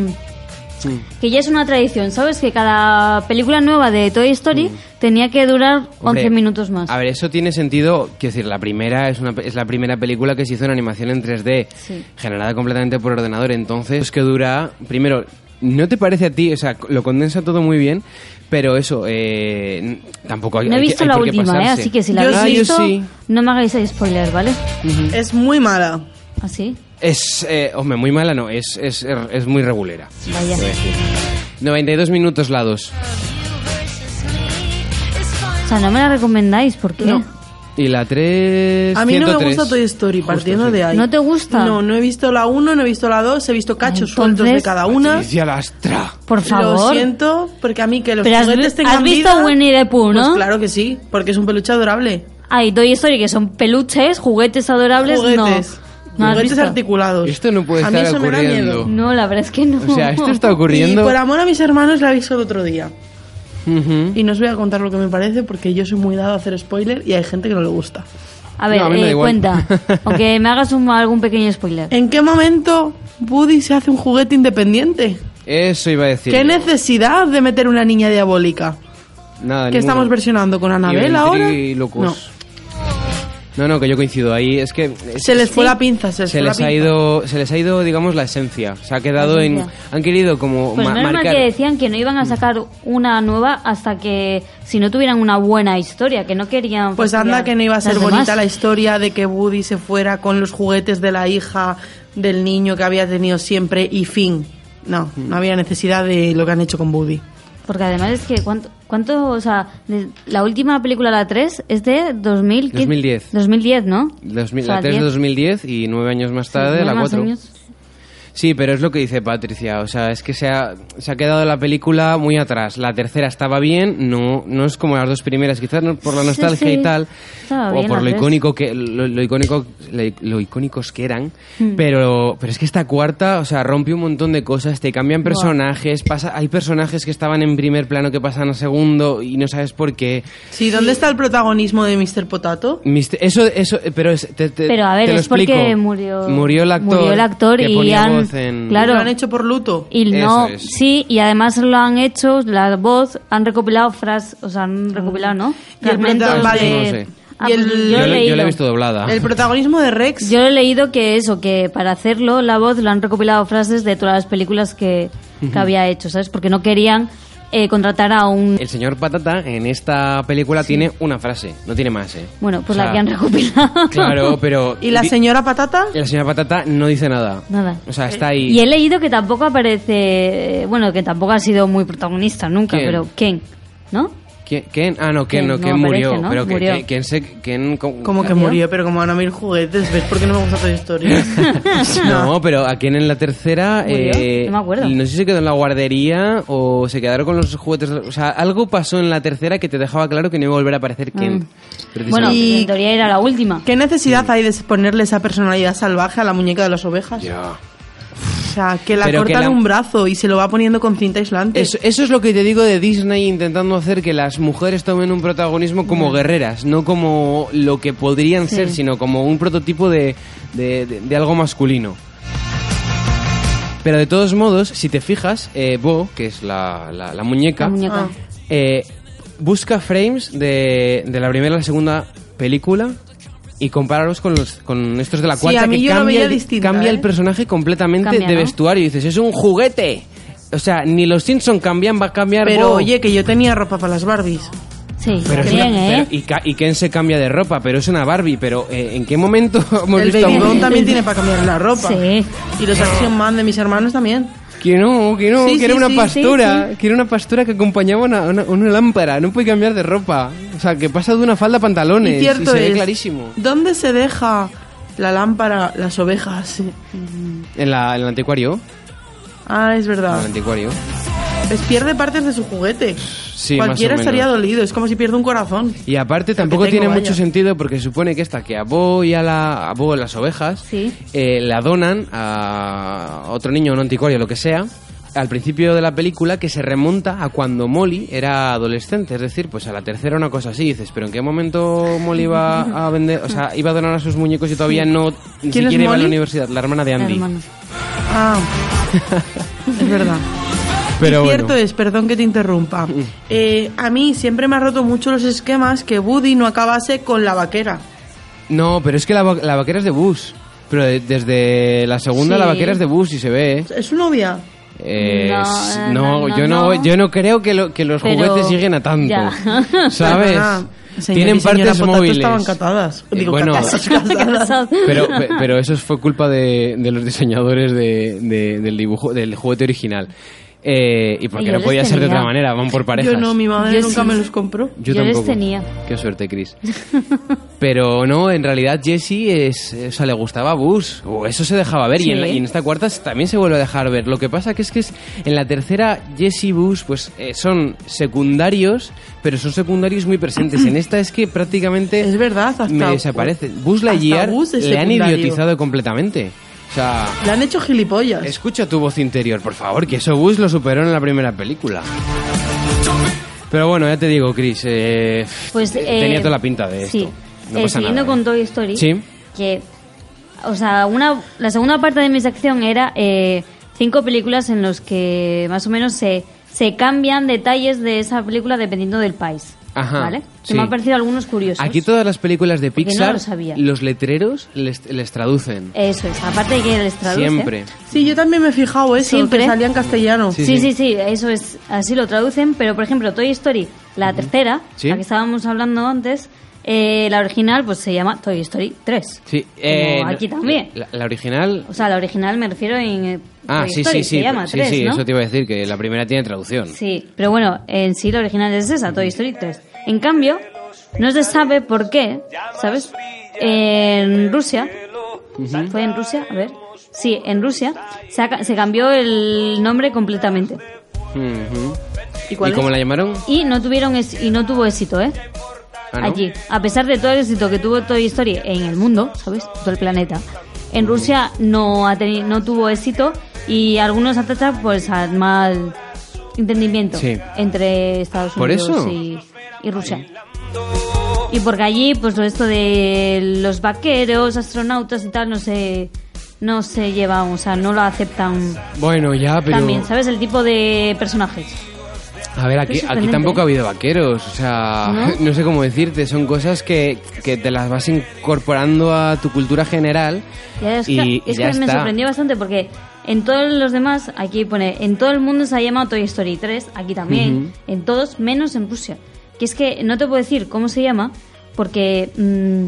[SPEAKER 3] Que ya es una tradición, ¿sabes? Que cada película nueva de Toy Story tenía que durar 11
[SPEAKER 1] Mm. Hombre,
[SPEAKER 3] minutos más.
[SPEAKER 1] A ver, eso tiene sentido. Quiero decir, la primera es, una, es la primera película que se hizo en animación en 3D,
[SPEAKER 3] Sí.
[SPEAKER 1] generada completamente por ordenador. Entonces, es que dura. Primero, ¿no te parece a ti? O sea, lo condensa todo muy bien, pero eso, eh, n- tampoco hay
[SPEAKER 3] no he
[SPEAKER 1] hay que-
[SPEAKER 3] visto
[SPEAKER 1] hay
[SPEAKER 3] la
[SPEAKER 1] por qué
[SPEAKER 3] última, ¿eh?
[SPEAKER 1] pasarse.
[SPEAKER 3] Así que si la
[SPEAKER 4] Yo
[SPEAKER 3] habéis
[SPEAKER 1] sí.
[SPEAKER 3] visto,
[SPEAKER 1] Ah, yo sí.
[SPEAKER 3] no me hagáis spoiler, ¿vale?
[SPEAKER 4] Es muy mala.
[SPEAKER 3] Así,
[SPEAKER 1] Es, eh, hombre, muy mala no, es, es, er, es muy regulera.
[SPEAKER 3] vaya.
[SPEAKER 1] 92 minutos la 2.
[SPEAKER 3] O sea, no me la recomendáis, ¿por qué?
[SPEAKER 4] No.
[SPEAKER 1] Y la 3.
[SPEAKER 4] A mí no me gusta Toy Story, partiendo de ahí.
[SPEAKER 3] ¿No te gusta?
[SPEAKER 4] No, no he visto la 1, no he visto la 2, he visto cachos sueltos de
[SPEAKER 3] entonces-
[SPEAKER 4] cada una.
[SPEAKER 1] Patricia Lastra.
[SPEAKER 3] Por
[SPEAKER 4] Lo
[SPEAKER 3] favor.
[SPEAKER 4] siento, porque a mí que los
[SPEAKER 3] Pero has-
[SPEAKER 4] juguetes tengan
[SPEAKER 3] has visto
[SPEAKER 4] vida,
[SPEAKER 3] Winnie the Pooh, ¿no?
[SPEAKER 4] Pues claro que sí, porque es un peluche adorable.
[SPEAKER 3] Hay Toy Story que son peluches, juguetes adorables,
[SPEAKER 4] Juguetes.
[SPEAKER 3] no. ¿No has
[SPEAKER 4] Juguetes
[SPEAKER 3] visto?
[SPEAKER 4] articulados.
[SPEAKER 1] Esto no puede
[SPEAKER 4] a mí
[SPEAKER 1] estar
[SPEAKER 4] eso Me da
[SPEAKER 1] ocurriendo.
[SPEAKER 4] miedo.
[SPEAKER 3] No, la verdad es que no.
[SPEAKER 1] O sea, esto está
[SPEAKER 4] Y
[SPEAKER 1] ocurriendo.
[SPEAKER 4] por amor a mis hermanos la he visto el otro día.
[SPEAKER 1] Ujú.
[SPEAKER 4] Y no os voy a contar lo que me parece porque yo soy muy dado a hacer spoiler y hay gente que no le gusta.
[SPEAKER 3] A ver,
[SPEAKER 1] No, a mí me da
[SPEAKER 3] eh,
[SPEAKER 1] igual.
[SPEAKER 3] cuenta. Aunque me hagas un- algún pequeño spoiler.
[SPEAKER 4] ¿En qué momento Woody se hace un juguete independiente?
[SPEAKER 1] Eso iba a decir.
[SPEAKER 4] ¿Qué
[SPEAKER 1] yo.
[SPEAKER 4] necesidad de meter una niña diabólica?
[SPEAKER 1] Nada,
[SPEAKER 4] ¿Qué estamos
[SPEAKER 1] ninguno.
[SPEAKER 4] versionando con Anabel
[SPEAKER 1] Y
[SPEAKER 4] ahora? No.
[SPEAKER 1] Ventriloquos. No. no, que yo coincido ahí. Es que es-
[SPEAKER 4] Se les fue la pinza, se les,
[SPEAKER 1] se
[SPEAKER 4] fue
[SPEAKER 1] les
[SPEAKER 4] la
[SPEAKER 1] ha
[SPEAKER 4] pinza.
[SPEAKER 1] ido, se les ha ido, digamos, la esencia. Se ha quedado
[SPEAKER 3] La
[SPEAKER 1] en,
[SPEAKER 3] esencia.
[SPEAKER 1] han querido como
[SPEAKER 3] Pues
[SPEAKER 1] ma-
[SPEAKER 3] menos mal
[SPEAKER 1] marcar.
[SPEAKER 3] que decían que no iban a sacar una nueva hasta que si no tuvieran una buena historia, que no querían.
[SPEAKER 4] Pues anda
[SPEAKER 3] fastidiar
[SPEAKER 4] que no iba a ser
[SPEAKER 3] las
[SPEAKER 4] bonita
[SPEAKER 3] demás.
[SPEAKER 4] la historia de que Woody se fuera con los juguetes de la hija del niño que había tenido siempre y fin. No, no había necesidad de lo que han hecho con Woody.
[SPEAKER 3] Porque además es que, ¿cuánto? cuánto o sea, de- la última película, la 3, es de 2000, ¿qué?
[SPEAKER 1] 2010.
[SPEAKER 3] 2010, ¿no?
[SPEAKER 1] 2000,
[SPEAKER 3] O sea,
[SPEAKER 1] la 3 de
[SPEAKER 3] 10.
[SPEAKER 1] 2010 y nueve años más tarde
[SPEAKER 3] Sí,
[SPEAKER 1] la
[SPEAKER 3] más
[SPEAKER 1] 4.
[SPEAKER 3] años.
[SPEAKER 1] Sí, pero es lo que dice Patricia. O sea, es que se ha, se ha quedado la película muy atrás. La tercera estaba bien, no, no es como las dos primeras, quizás no- por la
[SPEAKER 3] Sí,
[SPEAKER 1] nostalgia
[SPEAKER 3] sí.
[SPEAKER 1] y tal,
[SPEAKER 3] Estaba
[SPEAKER 1] o
[SPEAKER 3] bien
[SPEAKER 1] por
[SPEAKER 3] la
[SPEAKER 1] lo
[SPEAKER 3] tres.
[SPEAKER 1] icónico que lo, lo icónico lo, lo icónicos que eran.
[SPEAKER 3] Hmm.
[SPEAKER 1] Pero, pero es que esta cuarta, o sea, rompe un montón de cosas. Te cambian personajes, pasa, hay personajes que estaban en primer plano que pasan a segundo y no sabes por qué.
[SPEAKER 4] Sí, ¿dónde está el protagonismo de Mr. Potato?
[SPEAKER 1] Mister- eso, eso, pero es- te, te-
[SPEAKER 3] Pero a ver,
[SPEAKER 1] te lo
[SPEAKER 3] es porque
[SPEAKER 1] explico.
[SPEAKER 3] murió-
[SPEAKER 1] murió el actor,
[SPEAKER 3] murió el actor
[SPEAKER 1] que
[SPEAKER 3] y
[SPEAKER 1] ponía
[SPEAKER 3] han-
[SPEAKER 1] voz en-
[SPEAKER 3] claro,
[SPEAKER 4] Lo han hecho por luto.
[SPEAKER 3] Y
[SPEAKER 1] Eso
[SPEAKER 3] no,
[SPEAKER 1] es.
[SPEAKER 3] sí, y además lo han hecho, la voz, han recopilado frases, o sea, han recopilado, ¿no?
[SPEAKER 4] Y el
[SPEAKER 3] Fragmentos
[SPEAKER 4] protagonista-
[SPEAKER 3] de-
[SPEAKER 1] Eso no sé.
[SPEAKER 3] Ah,
[SPEAKER 4] Y el-
[SPEAKER 3] pues
[SPEAKER 1] Yo,
[SPEAKER 3] yo, lo
[SPEAKER 1] la- yo
[SPEAKER 3] he
[SPEAKER 1] la he
[SPEAKER 3] leído.
[SPEAKER 1] visto doblada.
[SPEAKER 4] El protagonismo de Rex.
[SPEAKER 3] Yo he leído que eso, que para hacerlo la voz lo han recopilado frases de todas las películas que, que había hecho, ¿sabes? Porque no querían eh, contratar a un...
[SPEAKER 1] El señor Patata en esta película tiene una frase, no tiene más, ¿eh?
[SPEAKER 3] Bueno, pues
[SPEAKER 1] O
[SPEAKER 3] la
[SPEAKER 1] sea,
[SPEAKER 3] que han recopilado.
[SPEAKER 1] Claro, pero...
[SPEAKER 4] ¿Y la
[SPEAKER 1] di-
[SPEAKER 4] señora Patata?
[SPEAKER 1] y la señora Patata no dice nada.
[SPEAKER 3] Nada.
[SPEAKER 1] O sea, está ahí...
[SPEAKER 3] Y he leído que tampoco aparece, bueno, que tampoco ha sido muy protagonista nunca,
[SPEAKER 1] ¿Quién?
[SPEAKER 3] pero Ken, ¿no?
[SPEAKER 1] ¿Quién? Ken? Ah, no, Ken,
[SPEAKER 3] Ken,
[SPEAKER 1] no,
[SPEAKER 3] no
[SPEAKER 1] Ken
[SPEAKER 3] aparece,
[SPEAKER 1] murió.
[SPEAKER 3] ¿no?
[SPEAKER 1] Pero que-
[SPEAKER 3] Murió.
[SPEAKER 1] que, Ken se... Ken, co-
[SPEAKER 4] Como que
[SPEAKER 3] ¿Murió?
[SPEAKER 4] murió, pero como van a ver juguetes, ¿ves por qué no me gusta Toy Story?
[SPEAKER 1] No, pero a Ken en la tercera...
[SPEAKER 3] ¿Murió?
[SPEAKER 1] eh,
[SPEAKER 3] No me acuerdo.
[SPEAKER 1] No sé si se quedó en la guardería o se quedaron con los juguetes... O sea, algo pasó en la tercera que te dejaba claro que no iba a volver a aparecer Ken. precisamente.
[SPEAKER 3] Mm. Bueno,
[SPEAKER 4] Y-
[SPEAKER 3] en teoría era la última.
[SPEAKER 4] ¿Qué necesidad hay de ponerle esa personalidad salvaje a la muñeca de las ovejas? O sea, que la
[SPEAKER 1] Pero que
[SPEAKER 4] cortan
[SPEAKER 1] la-
[SPEAKER 4] un brazo y se lo va poniendo con cinta aislante.
[SPEAKER 1] Eso, eso es lo que te digo de Disney intentando hacer que las mujeres tomen un protagonismo
[SPEAKER 3] Mm.
[SPEAKER 1] como guerreras, no como lo que podrían ser, sino como un prototipo de, de- de- de algo masculino. Pero de todos modos, si te fijas, eh, Bo, que es la, la- la muñeca,
[SPEAKER 3] La muñeca.
[SPEAKER 1] eh, busca frames de, de la primera a la segunda película y compáralos con, los, con estos de la
[SPEAKER 4] Sí,
[SPEAKER 1] cuarta
[SPEAKER 4] a mí
[SPEAKER 1] que
[SPEAKER 4] yo lo
[SPEAKER 1] cambia,
[SPEAKER 4] veía
[SPEAKER 1] el-
[SPEAKER 4] distinta,
[SPEAKER 1] cambia
[SPEAKER 4] ¿eh?
[SPEAKER 1] el personaje completamente
[SPEAKER 3] Cambia,
[SPEAKER 1] de
[SPEAKER 3] ¿no?
[SPEAKER 1] vestuario. Y dices, es un juguete. O sea, ni los Simpson cambian, va a cambiar.
[SPEAKER 4] Pero
[SPEAKER 1] Bo.
[SPEAKER 4] oye, que yo tenía ropa para las Barbies.
[SPEAKER 3] Sí,
[SPEAKER 1] Pero es
[SPEAKER 3] bien,
[SPEAKER 1] una-
[SPEAKER 3] ¿eh?
[SPEAKER 1] pero- y, Ka- y Ken se cambia de ropa, pero es una Barbie. Pero eh, ¿en qué momento hemos
[SPEAKER 4] El
[SPEAKER 1] visto
[SPEAKER 4] Baby
[SPEAKER 1] a
[SPEAKER 4] Doll
[SPEAKER 1] un-
[SPEAKER 4] también tiene para cambiar la ropa.
[SPEAKER 3] Sí.
[SPEAKER 4] Y los Action Man de mis hermanos también.
[SPEAKER 1] Que no, que no,
[SPEAKER 4] Sí,
[SPEAKER 1] que
[SPEAKER 4] sí,
[SPEAKER 1] era una
[SPEAKER 4] sí,
[SPEAKER 1] pastora. Que era una pastora que acompañaba una, una, una lámpara. No puede cambiar de ropa. O sea, que pasa de una falda a pantalones.
[SPEAKER 4] Y cierto
[SPEAKER 1] se
[SPEAKER 4] es,
[SPEAKER 1] ve clarísimo.
[SPEAKER 4] ¿dónde se deja la lámpara las ovejas?
[SPEAKER 1] En, la, en el anticuario.
[SPEAKER 4] Ah, es
[SPEAKER 1] En el
[SPEAKER 4] verdad.
[SPEAKER 1] anticuario.
[SPEAKER 4] Pues pierde partes de su juguete.
[SPEAKER 1] Sí, más o
[SPEAKER 4] Cualquiera estaría
[SPEAKER 1] menos.
[SPEAKER 4] dolido, es como si pierde un corazón.
[SPEAKER 1] Y aparte tampoco
[SPEAKER 4] tengo,
[SPEAKER 1] tiene
[SPEAKER 4] vaya.
[SPEAKER 1] mucho sentido porque supone que esta que a Bo y a la a Bo, las ovejas
[SPEAKER 3] Sí.
[SPEAKER 1] eh, la donan a otro niño, un anticuario, lo que sea, al principio de la película que se remonta a cuando Molly era adolescente, es decir, pues a la tercera una cosa así, dices, pero ¿en qué momento Molly iba a vender, o sea, iba a donar a sus muñecos y todavía no ni
[SPEAKER 4] ¿Quién es
[SPEAKER 1] siquiera iba a la
[SPEAKER 4] Molly?
[SPEAKER 1] universidad, la hermana de
[SPEAKER 3] La
[SPEAKER 1] Andy.
[SPEAKER 3] hermana.
[SPEAKER 4] Ah, es verdad.
[SPEAKER 1] Pero bueno.
[SPEAKER 4] y
[SPEAKER 1] Mm.
[SPEAKER 4] cierto es, perdón que te interrumpa. eh, a mí siempre me ha roto mucho los esquemas que Woody no acabase con la vaquera.
[SPEAKER 1] No, pero es que la, va- la vaquera es de Bus. Pero de- desde la segunda
[SPEAKER 3] Sí.
[SPEAKER 1] la vaquera es de Bus y se ve, ¿eh?
[SPEAKER 4] Es su novia.
[SPEAKER 1] Eh,
[SPEAKER 3] No,
[SPEAKER 1] s-
[SPEAKER 3] eh,
[SPEAKER 1] no,
[SPEAKER 3] no, no,
[SPEAKER 1] yo no,
[SPEAKER 3] no.
[SPEAKER 1] yo no creo que, lo- que los
[SPEAKER 3] Pero-
[SPEAKER 1] juguetes lleguen a tanto,
[SPEAKER 3] Ya.
[SPEAKER 1] ¿sabes?
[SPEAKER 4] Perdona, señor y
[SPEAKER 1] Tienen
[SPEAKER 4] señora
[SPEAKER 1] partes
[SPEAKER 4] Potato
[SPEAKER 1] móviles.
[SPEAKER 4] Estaban catadas.
[SPEAKER 1] Eh,
[SPEAKER 4] Digo,
[SPEAKER 1] bueno.
[SPEAKER 4] catadas, casadas.
[SPEAKER 1] Pero, pe- pero eso fue culpa de, de los diseñadores de- de- del dibujo, del juguete original. Eh, y porque
[SPEAKER 3] Ay, yo
[SPEAKER 1] no
[SPEAKER 3] les
[SPEAKER 1] podía ser de
[SPEAKER 3] tenía.
[SPEAKER 1] otra manera, van por parejas.
[SPEAKER 4] Yo no, mi madre
[SPEAKER 3] Yo
[SPEAKER 4] nunca
[SPEAKER 3] sí.
[SPEAKER 4] me los compró.
[SPEAKER 1] Yo
[SPEAKER 3] Yo les
[SPEAKER 1] tampoco.
[SPEAKER 3] tenía.
[SPEAKER 1] Qué suerte, Chris. Pero no, en realidad Jesse es, o sea, le gustaba Bus. O eso se dejaba ver. Y, en la-
[SPEAKER 3] Sí.
[SPEAKER 1] y en esta cuarta s- también se vuelve a dejar ver. Lo que pasa que es que es, en la tercera Jesse y Bus pues, eh, son secundarios, pero son secundarios muy presentes. En esta es que prácticamente
[SPEAKER 4] Es verdad, hasta-
[SPEAKER 1] me desaparece. Bus
[SPEAKER 4] hasta
[SPEAKER 1] Lightyear
[SPEAKER 4] Buzz es
[SPEAKER 1] le han
[SPEAKER 4] secundario.
[SPEAKER 1] idiotizado completamente. O sea,
[SPEAKER 4] Le han hecho gilipollas.
[SPEAKER 1] escucha tu voz interior, por favor, que eso Bus lo superó en la primera película. Pero bueno, ya te digo, Chris, eh,
[SPEAKER 3] Pues,
[SPEAKER 1] eh,
[SPEAKER 3] eh,
[SPEAKER 1] tenía toda la pinta de
[SPEAKER 3] sí.
[SPEAKER 1] esto. No
[SPEAKER 3] Eh,
[SPEAKER 1] pasa
[SPEAKER 3] siguiendo
[SPEAKER 1] nada,
[SPEAKER 3] con
[SPEAKER 1] ¿eh?
[SPEAKER 3] Toy Story,
[SPEAKER 1] Sí.
[SPEAKER 3] que, o sea, una, la segunda parte de mi sección era eh, cinco películas en los que más o menos se, se cambian detalles de esa película dependiendo del país.
[SPEAKER 1] Ajá,
[SPEAKER 3] ¿Vale? Se
[SPEAKER 1] sí.
[SPEAKER 3] me han parecido algunos curiosos.
[SPEAKER 1] Aquí todas las películas de
[SPEAKER 3] Porque no
[SPEAKER 1] Pixar,
[SPEAKER 3] lo sabía.
[SPEAKER 1] los letreros les, les traducen.
[SPEAKER 3] Eso es, aparte de que les traduce.
[SPEAKER 1] Siempre.
[SPEAKER 4] Sí, yo también me he fijado eso,
[SPEAKER 3] Siempre.
[SPEAKER 4] que salía en castellano.
[SPEAKER 1] Sí,
[SPEAKER 3] Sí
[SPEAKER 1] sí.
[SPEAKER 3] sí. sí, eso es, así lo traducen, pero por ejemplo, Toy Story, la tercera,
[SPEAKER 1] Sí.
[SPEAKER 3] la que estábamos hablando antes, eh, la original pues se llama Toy Story 3.
[SPEAKER 1] Sí,
[SPEAKER 3] Como
[SPEAKER 1] eh,
[SPEAKER 3] aquí
[SPEAKER 1] no,
[SPEAKER 3] también.
[SPEAKER 1] La, la original.
[SPEAKER 3] O sea, la original me refiero en eh,
[SPEAKER 1] Ah,
[SPEAKER 3] Toy
[SPEAKER 1] sí,
[SPEAKER 3] Story,
[SPEAKER 1] sí, sí.
[SPEAKER 3] se llama
[SPEAKER 1] sí,
[SPEAKER 3] 3,
[SPEAKER 1] sí,
[SPEAKER 3] ¿no?
[SPEAKER 1] eso te iba a decir, que la primera tiene traducción.
[SPEAKER 3] Sí, pero bueno, en sí la original es esa, Toy Story 3. En cambio, no se sabe por qué, ¿sabes? En Rusia, ¿fue en Rusia? A ver. Sí, en Rusia se, ha ca- se cambió el nombre completamente.
[SPEAKER 1] Ujú.
[SPEAKER 4] ¿Y cuál es?
[SPEAKER 1] cómo la llamaron?
[SPEAKER 3] Y no tuvieron es- y no tuvo éxito, ¿eh?
[SPEAKER 1] Ah, ¿no?
[SPEAKER 3] Allí, a pesar de todo el éxito que tuvo Toy Story en el mundo, ¿sabes? Todo el planeta. En Rusia no ha teni- no tuvo éxito y algunos atachan pues al mal entendimiento
[SPEAKER 1] Sí.
[SPEAKER 3] entre Estados
[SPEAKER 1] ¿Por
[SPEAKER 3] Unidos
[SPEAKER 1] eso?
[SPEAKER 3] Y, y Rusia. Y porque allí pues lo esto de los vaqueros, astronautas y tal no se no se lleva, o sea, no lo aceptan
[SPEAKER 1] Bueno, ya, pero.
[SPEAKER 3] también, ¿sabes? El tipo de personajes.
[SPEAKER 1] A ver, aquí,
[SPEAKER 3] Es
[SPEAKER 1] aquí
[SPEAKER 3] sorprendente,
[SPEAKER 1] tampoco
[SPEAKER 3] ¿eh?
[SPEAKER 1] ha habido vaqueros, o sea, ¿No?
[SPEAKER 3] ¿No?
[SPEAKER 1] sé cómo decirte, son cosas que, que te las vas incorporando a tu cultura general
[SPEAKER 3] Ya es que,
[SPEAKER 1] y
[SPEAKER 3] es
[SPEAKER 1] ya
[SPEAKER 3] que me
[SPEAKER 1] está.
[SPEAKER 3] sorprendió bastante porque en todos los demás, aquí pone, en todo el mundo se ha llamado Toy Story 3, aquí también, en todos, menos en Rusia. Que es que no te puedo decir cómo se llama porque mm,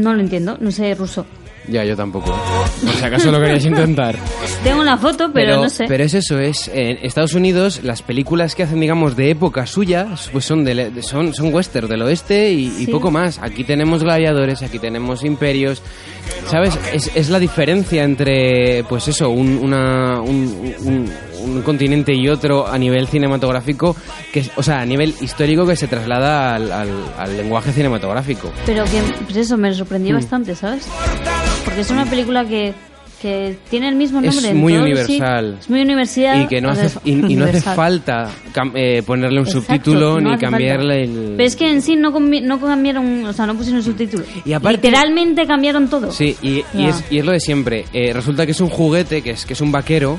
[SPEAKER 3] no lo entiendo, no sé ruso.
[SPEAKER 1] Ya, yo tampoco. Por si acaso lo querías intentar.
[SPEAKER 3] Tengo una foto, pero, no sé.
[SPEAKER 1] pero es eso, es en Estados Unidos las películas que hacen, digamos, de época suya, pues son del- de- son, son western del oeste y, y
[SPEAKER 3] Sí.
[SPEAKER 1] poco más. Aquí tenemos gladiadores, aquí tenemos imperios, ¿sabes? Es, es la diferencia entre, pues eso, un, una- un- un- un continente y otro a nivel cinematográfico, que, es- o sea, a nivel histórico que se traslada al, al- al lenguaje cinematográfico.
[SPEAKER 3] Pero que pues eso me
[SPEAKER 1] Mm.
[SPEAKER 3] sorprendió bastante, ¿sabes? Porque es una película que, que tiene el mismo
[SPEAKER 1] Es
[SPEAKER 3] nombre. en
[SPEAKER 1] muy
[SPEAKER 3] todos los
[SPEAKER 1] universal.
[SPEAKER 3] sitios, Es muy universidad.
[SPEAKER 1] Y que no hace, y, y no hace falta cam- eh, ponerle un
[SPEAKER 3] Exacto,
[SPEAKER 1] subtítulo
[SPEAKER 3] no
[SPEAKER 1] ni
[SPEAKER 3] hace
[SPEAKER 1] cambiarle
[SPEAKER 3] falta.
[SPEAKER 1] el...
[SPEAKER 3] Pero es que en sí no, combi- no cambiaron, o sea, no pusieron subtítulos.
[SPEAKER 1] Y aparte-
[SPEAKER 3] Literalmente cambiaron todo.
[SPEAKER 1] Sí, y, y
[SPEAKER 3] Ya.
[SPEAKER 1] es, y es lo de siempre. Eh, resulta que es un juguete, que es, que es un vaquero,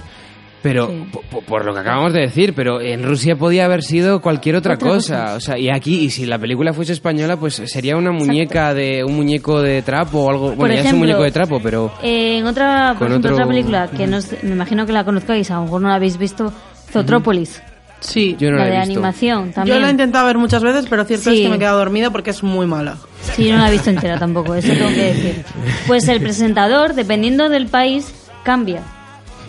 [SPEAKER 1] pero
[SPEAKER 3] Sí.
[SPEAKER 1] po- po- por, lo que acabamos de decir, pero en Rusia podía haber sido cualquier otra,
[SPEAKER 3] Otra
[SPEAKER 1] cosa.
[SPEAKER 3] cosa.
[SPEAKER 1] O sea, y aquí, y si la película fuese española, pues sería una muñeca de un muñeco de trapo o algo. Bueno,
[SPEAKER 3] Por
[SPEAKER 1] ya es un
[SPEAKER 3] ejemplo,
[SPEAKER 1] muñeco de trapo, pero
[SPEAKER 3] Eh, en otra,
[SPEAKER 1] Con
[SPEAKER 3] por ejemplo,
[SPEAKER 1] otro-
[SPEAKER 3] otra película que no sé- me imagino que la conozcáis, a lo mejor no la habéis visto, Zotrópolis,
[SPEAKER 4] Sí.
[SPEAKER 1] yo no
[SPEAKER 3] la
[SPEAKER 1] la,
[SPEAKER 3] de
[SPEAKER 1] he visto.
[SPEAKER 3] animación también.
[SPEAKER 4] Yo la he intentado ver muchas veces, pero cierto es
[SPEAKER 3] Sí.
[SPEAKER 4] que me he quedado dormida porque es muy mala.
[SPEAKER 3] Sí, yo no la he visto entera tampoco, eso tengo que decir. Pues el presentador, dependiendo del país, cambia.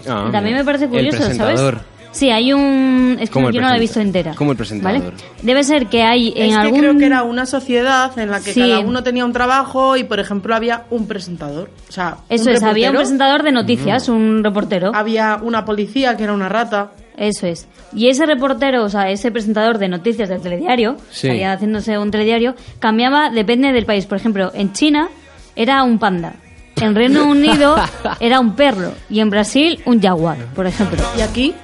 [SPEAKER 1] Ah,
[SPEAKER 3] También me parece curioso,
[SPEAKER 1] el presentador.
[SPEAKER 3] ¿sabes? Sí, hay un... Es que
[SPEAKER 1] Como el
[SPEAKER 3] yo no la
[SPEAKER 1] presenta-
[SPEAKER 3] he visto entera.
[SPEAKER 1] como el presentador.
[SPEAKER 3] ¿vale? Debe ser que hay en
[SPEAKER 4] es que
[SPEAKER 3] algún...
[SPEAKER 4] creo que era una sociedad en la que
[SPEAKER 3] Sí.
[SPEAKER 4] cada uno tenía un trabajo y, por ejemplo, había un presentador. O sea,
[SPEAKER 3] Eso
[SPEAKER 4] un
[SPEAKER 3] es, había un
[SPEAKER 4] reportero, Ah.
[SPEAKER 3] presentador de
[SPEAKER 1] Mm.
[SPEAKER 3] noticias, un reportero.
[SPEAKER 4] Había una policía que era una rata.
[SPEAKER 3] Eso es. Y ese reportero, o sea, ese presentador de noticias del telediario,
[SPEAKER 1] Sí.
[SPEAKER 3] estaría haciéndose un telediario, cambiaba, depende del país. Por ejemplo, en China era un panda. En Reino Unido era un perro. Y en Brasil, un jaguar, por ejemplo.
[SPEAKER 4] Y aquí,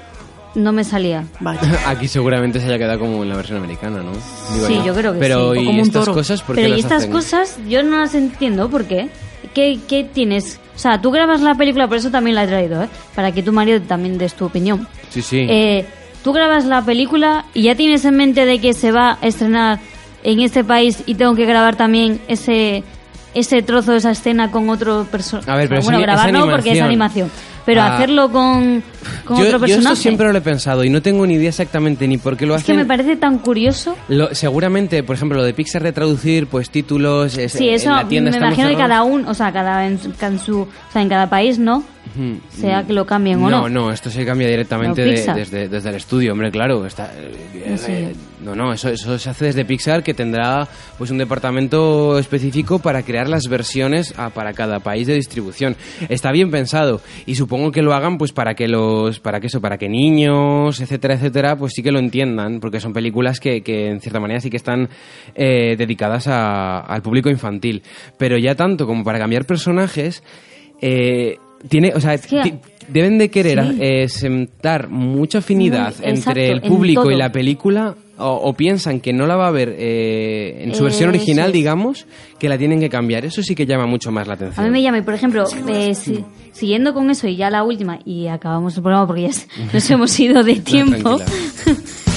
[SPEAKER 3] No me salía.
[SPEAKER 4] vaya.
[SPEAKER 1] Aquí seguramente se haya quedado como en la versión americana, ¿no? Digo
[SPEAKER 3] Sí, yo creo que
[SPEAKER 1] pero
[SPEAKER 3] sí. O
[SPEAKER 1] ¿y
[SPEAKER 3] como un
[SPEAKER 1] estas
[SPEAKER 3] toro.
[SPEAKER 1] cosas por qué
[SPEAKER 3] Pero y
[SPEAKER 1] las
[SPEAKER 3] estas
[SPEAKER 1] hacen?
[SPEAKER 3] cosas yo no las entiendo, ¿por qué? ¿Qué, qué tienes? O sea, tú grabas la película, por eso también la he traído, ¿eh? Para que tu marido también des tu opinión.
[SPEAKER 1] Sí, sí.
[SPEAKER 3] Eh, tú grabas la película y ya tienes en mente de que se va a estrenar en este país y tengo que grabar también ese ese trozo, esa escena con otro personaje.
[SPEAKER 1] A ver, pero es
[SPEAKER 3] bueno,
[SPEAKER 1] ani- es
[SPEAKER 3] grabar no porque es
[SPEAKER 1] animación.
[SPEAKER 3] animación, pero
[SPEAKER 1] Ah.
[SPEAKER 3] hacerlo con, con
[SPEAKER 1] yo,
[SPEAKER 3] otro
[SPEAKER 1] yo
[SPEAKER 3] personaje.
[SPEAKER 1] esto siempre lo he pensado y no tengo ni idea exactamente ni por qué lo
[SPEAKER 3] es que
[SPEAKER 1] hacen.
[SPEAKER 3] me parece tan curioso.
[SPEAKER 1] Lo- seguramente, por ejemplo, lo de Pixar de traducir, pues títulos, es-
[SPEAKER 3] Sí,
[SPEAKER 1] en
[SPEAKER 3] eso
[SPEAKER 1] la tienda
[SPEAKER 3] me
[SPEAKER 1] estamos
[SPEAKER 3] imagino que
[SPEAKER 1] cerrados.
[SPEAKER 3] cada uno, o sea, cada en, en su, o sea, en cada país, ¿no?
[SPEAKER 1] Hmm.
[SPEAKER 3] sea que lo cambien o
[SPEAKER 1] No,
[SPEAKER 3] no.
[SPEAKER 1] no, esto se cambia directamente
[SPEAKER 3] No,
[SPEAKER 1] de-
[SPEAKER 3] Pixar.
[SPEAKER 1] desde, desde el estudio, hombre, claro. Está, eh,
[SPEAKER 3] Sí.
[SPEAKER 1] eh, no, no, eso, eso se hace desde Pixar, que tendrá pues un departamento específico para crear las versiones a- para cada país de distribución. Está bien pensado y supongo que lo hagan pues para que los, para que eso, para que niños, etcétera, etcétera, pues sí que lo entiendan, porque son películas que, que en cierta manera sí que están eh, dedicadas a- al público infantil. Pero ya tanto como para cambiar personajes. Eh, tiene, o sea,
[SPEAKER 3] que-
[SPEAKER 1] ti- deben de querer
[SPEAKER 3] Sí.
[SPEAKER 1] eh, sentar mucha afinidad
[SPEAKER 3] Muy-
[SPEAKER 1] entre
[SPEAKER 3] exacto,
[SPEAKER 1] el
[SPEAKER 3] en
[SPEAKER 1] público
[SPEAKER 3] todo.
[SPEAKER 1] y la película o, o piensan que no la va a ver eh, en su
[SPEAKER 3] Eh,
[SPEAKER 1] versión original,
[SPEAKER 3] sí.
[SPEAKER 1] digamos, que la tienen que cambiar. Eso sí que llama mucho más la
[SPEAKER 3] A
[SPEAKER 1] atención.
[SPEAKER 3] mí me llama, y por ejemplo, eh, si- siguiendo con eso y ya la última, y acabamos el programa porque ya es- nos hemos ido de tiempo.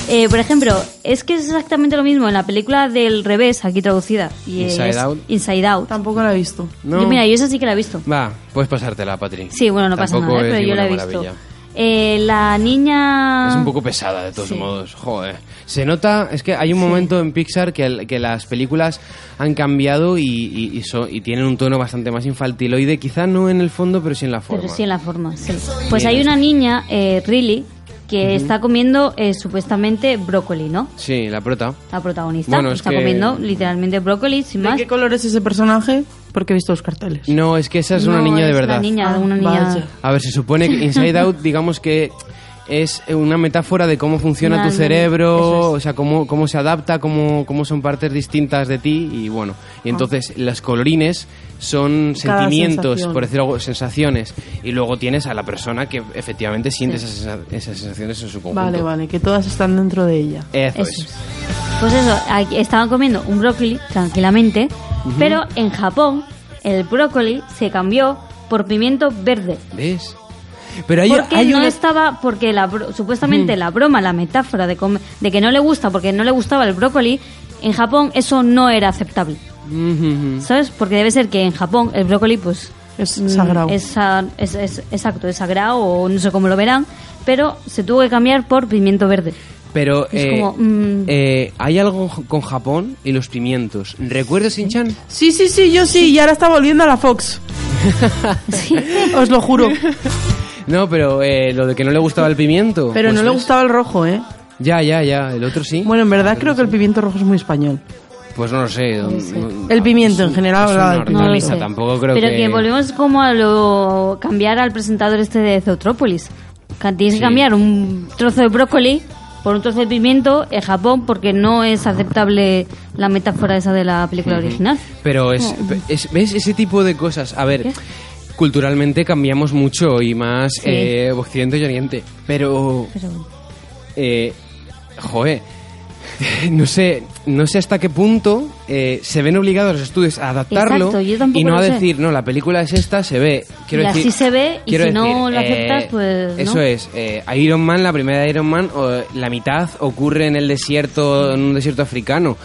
[SPEAKER 3] Eh, por ejemplo, es que es exactamente lo mismo en la película del revés, aquí traducida. Y
[SPEAKER 1] Inside
[SPEAKER 3] es
[SPEAKER 1] Out.
[SPEAKER 3] Inside Out.
[SPEAKER 4] Tampoco la he visto.
[SPEAKER 1] No.
[SPEAKER 3] Yo, mira, yo esa sí que la he visto.
[SPEAKER 1] Va, puedes pasártela, Patrick.
[SPEAKER 3] Sí, bueno, no pasa
[SPEAKER 1] Tampoco
[SPEAKER 3] nada, ¿eh?
[SPEAKER 1] es
[SPEAKER 3] pero yo la he
[SPEAKER 1] ninguna
[SPEAKER 3] visto.
[SPEAKER 1] maravilla.
[SPEAKER 3] Eh, la niña...
[SPEAKER 1] Es un poco pesada, de todos
[SPEAKER 3] Sí.
[SPEAKER 1] modos. Joder. Se nota, es que hay un momento en Pixar que, el- que las películas han cambiado y, y, y so- y tienen un tono bastante más infantiloide, quizá no en el fondo, pero sí en la forma.
[SPEAKER 3] Pero sí en la forma, sí. Pues hay una niña, eh, Riley, que está comiendo eh, supuestamente brócoli, ¿no?
[SPEAKER 1] Sí, la prota.
[SPEAKER 3] La protagonista
[SPEAKER 1] Bueno, es
[SPEAKER 3] está
[SPEAKER 1] que-
[SPEAKER 3] comiendo literalmente brócoli, sin
[SPEAKER 4] ¿De
[SPEAKER 3] más.
[SPEAKER 4] qué color es ese personaje? Porque he visto los carteles.
[SPEAKER 1] No, es que esa es una
[SPEAKER 3] No,
[SPEAKER 1] niña de
[SPEAKER 3] es la
[SPEAKER 1] verdad.
[SPEAKER 3] niña,
[SPEAKER 4] Ah,
[SPEAKER 3] una niña-
[SPEAKER 4] vaya.
[SPEAKER 1] A ver, se supone que Inside Out, digamos que es una metáfora de cómo funciona
[SPEAKER 3] Una
[SPEAKER 1] tu
[SPEAKER 3] niña,
[SPEAKER 1] cerebro,
[SPEAKER 3] eso
[SPEAKER 1] o sea, cómo, cómo se adapta, cómo, cómo son partes distintas de ti y bueno.
[SPEAKER 3] Ah.
[SPEAKER 1] Y entonces los colorines son
[SPEAKER 4] Cada
[SPEAKER 1] sentimientos,
[SPEAKER 4] sensación.
[SPEAKER 1] por decir algo, sensaciones. Y luego tienes a la persona que efectivamente siente esas, sensa- esas sensaciones en su conjunto.
[SPEAKER 4] Vale, vale, que todas están dentro de ella.
[SPEAKER 1] Eso,
[SPEAKER 3] Eso
[SPEAKER 1] es.
[SPEAKER 3] es. Pues eso, aquí estaban comiendo un brócoli tranquilamente, pero en Japón el brócoli se cambió por pimiento verde.
[SPEAKER 1] ¿Ves? Pero hay,
[SPEAKER 3] Porque
[SPEAKER 1] hay
[SPEAKER 3] no
[SPEAKER 1] una...
[SPEAKER 3] estaba, porque la, bro- supuestamente la broma, la metáfora de, come- de que no le gusta porque no le gustaba el brócoli, en Japón eso no era aceptable.
[SPEAKER 1] Mhm.
[SPEAKER 3] ¿Sabes? Porque debe ser que en Japón el brócoli, pues.
[SPEAKER 4] Es
[SPEAKER 3] mm,
[SPEAKER 4] sagrado.
[SPEAKER 3] Es, sa- es- es- exacto, es sagrado o no sé cómo lo verán, pero se tuvo que cambiar por pimiento verde.
[SPEAKER 1] Pero
[SPEAKER 3] Es
[SPEAKER 1] eh,
[SPEAKER 3] como, mm.
[SPEAKER 1] eh, hay algo con Japón y los pimientos. ¿Recuerdas, Inchan?
[SPEAKER 4] Sí, sí, sí, yo sí, y ahora está volviendo a la Fox.
[SPEAKER 3] Sí.
[SPEAKER 4] Os lo juro.
[SPEAKER 1] No, pero eh, lo de que no le gustaba el pimiento.
[SPEAKER 4] Pero
[SPEAKER 1] pues
[SPEAKER 4] no le
[SPEAKER 1] ves.
[SPEAKER 4] gustaba el rojo, ¿eh?
[SPEAKER 1] Ya, ya, ya. El otro sí.
[SPEAKER 4] Bueno, en verdad creo que el pimiento rojo es muy español.
[SPEAKER 1] pues no lo sé.
[SPEAKER 4] El pimiento, en general, hablaba del
[SPEAKER 1] No
[SPEAKER 4] pimiento.
[SPEAKER 1] lo
[SPEAKER 4] No lo sé.
[SPEAKER 1] Tampoco creo
[SPEAKER 3] pero
[SPEAKER 1] que.
[SPEAKER 3] que... volvemos como a lo cambiar al presentador este de Zootrópolis. Que Tienes
[SPEAKER 1] Sí.
[SPEAKER 3] que cambiar un trozo de brócoli por un trozo de pimiento en Japón porque no es aceptable la metáfora esa de la película original.
[SPEAKER 1] Pero es, es- ¿Ves ese tipo de cosas? A ver.
[SPEAKER 3] ¿Qué?
[SPEAKER 1] Culturalmente cambiamos mucho y más
[SPEAKER 3] Sí.
[SPEAKER 1] eh, Occidente y Oriente. Pero.
[SPEAKER 3] Pero
[SPEAKER 1] Eh, joe, no sé, no sé hasta qué punto eh, se ven obligados los estudios a adaptarlo
[SPEAKER 3] Exacto, yo tampoco
[SPEAKER 1] y no
[SPEAKER 3] lo
[SPEAKER 1] a
[SPEAKER 3] sé.
[SPEAKER 1] decir, no, la película es esta, se ve. Quiero
[SPEAKER 3] Y
[SPEAKER 1] decir,
[SPEAKER 3] así se ve, y
[SPEAKER 1] quiero
[SPEAKER 3] si no
[SPEAKER 1] decir, eh,
[SPEAKER 3] lo aceptas, pues,
[SPEAKER 1] Eso
[SPEAKER 3] no.
[SPEAKER 1] es, eh, Iron Man, la primera de Iron Man, o, eh, la mitad ocurre en el desierto, en un desierto africano.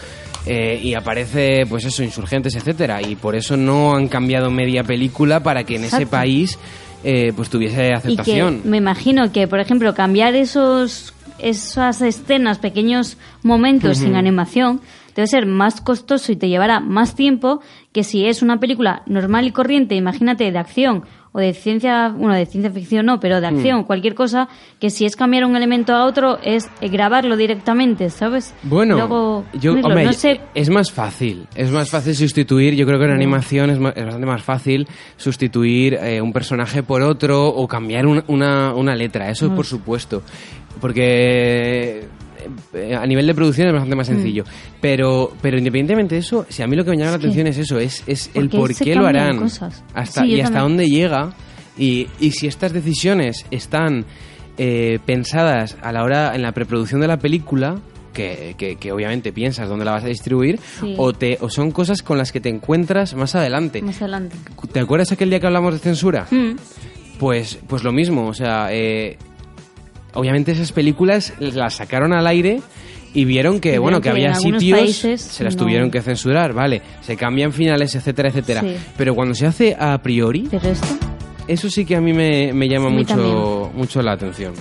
[SPEAKER 1] eh, y aparece, pues eso, insurgentes, etcétera. Y por eso no han cambiado media película para que en ese
[SPEAKER 3] Exacto.
[SPEAKER 1] país eh, pues tuviese
[SPEAKER 3] y que
[SPEAKER 1] aceptación.
[SPEAKER 3] me imagino que, por ejemplo, cambiar esos esas escenas, pequeños momentos en animación, debe ser más costoso y te llevará más tiempo que si es una película normal y corriente, imagínate, de acción o de ciencia, bueno, de ciencia ficción no, pero de
[SPEAKER 1] Mm.
[SPEAKER 3] acción, cualquier cosa, que si es cambiar un elemento a otro es eh, grabarlo directamente, ¿sabes?
[SPEAKER 1] Bueno,
[SPEAKER 3] Luego,
[SPEAKER 1] yo,
[SPEAKER 3] unirlo,
[SPEAKER 1] hombre,
[SPEAKER 3] no sé,
[SPEAKER 1] es más fácil. Es más fácil sustituir. Yo creo que en animación es, ma- es bastante más fácil sustituir eh, un personaje por otro o cambiar un- una, una letra.
[SPEAKER 3] Mm.
[SPEAKER 1] Eso, por supuesto. Porque eh, a nivel de producción es bastante más
[SPEAKER 3] Mm.
[SPEAKER 1] sencillo. Pero, pero independientemente de eso, si a mí lo que me llama la
[SPEAKER 3] que-
[SPEAKER 1] atención es eso, es, es el
[SPEAKER 3] porque
[SPEAKER 1] por
[SPEAKER 3] se
[SPEAKER 1] qué lo
[SPEAKER 3] cambian
[SPEAKER 1] harán.
[SPEAKER 3] cosas.
[SPEAKER 1] Hasta,
[SPEAKER 3] Sí, yo
[SPEAKER 1] y hasta
[SPEAKER 3] también.
[SPEAKER 1] dónde llega y, y si estas decisiones están eh, pensadas a la hora en la preproducción de la película que, que- que obviamente piensas dónde la vas a distribuir
[SPEAKER 3] Sí.
[SPEAKER 1] o te o son cosas con las que te encuentras más adelante
[SPEAKER 3] más adelante.
[SPEAKER 1] ¿te acuerdas aquel día que hablamos de censura?
[SPEAKER 3] Mm.
[SPEAKER 1] Pues, pues lo mismo, o sea, eh, obviamente esas películas las sacaron al aire y vieron que,
[SPEAKER 3] Vieron
[SPEAKER 1] bueno, que,
[SPEAKER 3] que en
[SPEAKER 1] había
[SPEAKER 3] algunos
[SPEAKER 1] sitios,
[SPEAKER 3] países
[SPEAKER 1] se las
[SPEAKER 3] no.
[SPEAKER 1] tuvieron que censurar, vale, se cambian finales, etcétera, etcétera.
[SPEAKER 3] Sí.
[SPEAKER 1] Pero cuando se hace a priori,
[SPEAKER 3] Pero esto,
[SPEAKER 1] eso sí que a mí me, me llama
[SPEAKER 3] A mí
[SPEAKER 1] mucho,
[SPEAKER 3] también.
[SPEAKER 1] mucho la atención.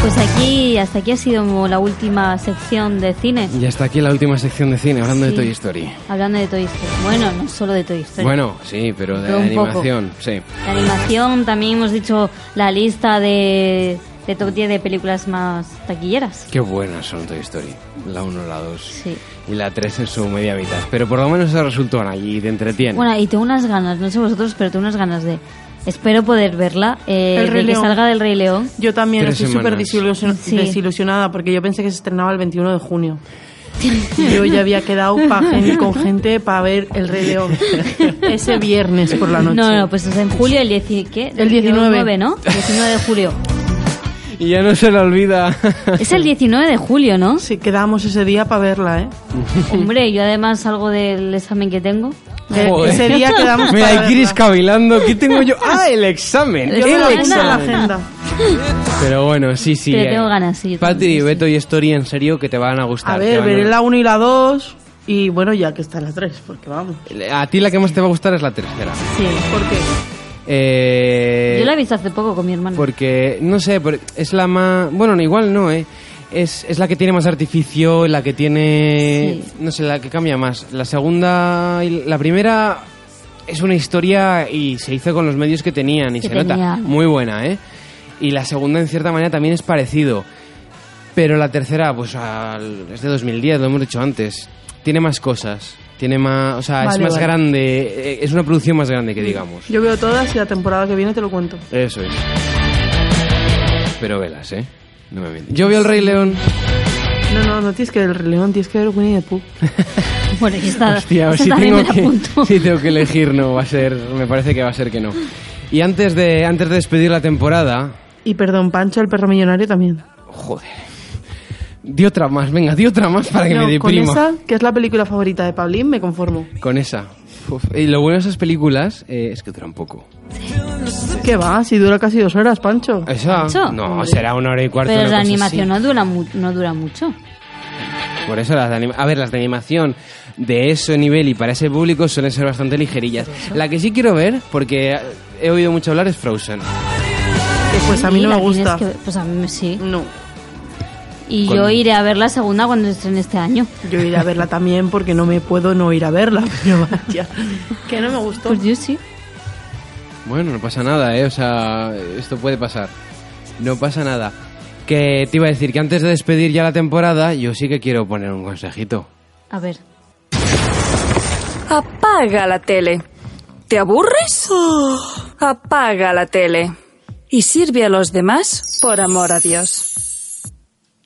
[SPEAKER 3] pues aquí y hasta aquí ha sido la última sección de cine.
[SPEAKER 1] Y hasta aquí la última sección de cine, hablando de
[SPEAKER 3] Sí.
[SPEAKER 1] Toy Story.
[SPEAKER 3] Hablando de Toy Story. Bueno, no solo de Toy Story.
[SPEAKER 1] Bueno, sí, pero de
[SPEAKER 3] Pero un poco.
[SPEAKER 1] animación, sí.
[SPEAKER 3] La animación, también hemos dicho la lista de, de top 10 de películas más taquilleras.
[SPEAKER 1] Qué buenas son Toy Story. La 1, la 2
[SPEAKER 3] Sí.
[SPEAKER 1] y la 3 en su media mitad. Pero por lo menos se resultó y te entretiene.
[SPEAKER 3] Bueno, y tengo unas ganas, no sé vosotros, pero tengo unas ganas de... Espero poder verla, eh,
[SPEAKER 4] El Rey
[SPEAKER 3] de que
[SPEAKER 4] León.
[SPEAKER 3] salga del Rey León.
[SPEAKER 4] Yo también
[SPEAKER 1] Tres
[SPEAKER 4] estoy súper
[SPEAKER 1] semanas.
[SPEAKER 4] desilusion-
[SPEAKER 3] Sí.
[SPEAKER 4] desilusionada porque yo pensé que se estrenaba el 21 de junio. Yo ya había quedado pa gen- con gente para ver El Rey León ese viernes por la noche.
[SPEAKER 3] No, no, pues es en julio, el, 10 y- ¿qué?
[SPEAKER 4] El 19.
[SPEAKER 3] ¿no? 19 de julio.
[SPEAKER 1] Y ya no se le olvida.
[SPEAKER 3] Es el 19 de julio, ¿no?
[SPEAKER 4] Sí, quedamos ese día para verla, ¿eh?
[SPEAKER 3] Hombre, yo además salgo del examen que tengo.
[SPEAKER 4] Que-
[SPEAKER 1] Joder.
[SPEAKER 4] Ese día quedamos
[SPEAKER 1] Mira,
[SPEAKER 4] para
[SPEAKER 1] hay Kiris
[SPEAKER 4] verla.
[SPEAKER 1] cavilando. ¿Qué tengo yo? ¡Ah, el examen!
[SPEAKER 3] Yo
[SPEAKER 1] el
[SPEAKER 3] me lo
[SPEAKER 4] Apunta en la
[SPEAKER 1] examen.
[SPEAKER 4] agenda.
[SPEAKER 1] Pero bueno, sí, sí.
[SPEAKER 3] Pero
[SPEAKER 1] eh.
[SPEAKER 3] tengo ganas, sí, yo
[SPEAKER 1] Patri,
[SPEAKER 3] también, sí.
[SPEAKER 1] ve Toy Story en serio que te van a gustar.
[SPEAKER 4] A
[SPEAKER 1] te
[SPEAKER 4] ver,
[SPEAKER 1] van
[SPEAKER 4] veré la 1 y la 2 y bueno, ya que está la 3, porque vamos.
[SPEAKER 1] A ti la que más te va a gustar es la tercera.
[SPEAKER 3] Sí.
[SPEAKER 4] ¿Por qué?
[SPEAKER 1] Eh...
[SPEAKER 3] Yo la he visto hace poco con mi hermano.
[SPEAKER 1] Porque, no sé, por- es la más... Bueno, no, igual no, ¿eh? Es, es la que tiene más artificio, la que tiene...
[SPEAKER 3] Sí.
[SPEAKER 1] No sé, la que cambia más. La segunda... y La primera es una historia y se hizo con los medios que tenían y
[SPEAKER 3] Que
[SPEAKER 1] se nota.
[SPEAKER 3] tenían.
[SPEAKER 1] Muy buena, ¿eh? Y la segunda, en cierta manera, también es parecido. Pero la tercera, pues al- es de 2010, lo hemos dicho antes. Tiene más cosas. Tiene más... O sea, es
[SPEAKER 4] Vale,
[SPEAKER 1] más
[SPEAKER 4] vale.
[SPEAKER 1] grande. eh, Es una producción más grande que digamos.
[SPEAKER 4] Yo veo todas y la temporada que viene te lo cuento.
[SPEAKER 1] Eso es. Pero velas, ¿eh? No me mientas. Yo vi el Rey León.
[SPEAKER 4] No, no, no tienes que ver El Rey León, tienes que ver Winnie the Pooh.
[SPEAKER 3] Bueno, y esta,
[SPEAKER 1] Hostia,
[SPEAKER 3] esta
[SPEAKER 1] si
[SPEAKER 3] también
[SPEAKER 1] tengo,
[SPEAKER 3] me la apunto.
[SPEAKER 1] que, si tengo que elegir, no va a ser. Me parece que va a ser que no. Y antes de, antes de despedir la temporada.
[SPEAKER 4] Y perdón, Pancho, el perro millonario también.
[SPEAKER 1] Joder. Di otra más, venga, di otra más para Ah, que
[SPEAKER 4] No,
[SPEAKER 1] me
[SPEAKER 4] con
[SPEAKER 1] deprima.
[SPEAKER 4] esa, que es la película favorita de Paulín, me conformo.
[SPEAKER 1] Con esa. Uf, Y lo bueno de esas películas eh, es que duran poco.
[SPEAKER 4] ¿Qué va? Si dura casi dos horas, Pancho.
[SPEAKER 1] ¿Esa?
[SPEAKER 3] ¿Ocho?
[SPEAKER 1] No, será una hora y cuarto.
[SPEAKER 3] Pero
[SPEAKER 1] una
[SPEAKER 3] la
[SPEAKER 1] cosa así.
[SPEAKER 3] animación no dura, mu- no dura mucho.
[SPEAKER 1] Por eso las de anima- a ver, las de animación de ese nivel y para ese público suelen ser bastante ligerillas. La que sí quiero ver, porque he oído mucho hablar, es Frozen.
[SPEAKER 4] Que, pues a mí
[SPEAKER 3] Sí,
[SPEAKER 4] no
[SPEAKER 3] la
[SPEAKER 4] me gusta.
[SPEAKER 3] tienes que- pues a mí me- sí.
[SPEAKER 4] No,
[SPEAKER 3] Y
[SPEAKER 1] Con-
[SPEAKER 3] yo iré a ver la segunda cuando se estrene este año.
[SPEAKER 4] yo iré a verla también porque no me puedo no ir a verla, pero vaya. Que no me gustó.
[SPEAKER 3] Pues yo sí.
[SPEAKER 1] Bueno, no pasa nada, ¿eh? O sea, esto puede pasar. No pasa nada. Que te iba a decir que antes de despedir ya la temporada, yo sí que quiero poner un consejito.
[SPEAKER 3] A ver.
[SPEAKER 10] Apaga la tele. ¿Te aburres? Apaga la tele. Oh. Y sirve a los demás por amor a Dios.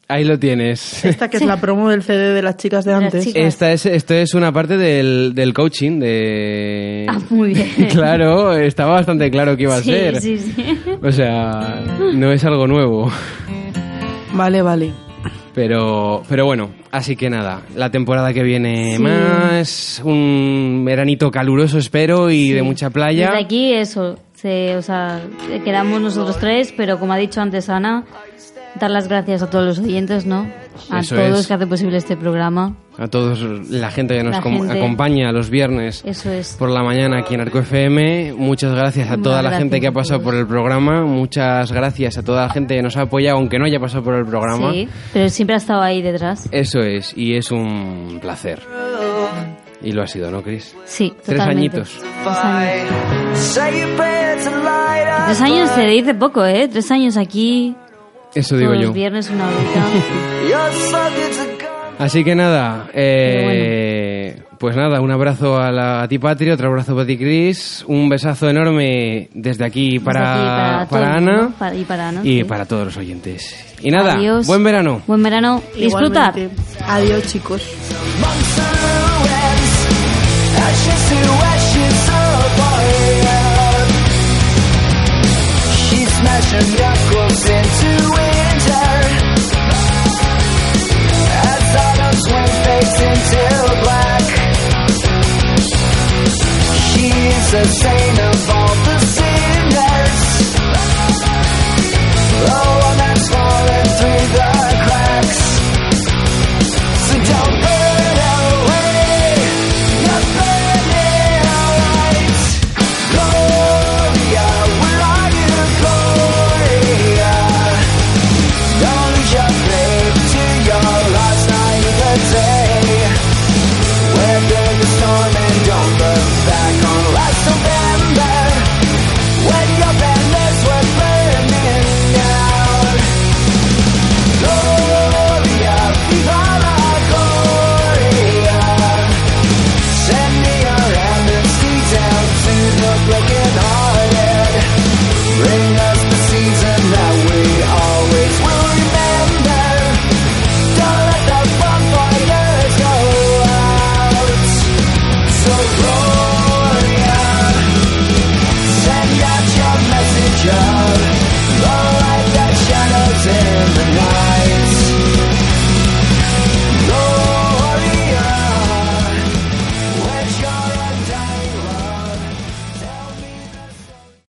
[SPEAKER 1] Ahí lo tienes.
[SPEAKER 4] Esta que es la promo del CD de las chicas de
[SPEAKER 3] De las
[SPEAKER 4] antes.
[SPEAKER 3] chicas.
[SPEAKER 1] Esta es, esto es una parte del, del coaching de...
[SPEAKER 3] Ah, muy bien.
[SPEAKER 1] Claro, estaba bastante claro que iba a
[SPEAKER 3] sí,
[SPEAKER 1] ser.
[SPEAKER 3] sí, sí.
[SPEAKER 1] O sea, no es algo nuevo.
[SPEAKER 4] Vale, vale.
[SPEAKER 1] Pero, pero bueno, así que nada, la temporada que viene más, un veranito caluroso espero y de mucha playa.
[SPEAKER 3] Desde aquí eso. se- o sea, quedamos nosotros tres, pero como ha dicho antes Ana, dar las gracias a todos los oyentes, ¿no? A
[SPEAKER 1] Eso
[SPEAKER 3] todos
[SPEAKER 1] es.
[SPEAKER 3] que hacen posible este programa.
[SPEAKER 1] A todos la gente que nos
[SPEAKER 3] La
[SPEAKER 1] com-
[SPEAKER 3] gente.
[SPEAKER 1] acompaña los viernes
[SPEAKER 3] Eso es.
[SPEAKER 1] por la mañana aquí en Arco FM. Muchas gracias a
[SPEAKER 3] Muchas
[SPEAKER 1] toda la
[SPEAKER 3] gracias
[SPEAKER 1] gente que
[SPEAKER 3] a
[SPEAKER 1] ha pasado
[SPEAKER 3] todos.
[SPEAKER 1] por el programa. Muchas gracias a toda la gente que nos ha apoyado aunque no haya pasado por el programa.
[SPEAKER 3] Sí, pero siempre ha estado ahí detrás.
[SPEAKER 1] Eso es, y es un placer. Y lo ha sido, ¿no, Cris?
[SPEAKER 3] Sí,
[SPEAKER 1] Tres
[SPEAKER 3] totalmente.
[SPEAKER 1] añitos.
[SPEAKER 3] Tres años. Tres años se dice poco, ¿eh? Tres años aquí,
[SPEAKER 1] Eso digo
[SPEAKER 3] todos los
[SPEAKER 1] yo.
[SPEAKER 3] viernes una horita.
[SPEAKER 1] Así que nada, eh, pues nada, un abrazo a, la, a ti Patri, otro abrazo para ti Cris, un besazo enorme desde aquí para,
[SPEAKER 3] Desde aquí
[SPEAKER 1] para
[SPEAKER 3] todos,
[SPEAKER 1] Ana
[SPEAKER 3] ¿no? Para- y para Ana,
[SPEAKER 1] y
[SPEAKER 3] sí.
[SPEAKER 1] para todos los oyentes. Y nada,
[SPEAKER 3] Adiós.
[SPEAKER 1] buen verano.
[SPEAKER 3] Buen verano. Disfrutar.
[SPEAKER 4] Igualmente. Adiós, chicos.
[SPEAKER 6] She's a saint of